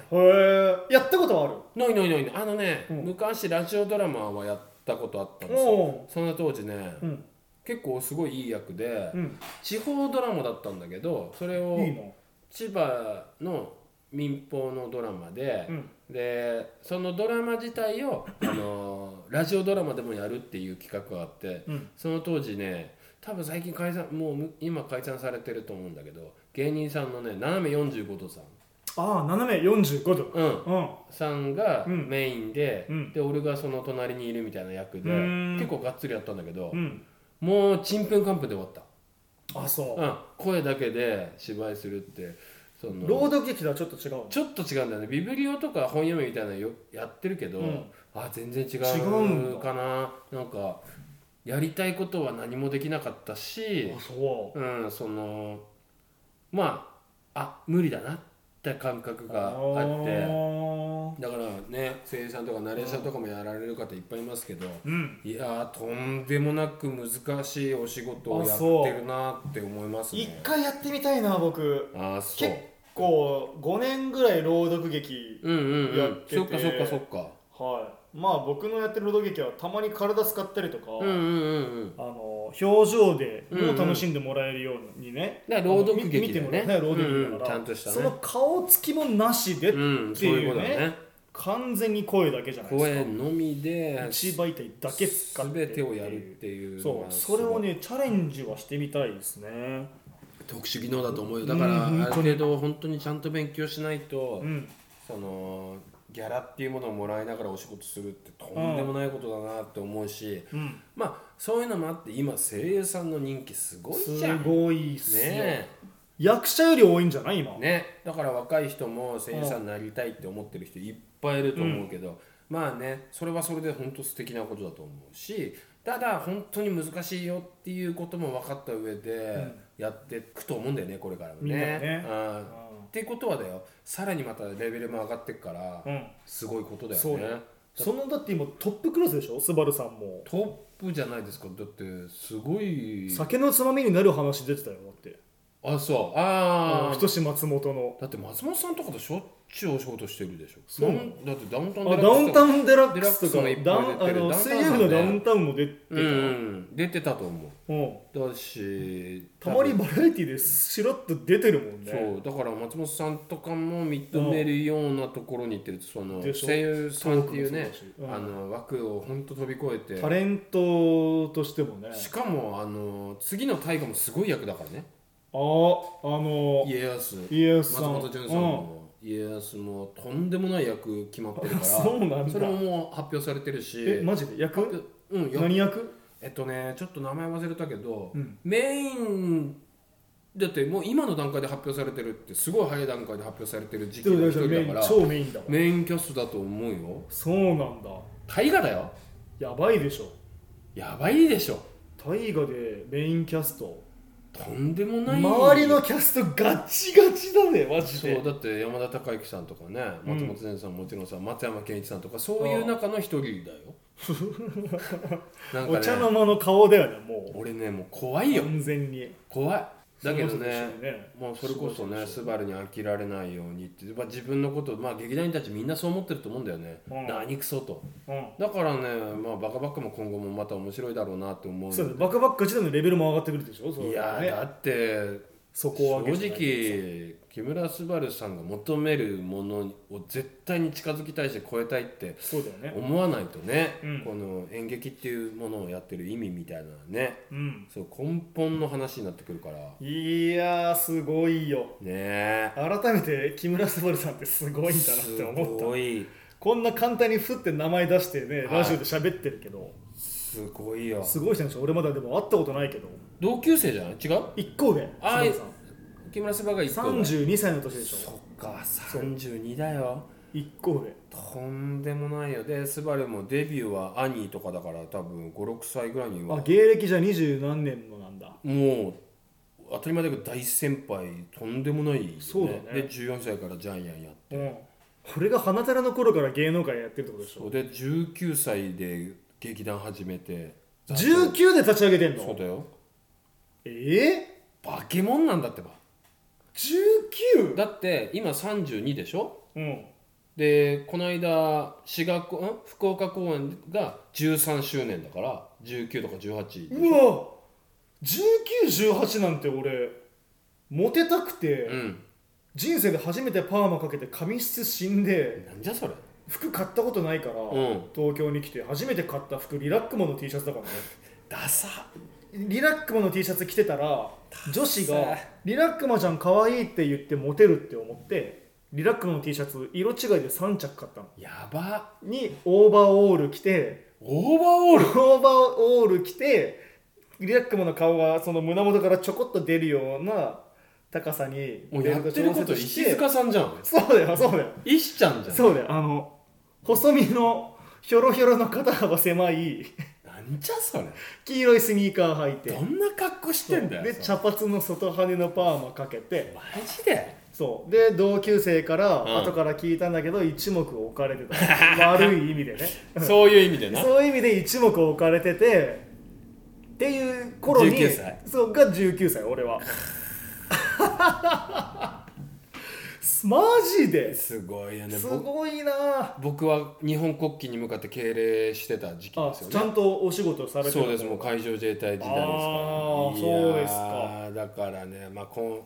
[SPEAKER 1] えやったことはある
[SPEAKER 2] ないないないないあのね、
[SPEAKER 1] うん
[SPEAKER 2] 昔ラジオドラマはやったことあったんですよ
[SPEAKER 1] お
[SPEAKER 2] その当時ね、
[SPEAKER 1] ううん
[SPEAKER 2] 結構すごいいい役で、
[SPEAKER 1] うん
[SPEAKER 2] 地方ドラマだったんだけどそれを
[SPEAKER 1] いいの
[SPEAKER 2] 千葉の民放のドラマで
[SPEAKER 1] う、ん
[SPEAKER 2] でそのドラマ自体をあの [COUGHS] ラジオドラマでもやるっていう企画があって
[SPEAKER 1] うん
[SPEAKER 2] その当時ね多分最近解散もうむ今解散されてると思うんだけど芸人さんのね斜め45度さん、
[SPEAKER 1] ああ斜め45度
[SPEAKER 2] うん、
[SPEAKER 1] うん
[SPEAKER 2] さんが
[SPEAKER 1] うん
[SPEAKER 2] メインで、
[SPEAKER 1] うん
[SPEAKER 2] で俺がその隣にいるみたいな役で
[SPEAKER 1] うーん
[SPEAKER 2] 結構がっつりやったんだけど、
[SPEAKER 1] うん
[SPEAKER 2] もうちんぷんかんぷんで終わっ
[SPEAKER 1] あそ
[SPEAKER 2] た、うん、声だけで芝居するってそうの
[SPEAKER 1] 朗読劇とはちょっと違うの
[SPEAKER 2] ちょっと違うんだよねビブリオとか本読みみたいなのよやってるけど、
[SPEAKER 1] うん
[SPEAKER 2] あ全然違
[SPEAKER 1] 違うん
[SPEAKER 2] う
[SPEAKER 1] だ
[SPEAKER 2] かななんかやりたいことは何もできなかったし
[SPEAKER 1] あ、そ
[SPEAKER 2] うん、そのまああ無理だなって感覚
[SPEAKER 1] う
[SPEAKER 2] があって。
[SPEAKER 1] ー
[SPEAKER 2] だからね声優さんとかナレーションとかもやられる方いっぱいいますけど、
[SPEAKER 1] うん
[SPEAKER 2] いやーとんでもなく難しいお仕事を
[SPEAKER 1] あ
[SPEAKER 2] やっ
[SPEAKER 1] そう
[SPEAKER 2] てるなって思います
[SPEAKER 1] 一
[SPEAKER 2] ね
[SPEAKER 1] 回やってみたいな僕
[SPEAKER 2] ああそう
[SPEAKER 1] 結構5年ぐらい朗読劇
[SPEAKER 2] うんうんう
[SPEAKER 1] や
[SPEAKER 2] ん
[SPEAKER 1] ってて
[SPEAKER 2] そっかそっかそっか
[SPEAKER 1] はいまあ僕のやってる朗読劇はたまに体使ったりとか、
[SPEAKER 2] うんうんうんうん
[SPEAKER 1] あの表情で
[SPEAKER 2] うん
[SPEAKER 1] も
[SPEAKER 2] うん
[SPEAKER 1] う楽しんでもらえるようにね、
[SPEAKER 2] だから朗読劇だよね
[SPEAKER 1] あのみ見てもらうね朗読劇だから、
[SPEAKER 2] うんうんちゃんとしたね
[SPEAKER 1] その顔つきもなしで、
[SPEAKER 2] うん
[SPEAKER 1] って
[SPEAKER 2] そう
[SPEAKER 1] いうね
[SPEAKER 2] いうことだね
[SPEAKER 1] 完全に声だけじゃないです
[SPEAKER 2] 声のみで
[SPEAKER 1] か一媒体だけ使って
[SPEAKER 2] 全てをやるっていうの
[SPEAKER 1] そ
[SPEAKER 2] が
[SPEAKER 1] う
[SPEAKER 2] す
[SPEAKER 1] そ
[SPEAKER 2] ごい
[SPEAKER 1] れをねチャレンジはしてみたいですね
[SPEAKER 2] 特殊技能だと思うよだから、
[SPEAKER 1] うん
[SPEAKER 2] ある程度本当にちゃんと勉強しないと、
[SPEAKER 1] うん
[SPEAKER 2] そのギャラっていうものをもらいながらお仕事するってとんでもないことだなって思うし、
[SPEAKER 1] うん
[SPEAKER 2] まあそういうのもあって今声優さんの人気すごい
[SPEAKER 1] す
[SPEAKER 2] じゃんね
[SPEAKER 1] ごいっすよ、
[SPEAKER 2] え
[SPEAKER 1] 役者より多いんじゃない今、
[SPEAKER 2] ねだから若い人も声優さんになりたいって思ってる人いっぱいいると思うけど、まあねそれはそれで本当素敵なことだと思うしただ本当に難しいよっていうことも分かった上でやっていくと思うんだよねこれからも
[SPEAKER 1] みん
[SPEAKER 2] ね
[SPEAKER 1] なね
[SPEAKER 2] うんっていうことはだよさらにまたレベルも上がってくから、
[SPEAKER 1] うん、
[SPEAKER 2] すごいことだよ
[SPEAKER 1] そう
[SPEAKER 2] ね
[SPEAKER 1] だよそのだって今トップクラスでしょスバルさんも
[SPEAKER 2] トップじゃないですかだってすごい
[SPEAKER 1] 酒のつまみになる話出てたよだって
[SPEAKER 2] あそうああ
[SPEAKER 1] 人志松本の
[SPEAKER 2] だって松本さんとかとしょっちゅうお仕事してるでしょ
[SPEAKER 1] そう
[SPEAKER 2] ダウンだってダウンタウン
[SPEAKER 1] あダウンタ
[SPEAKER 2] ン
[SPEAKER 1] ウンデラックスとか
[SPEAKER 2] デラックス
[SPEAKER 1] ダ
[SPEAKER 2] も
[SPEAKER 1] ウ
[SPEAKER 2] いっ
[SPEAKER 1] ン
[SPEAKER 2] ぱ
[SPEAKER 1] あ
[SPEAKER 2] い出てる
[SPEAKER 1] の
[SPEAKER 2] ダウンタウンさん
[SPEAKER 1] 水曜日のダウンタウンも出てた、
[SPEAKER 2] うん出てたと思
[SPEAKER 1] うん
[SPEAKER 2] うだした
[SPEAKER 1] まにバラエティでしらっと出てるもん
[SPEAKER 2] そ
[SPEAKER 1] ね
[SPEAKER 2] うだから松本さんとかも認めるようなところに行ってるその
[SPEAKER 1] でしょ
[SPEAKER 2] 声優さんっていうね
[SPEAKER 1] トークもそうだしうん
[SPEAKER 2] あの枠を本当飛び越え
[SPEAKER 1] タ
[SPEAKER 2] て
[SPEAKER 1] レントとしてもね
[SPEAKER 2] しかもあの次の大河もすごい役だからね
[SPEAKER 1] ああの
[SPEAKER 2] 家康
[SPEAKER 1] 家康
[SPEAKER 2] 松
[SPEAKER 1] さん
[SPEAKER 2] 本潤さんも家康もとんでもない役決まってるか
[SPEAKER 1] あ
[SPEAKER 2] ら
[SPEAKER 1] そうなんだ
[SPEAKER 2] それももう発表されてるし
[SPEAKER 1] えマジで
[SPEAKER 2] 発
[SPEAKER 1] 役
[SPEAKER 2] 表うん役
[SPEAKER 1] 何役
[SPEAKER 2] えっとねちょっと名前忘れたけど、
[SPEAKER 1] うん
[SPEAKER 2] メインだってもう今の段階で発表されてるってすごい早い段階で発表されてる時期の一
[SPEAKER 1] メ
[SPEAKER 2] 人だ
[SPEAKER 1] イ
[SPEAKER 2] か
[SPEAKER 1] ン
[SPEAKER 2] ら
[SPEAKER 1] 超メインだ
[SPEAKER 2] メインキャストだと思うよ
[SPEAKER 1] そうなんだ
[SPEAKER 2] 大河だよ
[SPEAKER 1] やばいでしょ
[SPEAKER 2] やばいでしょ
[SPEAKER 1] 大河でメインキャスト
[SPEAKER 2] とんでもない
[SPEAKER 1] 周りのキャストガチガチだねマジ
[SPEAKER 2] そ
[SPEAKER 1] で
[SPEAKER 2] うだって山田孝之さんとかね
[SPEAKER 1] うん
[SPEAKER 2] 松本善さんもちろんさ松山ケンイチさんとかそういう中の一人だよなんか、ね、
[SPEAKER 1] お茶の間の顔だよねも
[SPEAKER 2] 俺ねもう怖
[SPEAKER 1] う
[SPEAKER 2] いよ
[SPEAKER 1] 完全に
[SPEAKER 2] 怖いだけど
[SPEAKER 1] そうでし
[SPEAKER 2] ね
[SPEAKER 1] ょうね
[SPEAKER 2] もうそれこそね、
[SPEAKER 1] そ
[SPEAKER 2] ス
[SPEAKER 1] う
[SPEAKER 2] バルに飽きられないようにって、まあ、自分のこと、まあ、劇団員たちみんなそう思ってると思うんだよね、
[SPEAKER 1] うん
[SPEAKER 2] 何クソと。
[SPEAKER 1] う
[SPEAKER 2] だからね、まあ、バカバッカも今後もまた面白いだろうなって思う。
[SPEAKER 1] んそうだねバカバッカ自体のレベルも上がってくるでしょそう
[SPEAKER 2] いや
[SPEAKER 1] だ
[SPEAKER 2] ー、
[SPEAKER 1] ね
[SPEAKER 2] だって、
[SPEAKER 1] そこ
[SPEAKER 2] 正
[SPEAKER 1] は
[SPEAKER 2] 直、木村昴さんが求めるものを絶対に近づきたいし、超えたいって
[SPEAKER 1] そうだよね
[SPEAKER 2] 思わないとね、
[SPEAKER 1] うん
[SPEAKER 2] この演劇っていうものをやってる意味みたいなね、
[SPEAKER 1] うん
[SPEAKER 2] そう根本の話になってくるから、ね
[SPEAKER 1] いやーすごいよ
[SPEAKER 2] え。
[SPEAKER 1] 改めて木村昴さんってすごいんだなって思
[SPEAKER 2] す
[SPEAKER 1] っ
[SPEAKER 2] ご
[SPEAKER 1] た
[SPEAKER 2] い
[SPEAKER 1] こんな簡単にふって名前出してね、
[SPEAKER 2] はい
[SPEAKER 1] ラジオで喋ってるけど
[SPEAKER 2] すごいよ
[SPEAKER 1] すごい人でしょ俺まだでも会ったことないけど
[SPEAKER 2] 同級生じゃない違う
[SPEAKER 1] 一個上
[SPEAKER 2] あ
[SPEAKER 1] 昴
[SPEAKER 2] 木村昴が一
[SPEAKER 1] さ
[SPEAKER 2] 個
[SPEAKER 1] ん32歳の年でし
[SPEAKER 2] そ
[SPEAKER 1] ょ
[SPEAKER 2] っか32だよ
[SPEAKER 1] 一個上
[SPEAKER 2] とんでもないよでスバルもデビューはアニーとかだから多分56歳ぐらいに
[SPEAKER 1] あ
[SPEAKER 2] は
[SPEAKER 1] 芸歴じゃ二十何年のなんだ
[SPEAKER 2] もう当たり前だけど大先輩とんでもないよね
[SPEAKER 1] そうだね
[SPEAKER 2] で14歳からジャイアンやって
[SPEAKER 1] うん俺が花寺の頃から芸能界やってるってことでし
[SPEAKER 2] そ
[SPEAKER 1] ょ
[SPEAKER 2] うで19歳で劇団始めて
[SPEAKER 1] 19で立ち上げてん
[SPEAKER 2] そう
[SPEAKER 1] の
[SPEAKER 2] だよ
[SPEAKER 1] え
[SPEAKER 2] 化け物なんだってば
[SPEAKER 1] ー、
[SPEAKER 2] だって今32でしょ
[SPEAKER 1] 19? うん
[SPEAKER 2] でこの間滋賀こん福岡公演が13周年だから19とか18
[SPEAKER 1] うわ1918なんて俺モテたくて、
[SPEAKER 2] うん
[SPEAKER 1] 人生で初めてパーマかけて髪質死んで
[SPEAKER 2] なんじゃそれ
[SPEAKER 1] 服買ったことないから、
[SPEAKER 2] うん
[SPEAKER 1] 東京に来て初めて買った服リラックモの T シャツだからね
[SPEAKER 2] ダサ
[SPEAKER 1] [LAUGHS] リラックマの T シャツ着てたら女子
[SPEAKER 2] ダッ
[SPEAKER 1] が
[SPEAKER 2] サ
[SPEAKER 1] 「リラックマちゃん可愛いって言ってモテるって思ってリラックマの T シャツ色違いで3着買ったの
[SPEAKER 2] やば
[SPEAKER 1] にオーバーオール着て
[SPEAKER 2] オーバーオー
[SPEAKER 1] オ
[SPEAKER 2] ル
[SPEAKER 1] ーバーオール着てリラックマの顔がその胸元からちょこっと出るような高さに
[SPEAKER 2] もうやってること
[SPEAKER 1] ベルト調節
[SPEAKER 2] 石塚さんじゃん
[SPEAKER 1] そうだよそうだよ
[SPEAKER 2] 石ちゃんじゃん
[SPEAKER 1] そうだよあの細身のひょろひょろの肩幅狭い
[SPEAKER 2] なんじゃそれ
[SPEAKER 1] 黄色いスニーカー履いて
[SPEAKER 2] どんな格好してんだよ
[SPEAKER 1] で
[SPEAKER 2] それ
[SPEAKER 1] 茶髪の外羽のパーマかけて
[SPEAKER 2] マジで
[SPEAKER 1] そうで同級生から
[SPEAKER 2] うん
[SPEAKER 1] 後から聞いたんだけど一目置かれて
[SPEAKER 2] [LAUGHS]
[SPEAKER 1] た悪い意味でね
[SPEAKER 2] そういう意味でな
[SPEAKER 1] そういう意味で一目置かれててっていう頃に
[SPEAKER 2] 19歳
[SPEAKER 1] そうが19歳俺
[SPEAKER 2] [LAUGHS]
[SPEAKER 1] はマジです
[SPEAKER 2] ごいよね
[SPEAKER 1] す
[SPEAKER 2] 僕
[SPEAKER 1] ごいな
[SPEAKER 2] 僕は日本国旗に向かって敬礼してた時期
[SPEAKER 1] あ
[SPEAKER 2] です
[SPEAKER 1] ちゃ
[SPEAKER 2] よね
[SPEAKER 1] んとお仕事されてる
[SPEAKER 2] そうですもう海上自衛隊時代ですから
[SPEAKER 1] あー
[SPEAKER 2] いやー
[SPEAKER 1] そうですか
[SPEAKER 2] だからね、まあ、こん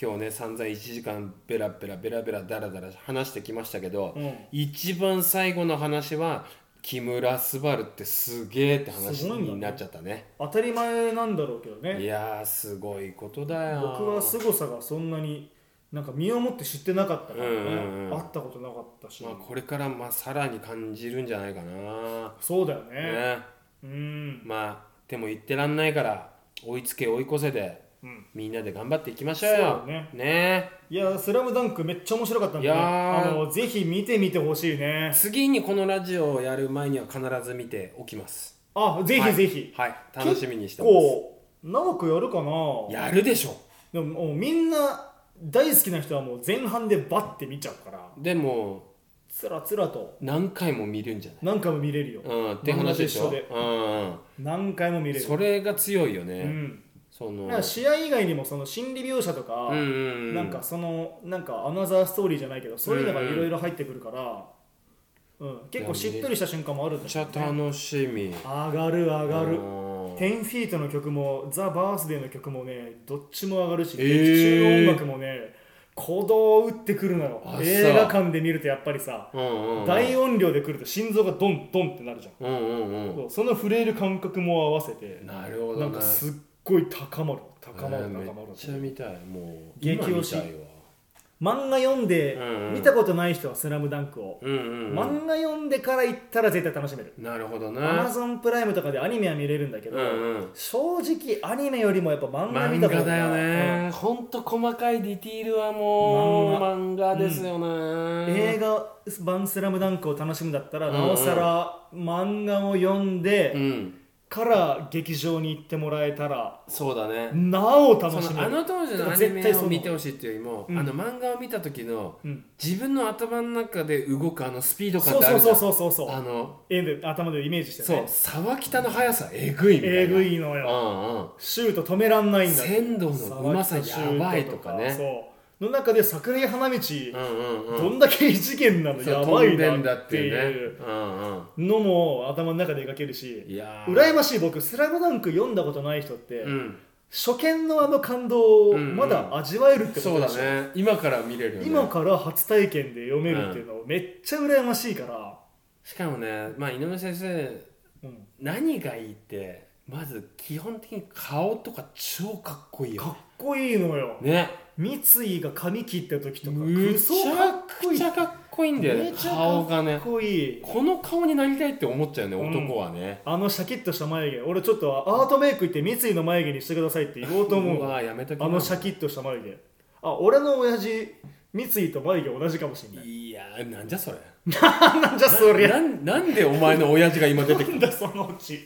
[SPEAKER 2] 今日ね散々1時間ベラベラベラベラダラダラ話してきましたけど、
[SPEAKER 1] うん
[SPEAKER 2] 一番最後の話は木村昴ってすげえって話
[SPEAKER 1] すごいんだね
[SPEAKER 2] になっちゃったね
[SPEAKER 1] 当たり前なんだろうけど
[SPEAKER 2] い
[SPEAKER 1] ね
[SPEAKER 2] やーすごいことだよ
[SPEAKER 1] 僕は凄さがそんなになんか身をもって知ってなかったからね、
[SPEAKER 2] うんうんう
[SPEAKER 1] 会
[SPEAKER 2] ん
[SPEAKER 1] ったことなかったし、
[SPEAKER 2] まあ、これからまあさらに感じるんじゃないかな、
[SPEAKER 1] そうだよね
[SPEAKER 2] ね、
[SPEAKER 1] うん、
[SPEAKER 2] まあでも言ってらんないから追いつけ追い越せで
[SPEAKER 1] うん、
[SPEAKER 2] みんなで頑張っていきましょう
[SPEAKER 1] そう
[SPEAKER 2] よ
[SPEAKER 1] だね
[SPEAKER 2] ね
[SPEAKER 1] いやー「スラムダンクめっちゃ面白かったんで、
[SPEAKER 2] い
[SPEAKER 1] ね、
[SPEAKER 2] や
[SPEAKER 1] あ
[SPEAKER 2] ー
[SPEAKER 1] のぜひ見てみてほしいね
[SPEAKER 2] 次にこのラジオをやる前には必ず見ておきます
[SPEAKER 1] あぜひぜひ、
[SPEAKER 2] はい、はい楽しみにしてます
[SPEAKER 1] こう長くやるかな
[SPEAKER 2] やるでしょ
[SPEAKER 1] でももうみんな大好きな人はもう前半でバッて見ちゃうから
[SPEAKER 2] でも
[SPEAKER 1] つらつらと
[SPEAKER 2] 何回も見るんじゃない
[SPEAKER 1] 何回も見れるよ、
[SPEAKER 2] うんって話でし
[SPEAKER 1] 同
[SPEAKER 2] ょ
[SPEAKER 1] じ一緒で
[SPEAKER 2] うんうん
[SPEAKER 1] 何回も見れる
[SPEAKER 2] それが強いよね、
[SPEAKER 1] うん、
[SPEAKER 2] その
[SPEAKER 1] だから試合以外にもその心理描写とか、
[SPEAKER 2] うんうん
[SPEAKER 1] なんかそのなんかアナザーストーリーじゃないけどそういうのがいろいろ入ってくるから、うん結構しっとりした瞬間もあるん
[SPEAKER 2] め
[SPEAKER 1] で
[SPEAKER 2] っ
[SPEAKER 1] す
[SPEAKER 2] ちゃ
[SPEAKER 1] よ、ね、
[SPEAKER 2] 楽しみ
[SPEAKER 1] 上がる上がる
[SPEAKER 2] うん
[SPEAKER 1] 10フィートの曲もザ・バースデーの曲もねどっちも上がるし、
[SPEAKER 2] えー
[SPEAKER 1] 劇中の音楽もね鼓動を打ってくるのよ
[SPEAKER 2] あそう
[SPEAKER 1] 映画館で見るとやっぱりさ、
[SPEAKER 2] うんうんうん
[SPEAKER 1] 大音量で来ると心臓がドンドンってなるじゃん、
[SPEAKER 2] うんうんう
[SPEAKER 1] そうその震える感覚も合わせて
[SPEAKER 2] んなるほど
[SPEAKER 1] な
[SPEAKER 2] ね
[SPEAKER 1] んかすっごい高まる高まる
[SPEAKER 2] え
[SPEAKER 1] 高
[SPEAKER 2] ー
[SPEAKER 1] ま
[SPEAKER 2] め
[SPEAKER 1] る
[SPEAKER 2] っちゃ見たいもう
[SPEAKER 1] 激推し
[SPEAKER 2] 今見たいわ
[SPEAKER 1] 漫画読んで
[SPEAKER 2] うんうん
[SPEAKER 1] 見たことない人は「スラムダンクを、
[SPEAKER 2] うんうんうん
[SPEAKER 1] 漫画読んでから行ったら絶対楽しめる
[SPEAKER 2] なるほどね
[SPEAKER 1] アマゾンプライムとかでアニメは見れるんだけ
[SPEAKER 2] う
[SPEAKER 1] ど、
[SPEAKER 2] んうん
[SPEAKER 1] 正直アニメよりもやっぱ漫画見
[SPEAKER 2] 漫
[SPEAKER 1] た
[SPEAKER 2] 画
[SPEAKER 1] 方が
[SPEAKER 2] だよ
[SPEAKER 1] うん
[SPEAKER 2] ねほんと細かいディティールはもう漫画ですよ
[SPEAKER 1] 映
[SPEAKER 2] ね
[SPEAKER 1] 画版「スラムダンクを楽しむんだったら、
[SPEAKER 2] うんうん
[SPEAKER 1] なおさら漫画を読んで、
[SPEAKER 2] うん
[SPEAKER 1] から劇場に行ってもらえたら
[SPEAKER 2] そうだね
[SPEAKER 1] なお
[SPEAKER 2] そ
[SPEAKER 1] 楽しめ
[SPEAKER 2] の
[SPEAKER 1] る
[SPEAKER 2] あの当時のアニメを見てほしいっていうよりも、
[SPEAKER 1] うん
[SPEAKER 2] あの漫画を見た時の
[SPEAKER 1] うん、
[SPEAKER 2] 自分の頭の中で動くあのスピード感
[SPEAKER 1] そ
[SPEAKER 2] っ
[SPEAKER 1] う
[SPEAKER 2] てあ
[SPEAKER 1] そう
[SPEAKER 2] るじゃ
[SPEAKER 1] そ
[SPEAKER 2] ん
[SPEAKER 1] うそうそうそう
[SPEAKER 2] あの
[SPEAKER 1] 絵で頭でイメージして
[SPEAKER 2] そう
[SPEAKER 1] ね
[SPEAKER 2] 沢北の速さえぐいみたいな
[SPEAKER 1] えぐいの
[SPEAKER 2] うん
[SPEAKER 1] よ
[SPEAKER 2] うん
[SPEAKER 1] シュート止めらんないんだ
[SPEAKER 2] 鮮度のうま
[SPEAKER 1] 沢北
[SPEAKER 2] さ
[SPEAKER 1] シュート
[SPEAKER 2] やばいとかね
[SPEAKER 1] そうの中で桜井花道、
[SPEAKER 2] うんうんうん
[SPEAKER 1] どんだけ異次元なの
[SPEAKER 2] そう
[SPEAKER 1] やばい
[SPEAKER 2] 飛んでん
[SPEAKER 1] な
[SPEAKER 2] だ
[SPEAKER 1] っ
[SPEAKER 2] ってて
[SPEAKER 1] い
[SPEAKER 2] い
[SPEAKER 1] う
[SPEAKER 2] うねうんうん
[SPEAKER 1] のも頭の中で描けるし
[SPEAKER 2] いやー
[SPEAKER 1] 羨ましい僕「スラムダンク読んだことない人って、
[SPEAKER 2] うん
[SPEAKER 1] 初見のあの感動を
[SPEAKER 2] うんうん
[SPEAKER 1] まだ味わえるってこ
[SPEAKER 2] そ
[SPEAKER 1] と
[SPEAKER 2] う
[SPEAKER 1] で
[SPEAKER 2] だ
[SPEAKER 1] しょ、
[SPEAKER 2] ね今から見れるよね
[SPEAKER 1] 今から初体験で読めるっていうのめっちゃ羨ましいから、
[SPEAKER 2] しかもねまあ井上先生
[SPEAKER 1] うん
[SPEAKER 2] 何がいいってまず基本的に顔とか超かっこいいよ
[SPEAKER 1] かっこいいのよ、
[SPEAKER 2] ね
[SPEAKER 1] 三井が髪切った時とか
[SPEAKER 2] む
[SPEAKER 1] ク
[SPEAKER 2] ち
[SPEAKER 1] ソかっこ
[SPEAKER 2] ゃく
[SPEAKER 1] いい
[SPEAKER 2] ち
[SPEAKER 1] か
[SPEAKER 2] ゃかっこいいんだよね
[SPEAKER 1] めちゃかっこいい
[SPEAKER 2] 顔がね
[SPEAKER 1] っこいい
[SPEAKER 2] この顔になりたいって思っちゃうね
[SPEAKER 1] うん
[SPEAKER 2] 男はね、
[SPEAKER 1] あのシャキッとした眉毛俺ちょっとアートメイク行って三井の眉毛にしてくださいって言おうと思う
[SPEAKER 2] わやめときな
[SPEAKER 1] あのシャキッとした眉毛あ俺の親父三井と眉毛同じかもしれない
[SPEAKER 2] いやーなんじゃそれ
[SPEAKER 1] なんじゃそりゃ
[SPEAKER 2] なんなんでお前の親父が今出て
[SPEAKER 1] な
[SPEAKER 2] き
[SPEAKER 1] ん [LAUGHS] だそのうち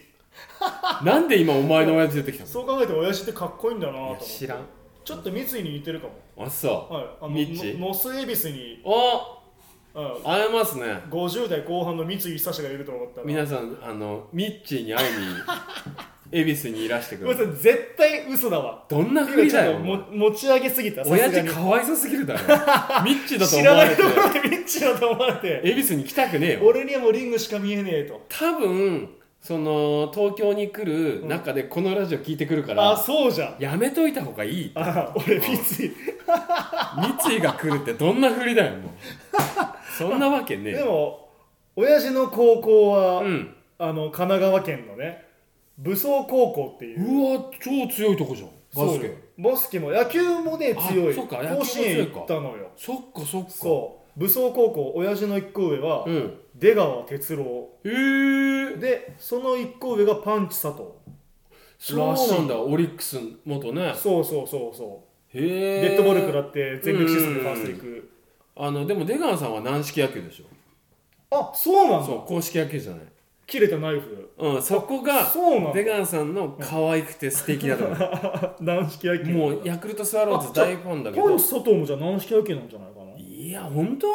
[SPEAKER 2] たなんで今お前の親父出てきたの
[SPEAKER 1] そう考えて親父ってかっこいいんだなと
[SPEAKER 2] い
[SPEAKER 1] 思
[SPEAKER 2] や
[SPEAKER 1] って
[SPEAKER 2] 知らん
[SPEAKER 1] ちょっと三井に似てるかも
[SPEAKER 2] あそう、
[SPEAKER 1] はい、あの
[SPEAKER 2] ミッチ
[SPEAKER 1] のノス恵比寿に、
[SPEAKER 2] お
[SPEAKER 1] うん、
[SPEAKER 2] 会えますね
[SPEAKER 1] 50代後半の三井久志がいると思ったら
[SPEAKER 2] 皆さんあのミッチーに会いに恵比寿にいらしてく
[SPEAKER 1] ごめ
[SPEAKER 2] だ
[SPEAKER 1] ん
[SPEAKER 2] さ
[SPEAKER 1] ない [LAUGHS] さい絶対嘘だわ
[SPEAKER 2] どんなふ
[SPEAKER 1] 今
[SPEAKER 2] り
[SPEAKER 1] ちょっ
[SPEAKER 2] だよ
[SPEAKER 1] と
[SPEAKER 2] お
[SPEAKER 1] も
[SPEAKER 2] 前
[SPEAKER 1] 持ち上げすぎたさす
[SPEAKER 2] 親父
[SPEAKER 1] がに
[SPEAKER 2] かわいそうすぎるだろミッチーだと
[SPEAKER 1] 知
[SPEAKER 2] 思
[SPEAKER 1] ら
[SPEAKER 2] わ
[SPEAKER 1] な
[SPEAKER 2] れ
[SPEAKER 1] い
[SPEAKER 2] て
[SPEAKER 1] ところでミッチーだと思われて
[SPEAKER 2] 恵比寿に来たくねえよ
[SPEAKER 1] 俺にはもうリングしか見えねえと
[SPEAKER 2] 多分その東京に来る中でこのラジオ聞いてくるから、
[SPEAKER 1] あそうじゃん
[SPEAKER 2] やめといた方がいい
[SPEAKER 1] あ俺三井
[SPEAKER 2] 三井が来るってどんなふりだよ
[SPEAKER 1] [LAUGHS]
[SPEAKER 2] もうそんなわけねえ
[SPEAKER 1] でも親父の高校は、
[SPEAKER 2] うん
[SPEAKER 1] あの神奈川県のね武装高校っていう
[SPEAKER 2] うわ超強いとこじゃんバスケ
[SPEAKER 1] そうバスケも野球もね強い
[SPEAKER 2] あそうか野球も
[SPEAKER 1] 甲子園行ったのよ
[SPEAKER 2] そっかそっか
[SPEAKER 1] そう武装高校親父の一個上は、
[SPEAKER 2] うん
[SPEAKER 1] 出川哲郎
[SPEAKER 2] へえー、
[SPEAKER 1] でその一個上がパンチ佐藤
[SPEAKER 2] そうなんだオリックス元ね
[SPEAKER 1] そうそうそうそう
[SPEAKER 2] へえ
[SPEAKER 1] デッドボール食らって全力疾走でファースト行く
[SPEAKER 2] あのでも出川さんは軟式野球でしょ
[SPEAKER 1] あそうなんだ
[SPEAKER 2] そう公式野球じゃない
[SPEAKER 1] 切れたナイフ
[SPEAKER 2] うんそこが
[SPEAKER 1] そうなんだ
[SPEAKER 2] 出川さんの可愛くて素敵なところ
[SPEAKER 1] 軟式野球
[SPEAKER 2] もうヤクルトスワローズ大ファンだけ
[SPEAKER 1] パ
[SPEAKER 2] ど
[SPEAKER 1] ンチ佐藤もじゃあ軟式野球なんじゃないかない
[SPEAKER 2] や本当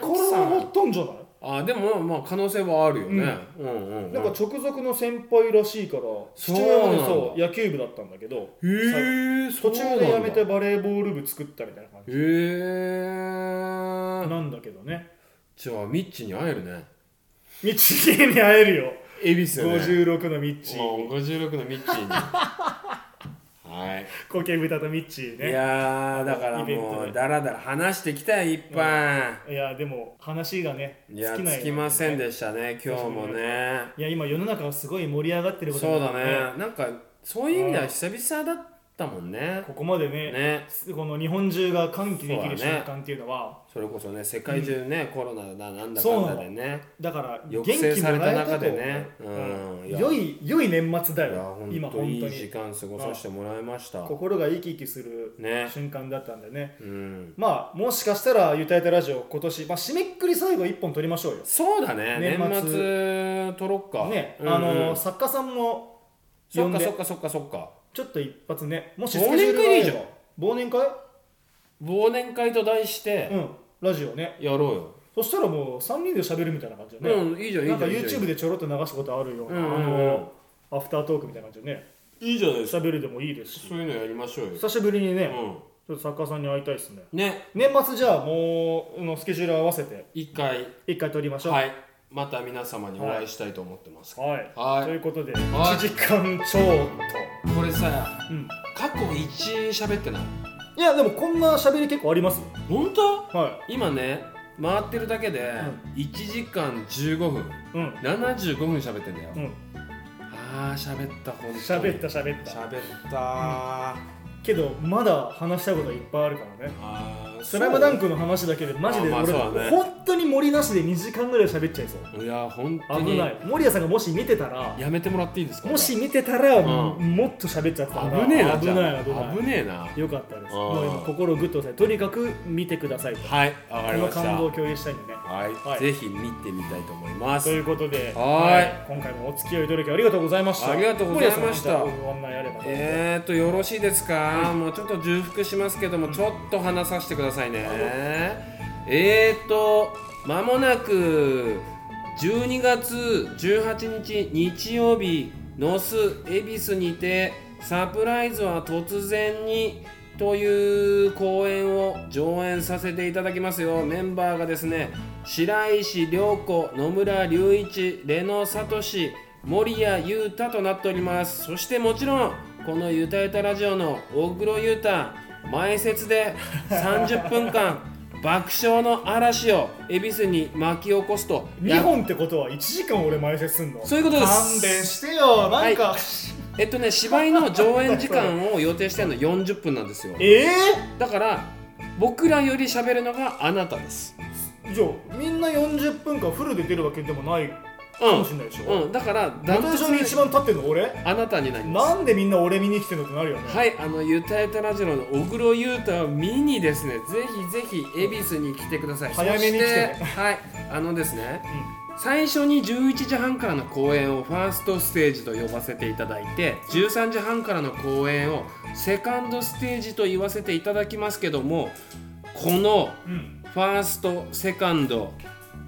[SPEAKER 2] パンチ
[SPEAKER 1] 体
[SPEAKER 2] さ
[SPEAKER 1] 張
[SPEAKER 2] ん
[SPEAKER 1] ったんじゃない
[SPEAKER 2] あでもまあまあ可能性はあるよね、うん、うんうん
[SPEAKER 1] なんか直属の先輩らしいから父
[SPEAKER 2] うなんだ
[SPEAKER 1] 親はねそう野球部だったんだけど
[SPEAKER 2] へえ
[SPEAKER 1] 途中でやめてバレーボール部作ったみたいな感
[SPEAKER 2] へ
[SPEAKER 1] じ
[SPEAKER 2] え
[SPEAKER 1] なんだけどね
[SPEAKER 2] じゃあミッチーに会えるね
[SPEAKER 1] ミッチーに会えるよ
[SPEAKER 2] 恵比寿ね
[SPEAKER 1] 56のミッチー
[SPEAKER 2] もう56のミッチ
[SPEAKER 1] [LAUGHS]
[SPEAKER 2] ーにはい
[SPEAKER 1] コケブタとミッチーね
[SPEAKER 2] いやーだから
[SPEAKER 1] イベント
[SPEAKER 2] も
[SPEAKER 1] で
[SPEAKER 2] うだらだら話してきたいっぱ
[SPEAKER 1] いやでも話がね
[SPEAKER 2] い、いや
[SPEAKER 1] 尽きない
[SPEAKER 2] つきませんでしたね今日もね
[SPEAKER 1] いや今世の中はすごい盛り上がってること
[SPEAKER 2] そう
[SPEAKER 1] な
[SPEAKER 2] だ
[SPEAKER 1] ん
[SPEAKER 2] ねなんかそういう意味では久々だったもんね
[SPEAKER 1] ここまでね
[SPEAKER 2] ね
[SPEAKER 1] この日本中が歓喜できる
[SPEAKER 2] そうだね
[SPEAKER 1] 瞬間っていうのは
[SPEAKER 2] それこそね世界中ね、コロナだなんだ
[SPEAKER 1] そ
[SPEAKER 2] か
[SPEAKER 1] うんな
[SPEAKER 2] だ
[SPEAKER 1] の
[SPEAKER 2] でね
[SPEAKER 1] だから元気
[SPEAKER 2] 抑制され
[SPEAKER 1] もら
[SPEAKER 2] た
[SPEAKER 1] え
[SPEAKER 2] 中
[SPEAKER 1] たと
[SPEAKER 2] で
[SPEAKER 1] 思う
[SPEAKER 2] ね
[SPEAKER 1] うん
[SPEAKER 2] うんいや
[SPEAKER 1] 良い良い年末だ
[SPEAKER 2] いや
[SPEAKER 1] よ今
[SPEAKER 2] 本
[SPEAKER 1] 本
[SPEAKER 2] 当
[SPEAKER 1] 当
[SPEAKER 2] いい時
[SPEAKER 1] に
[SPEAKER 2] 間過ごさせてもらいました
[SPEAKER 1] 心が生き生きする
[SPEAKER 2] ね
[SPEAKER 1] 瞬間だったんでね
[SPEAKER 2] うん
[SPEAKER 1] まあもしかしたら「ゆたゆたラジオ」今年、まあ、締めくくり最後1本撮りましょうよ
[SPEAKER 2] そうだね
[SPEAKER 1] 年
[SPEAKER 2] 年
[SPEAKER 1] 末
[SPEAKER 2] 末撮ろっか
[SPEAKER 1] ね、
[SPEAKER 2] うんうん
[SPEAKER 1] あの作家さんも
[SPEAKER 2] そ
[SPEAKER 1] 呼
[SPEAKER 2] っ
[SPEAKER 1] ん
[SPEAKER 2] か
[SPEAKER 1] で
[SPEAKER 2] そっかそっかそっか
[SPEAKER 1] ちょっと一発ねもし
[SPEAKER 2] 忘年会でいいじゃ
[SPEAKER 1] スケジュールが
[SPEAKER 2] ん
[SPEAKER 1] 合えば忘年会
[SPEAKER 2] 忘年会と題して
[SPEAKER 1] うんラジオね
[SPEAKER 2] やろ
[SPEAKER 1] そしたらもう3人で喋るみたいな感じ
[SPEAKER 2] う
[SPEAKER 1] だ
[SPEAKER 2] よ
[SPEAKER 1] ね、
[SPEAKER 2] うんいいじゃんいいじ
[SPEAKER 1] なん
[SPEAKER 2] ゃ
[SPEAKER 1] んか
[SPEAKER 2] いいじゃん
[SPEAKER 1] YouTube でちょろっと流したことあるような、
[SPEAKER 2] うんうんうん
[SPEAKER 1] あのアフタートークみたいな感じでね
[SPEAKER 2] いいじゃないです
[SPEAKER 1] 久
[SPEAKER 2] か
[SPEAKER 1] しぶりでもいいですし
[SPEAKER 2] そういうのやりましょうよ、
[SPEAKER 1] 久しぶりにね、
[SPEAKER 2] う
[SPEAKER 1] ちょっと作家さんに会いたいですね
[SPEAKER 2] ん、ね
[SPEAKER 1] 年末じゃあもうあのスケジュール合わせて
[SPEAKER 2] 一回
[SPEAKER 1] 一回撮りましょう
[SPEAKER 2] はいまた皆様にお会いしたいと思ってます、
[SPEAKER 1] はい、
[SPEAKER 2] はい
[SPEAKER 1] ということで
[SPEAKER 2] はい
[SPEAKER 1] 1時間ちょっ
[SPEAKER 2] これさ
[SPEAKER 1] と、うん、
[SPEAKER 2] 過去1喋ってない
[SPEAKER 1] いやでもこんな喋り結構ありますよ
[SPEAKER 2] 本当
[SPEAKER 1] は
[SPEAKER 2] 今ね回ってるだけで1時間15分
[SPEAKER 1] いうん
[SPEAKER 2] 75分喋ってんだよ、
[SPEAKER 1] うん
[SPEAKER 2] ああ喋った本当に
[SPEAKER 1] 喋った喋った
[SPEAKER 2] 喋ったあ
[SPEAKER 1] けどまだ話したいこといっぱいあるからね「
[SPEAKER 2] あ
[SPEAKER 1] スラムダン
[SPEAKER 2] ク
[SPEAKER 1] クの話だけでマジで
[SPEAKER 2] あまあ
[SPEAKER 1] 俺、
[SPEAKER 2] そうだね
[SPEAKER 1] 本当に森なしで2時間ぐらい喋っちゃいそう
[SPEAKER 2] いや本当に
[SPEAKER 1] 危ない森谷さんがもし見てたら
[SPEAKER 2] やめてもらっていいですか
[SPEAKER 1] もし見てたら、
[SPEAKER 2] うん
[SPEAKER 1] もっと喋っちゃったか
[SPEAKER 2] 危ねえな
[SPEAKER 1] 危
[SPEAKER 2] じゃあ
[SPEAKER 1] ない危ない
[SPEAKER 2] 危ねえな
[SPEAKER 1] よかったです
[SPEAKER 2] あー
[SPEAKER 1] もう今心をグッと押さえてとにかく見てくださいと
[SPEAKER 2] はいわか
[SPEAKER 1] こ
[SPEAKER 2] り
[SPEAKER 1] の
[SPEAKER 2] ました
[SPEAKER 1] 感動を共有したいんでね
[SPEAKER 2] はい、
[SPEAKER 1] はい
[SPEAKER 2] ぜひ見てみたいと思いま
[SPEAKER 1] と
[SPEAKER 2] す
[SPEAKER 1] いうことで、
[SPEAKER 2] は
[SPEAKER 1] 今回もお付き合いいただきありがとうございました。
[SPEAKER 2] ありがとうございました
[SPEAKER 1] 森谷さんご案内あれば。
[SPEAKER 2] えーとよろしいですか、もうちょっと重複しますけどもちょっと話させてくださいねえーとまもなく12月18日日曜日ノス恵比寿にてサプライズは突然にという公演を上演させていただきますよメンバーがですね白石涼子野村隆一レノサトシ森谷裕太となっておりますそしてもちろんこのゆたゆたラジオの大黒裕太前説で30分間爆笑の嵐を恵比寿に巻き起こすと
[SPEAKER 1] 二本ってことは一時間俺前説すんの。
[SPEAKER 2] そういうことです
[SPEAKER 1] 勘弁してよ。なんか、
[SPEAKER 2] はえっとね芝居の上演時間を予定してるの40分なんですよ
[SPEAKER 1] え
[SPEAKER 2] だから僕らより喋るのがあなたです
[SPEAKER 1] ー、じゃあみんな四十分間フルで出るわけでもないかもしれないでしょ。
[SPEAKER 2] うんだから
[SPEAKER 1] ダン
[SPEAKER 2] ダント
[SPEAKER 1] ト
[SPEAKER 2] ツ
[SPEAKER 1] ツに一番立ってるの俺。
[SPEAKER 2] あなたになります
[SPEAKER 1] なんでみんな俺見に来てんのってなるよね。
[SPEAKER 2] はいあのゆたゆたラジオの小黒裕太を見にですねぜひぜひ恵比寿に来てください
[SPEAKER 1] 早めに来てね
[SPEAKER 2] そしてはいあのですね最初に11時半からの公演をファーストステージと呼ばせていただいて13時半からの公演をセカンドステージと言わせていただきますけどもこの
[SPEAKER 1] うん。うん。
[SPEAKER 2] ファーストセカンド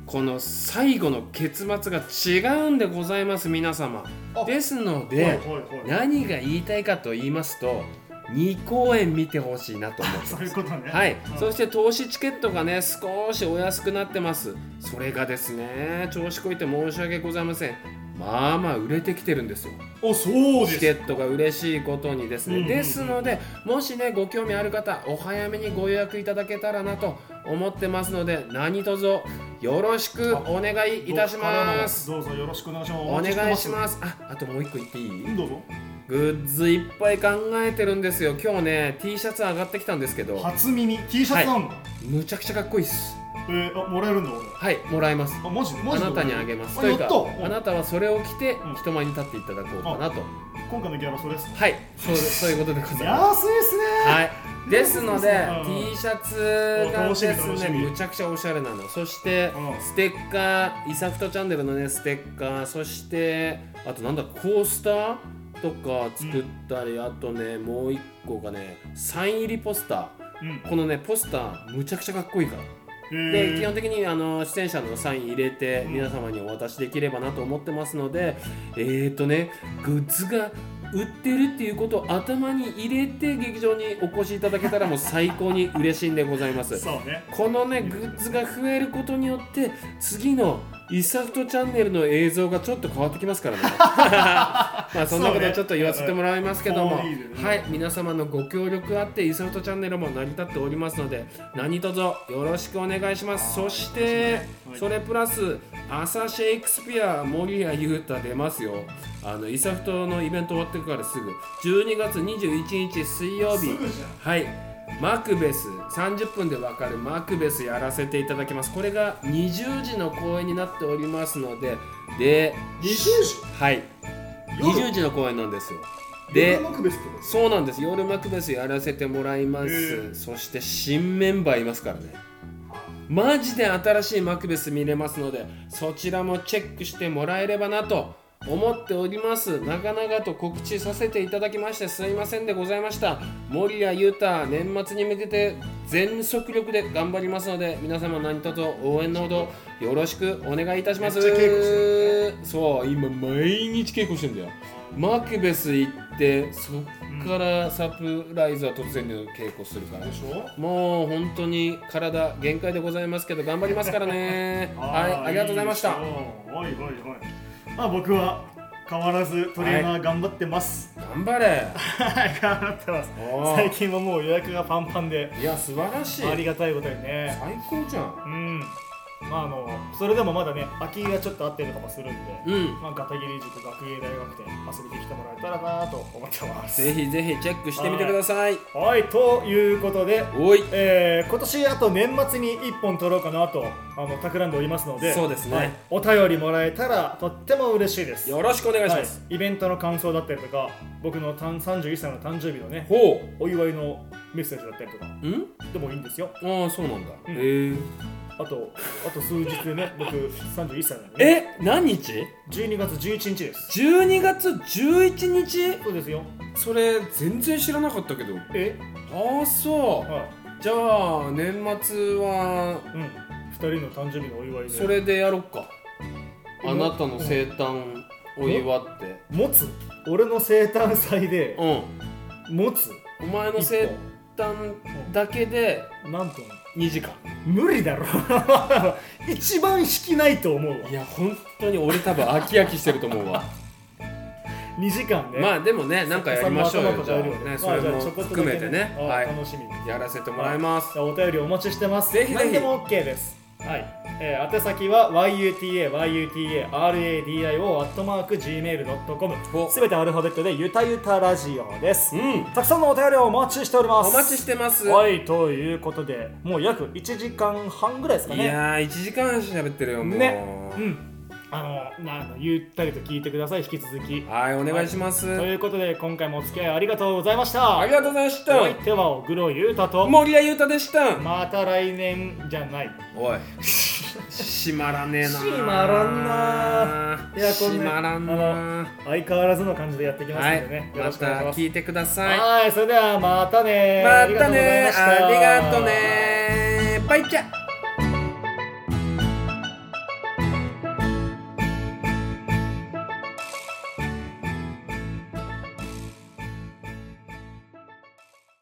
[SPEAKER 2] この最後の結末が違うんでございます皆様
[SPEAKER 1] あ
[SPEAKER 2] です
[SPEAKER 1] は
[SPEAKER 2] の
[SPEAKER 1] いはい
[SPEAKER 2] で
[SPEAKER 1] はい。
[SPEAKER 2] 何が言いたいかと言いますと2公演見てほしいなと思って
[SPEAKER 1] そ
[SPEAKER 2] ま
[SPEAKER 1] ういう
[SPEAKER 2] す
[SPEAKER 1] こと [LAUGHS] ね。
[SPEAKER 2] はい、
[SPEAKER 1] うん
[SPEAKER 2] そして投資チケットがね少しお安くなってますそれがですね調子こいて申し訳ございませんまあまあ売れてきてるんですよ
[SPEAKER 1] おそう
[SPEAKER 2] チ
[SPEAKER 1] で
[SPEAKER 2] ケ
[SPEAKER 1] す。
[SPEAKER 2] ットが嬉しいことにです
[SPEAKER 1] うん
[SPEAKER 2] ね、
[SPEAKER 1] うんうん
[SPEAKER 2] ですのでもしねご興味ある方お早めにご予約いただけたらなと思ってますので何卒よろしくお願いいたします
[SPEAKER 1] どうぞよろしくお願いします。
[SPEAKER 2] お願いし
[SPEAKER 1] す。
[SPEAKER 2] ますああともう一個言っていい
[SPEAKER 1] どうぞ。
[SPEAKER 2] グッズいっぱい考えてるんですよ今日ね T シャツ上がってきたんですけど
[SPEAKER 1] 初耳 T シャツなんだ。
[SPEAKER 2] むちゃくちゃかっこいいっす
[SPEAKER 1] えー、あもらえるんだ俺。
[SPEAKER 2] はいもらえます
[SPEAKER 1] あマジでマ
[SPEAKER 2] あ
[SPEAKER 1] ジで
[SPEAKER 2] なたにあげます
[SPEAKER 1] あ
[SPEAKER 2] とい
[SPEAKER 1] や
[SPEAKER 2] う
[SPEAKER 1] っ
[SPEAKER 2] か
[SPEAKER 1] た
[SPEAKER 2] あなたはそれを着て
[SPEAKER 1] うん
[SPEAKER 2] 人前に立っていただこうかなと
[SPEAKER 1] 今回のギャラそれです
[SPEAKER 2] はいそうそういうことでございます
[SPEAKER 1] 安いっすね
[SPEAKER 2] はい、ですので
[SPEAKER 1] うん
[SPEAKER 2] T シャツが
[SPEAKER 1] 楽
[SPEAKER 2] で
[SPEAKER 1] し
[SPEAKER 2] す
[SPEAKER 1] み
[SPEAKER 2] ね
[SPEAKER 1] 楽しみ
[SPEAKER 2] むちゃくちゃおしゃれなのそして
[SPEAKER 1] うん
[SPEAKER 2] ステッカーイサフトチャンネルのねステッカーそしてあとなんだコースターとか作ったり、あとねもう一個がねサイン入りポスタ
[SPEAKER 1] うん
[SPEAKER 2] ーこのねポスターむちゃくちゃかっこいいから
[SPEAKER 1] へ
[SPEAKER 2] で
[SPEAKER 1] ー
[SPEAKER 2] 基本的にあの出演者のサイン入れて
[SPEAKER 1] うん
[SPEAKER 2] 皆様にお渡しできればなと思ってますので、えーとねグッズが売ってるっていうことを頭に入れて劇場にお越しいただけたらもう最高に嬉しいんでございます
[SPEAKER 1] そうね
[SPEAKER 2] このねグッズが増えることによって次のイサフトチャンネルの映像がちょっと変わってきま
[SPEAKER 1] [LAUGHS]
[SPEAKER 2] すからねまあそんな
[SPEAKER 1] そう
[SPEAKER 2] こと
[SPEAKER 1] ね
[SPEAKER 2] ちょっと言わせてもらいますけども、
[SPEAKER 1] うんいいですね
[SPEAKER 2] はい皆様のご協力あってイサフトチャンネルも成り立っておりますので何卒よろしくお願いしますそして
[SPEAKER 1] はい
[SPEAKER 2] それプラス朝シェイクスピア森谷裕太出ますよあのイサフトのイベント終わってからすぐ12月21日水曜日
[SPEAKER 1] すぐじゃん
[SPEAKER 2] はいマクベス30分でわかるマクベスやらせていただきますこれが20時の公演になっておりますのでで
[SPEAKER 1] 20
[SPEAKER 2] はい
[SPEAKER 1] 夜
[SPEAKER 2] 20時の公演なんですよ
[SPEAKER 1] 時
[SPEAKER 2] で
[SPEAKER 1] 夜マクベスってこ
[SPEAKER 2] そうなんです夜マクベスやらせてもらいます、
[SPEAKER 1] へえ
[SPEAKER 2] そして新メンバーいますからねマジで新しいマクベス見れますのでそちらもチェックしてもらえればなと思っております長々と告知させていただきましてすいませんでございました森谷裕太年末に向けて全速力で頑張りますので皆様何卒応援のほどよろしくお願いいたします
[SPEAKER 1] めっちゃ稽古して
[SPEAKER 2] そう今毎日稽古してんだよマクベス行ってそっからサプライズは突然の稽古するから
[SPEAKER 1] でしょ
[SPEAKER 2] もう本当に体限界でございますけど頑張りますからね
[SPEAKER 1] [LAUGHS]
[SPEAKER 2] はいありがとうございまし
[SPEAKER 1] い
[SPEAKER 2] た
[SPEAKER 1] いですよおいおいおいまあ僕は変わらずトレーナー頑張ってます、
[SPEAKER 2] 頑張れ
[SPEAKER 1] はい、 [LAUGHS] 頑張ってます
[SPEAKER 2] おー
[SPEAKER 1] [LAUGHS] 最近はもう予約がパンパンで
[SPEAKER 2] いや素晴らしい
[SPEAKER 1] ありがたいことにね
[SPEAKER 2] 最高じゃん
[SPEAKER 1] うんまああのそれでもまだね空きがちょっとあってるとかもするんで、
[SPEAKER 2] うん
[SPEAKER 1] まあ、片桐塾学芸大学店遊びに来てもらえたらなと思ってます
[SPEAKER 2] ぜひぜひチェックしてみてください
[SPEAKER 1] はいということで
[SPEAKER 2] おい
[SPEAKER 1] えー今年あと年末に1本取ろうかなとあの企んでおりますので
[SPEAKER 2] そうですね
[SPEAKER 1] はいお便りもらえたらとっても嬉しいです
[SPEAKER 2] よろしくお願いし
[SPEAKER 1] は
[SPEAKER 2] ま
[SPEAKER 1] い
[SPEAKER 2] す、
[SPEAKER 1] イベントの感想だったりとか僕の誕31歳の誕生日のね
[SPEAKER 2] ほ
[SPEAKER 1] お祝いのメッセージだったりとか
[SPEAKER 2] ううん
[SPEAKER 1] でもいいんですよ
[SPEAKER 2] ああそうなんだ、
[SPEAKER 1] うん
[SPEAKER 2] へー
[SPEAKER 1] あとあと数日でね
[SPEAKER 2] [LAUGHS]
[SPEAKER 1] 僕31歳なんで、ね、
[SPEAKER 2] え何日
[SPEAKER 1] 12月11日です
[SPEAKER 2] 12月11日
[SPEAKER 1] そうですよ
[SPEAKER 2] それ全然知らなかったけど
[SPEAKER 1] え
[SPEAKER 2] ああそ
[SPEAKER 1] は
[SPEAKER 2] うじゃあ年末はい
[SPEAKER 1] うん2人の誕生日のお祝いで
[SPEAKER 2] それでやろっか
[SPEAKER 1] うん
[SPEAKER 2] あなたの生誕を祝って
[SPEAKER 1] 持つ俺の生誕祭で
[SPEAKER 2] うん
[SPEAKER 1] 持つ
[SPEAKER 2] お前の
[SPEAKER 1] 一
[SPEAKER 2] 生誕だけで
[SPEAKER 1] 本何分
[SPEAKER 2] 2時間
[SPEAKER 1] 無理だろ [LAUGHS] 一番引きないと思うわ
[SPEAKER 2] いや本当に俺多分飽き飽きしてると思う [LAUGHS] わ
[SPEAKER 1] 2時間ね
[SPEAKER 2] まあでもねなんかやりましょうよじゃあねそれも含めてね
[SPEAKER 1] は、
[SPEAKER 2] はいい
[SPEAKER 1] 楽しみに
[SPEAKER 2] やらせてもらいます
[SPEAKER 1] じゃあお便りお待ちしてます
[SPEAKER 2] ぜひぜひ
[SPEAKER 1] 何でも OK ですはいえー、宛先は yutayutaradio.gmail.com
[SPEAKER 2] お
[SPEAKER 1] すべてアルファベットでゆたゆたラジオです
[SPEAKER 2] うん
[SPEAKER 1] たくさんのお便りをお待ちしております
[SPEAKER 2] お待ちしてます
[SPEAKER 1] はいいということでもう約1時間半ぐらいですかね
[SPEAKER 2] やー1時間喋ってるよもう
[SPEAKER 1] ねうんあのなあのゆったりと聞いてください引き続き
[SPEAKER 2] はいお願いします
[SPEAKER 1] と
[SPEAKER 2] あ
[SPEAKER 1] いうことで今回もお付き合いありがとうございました
[SPEAKER 2] りがとうございまし
[SPEAKER 1] お相
[SPEAKER 2] た
[SPEAKER 1] 手は小黒裕太と
[SPEAKER 2] 森谷裕太でした
[SPEAKER 1] また来年じゃない
[SPEAKER 2] おい閉まらねえな
[SPEAKER 1] 閉まらんないやこん
[SPEAKER 2] 閉
[SPEAKER 1] な
[SPEAKER 2] まらんな
[SPEAKER 1] 相変わらずの感じでやっていきま
[SPEAKER 2] は
[SPEAKER 1] すの
[SPEAKER 2] い
[SPEAKER 1] でね、よ
[SPEAKER 2] ま
[SPEAKER 1] ろしくお願い
[SPEAKER 2] た
[SPEAKER 1] します
[SPEAKER 2] 聞いてください
[SPEAKER 1] はいそれではまたね
[SPEAKER 2] またねありがとう
[SPEAKER 1] ありがとうございました
[SPEAKER 2] ねバイチャ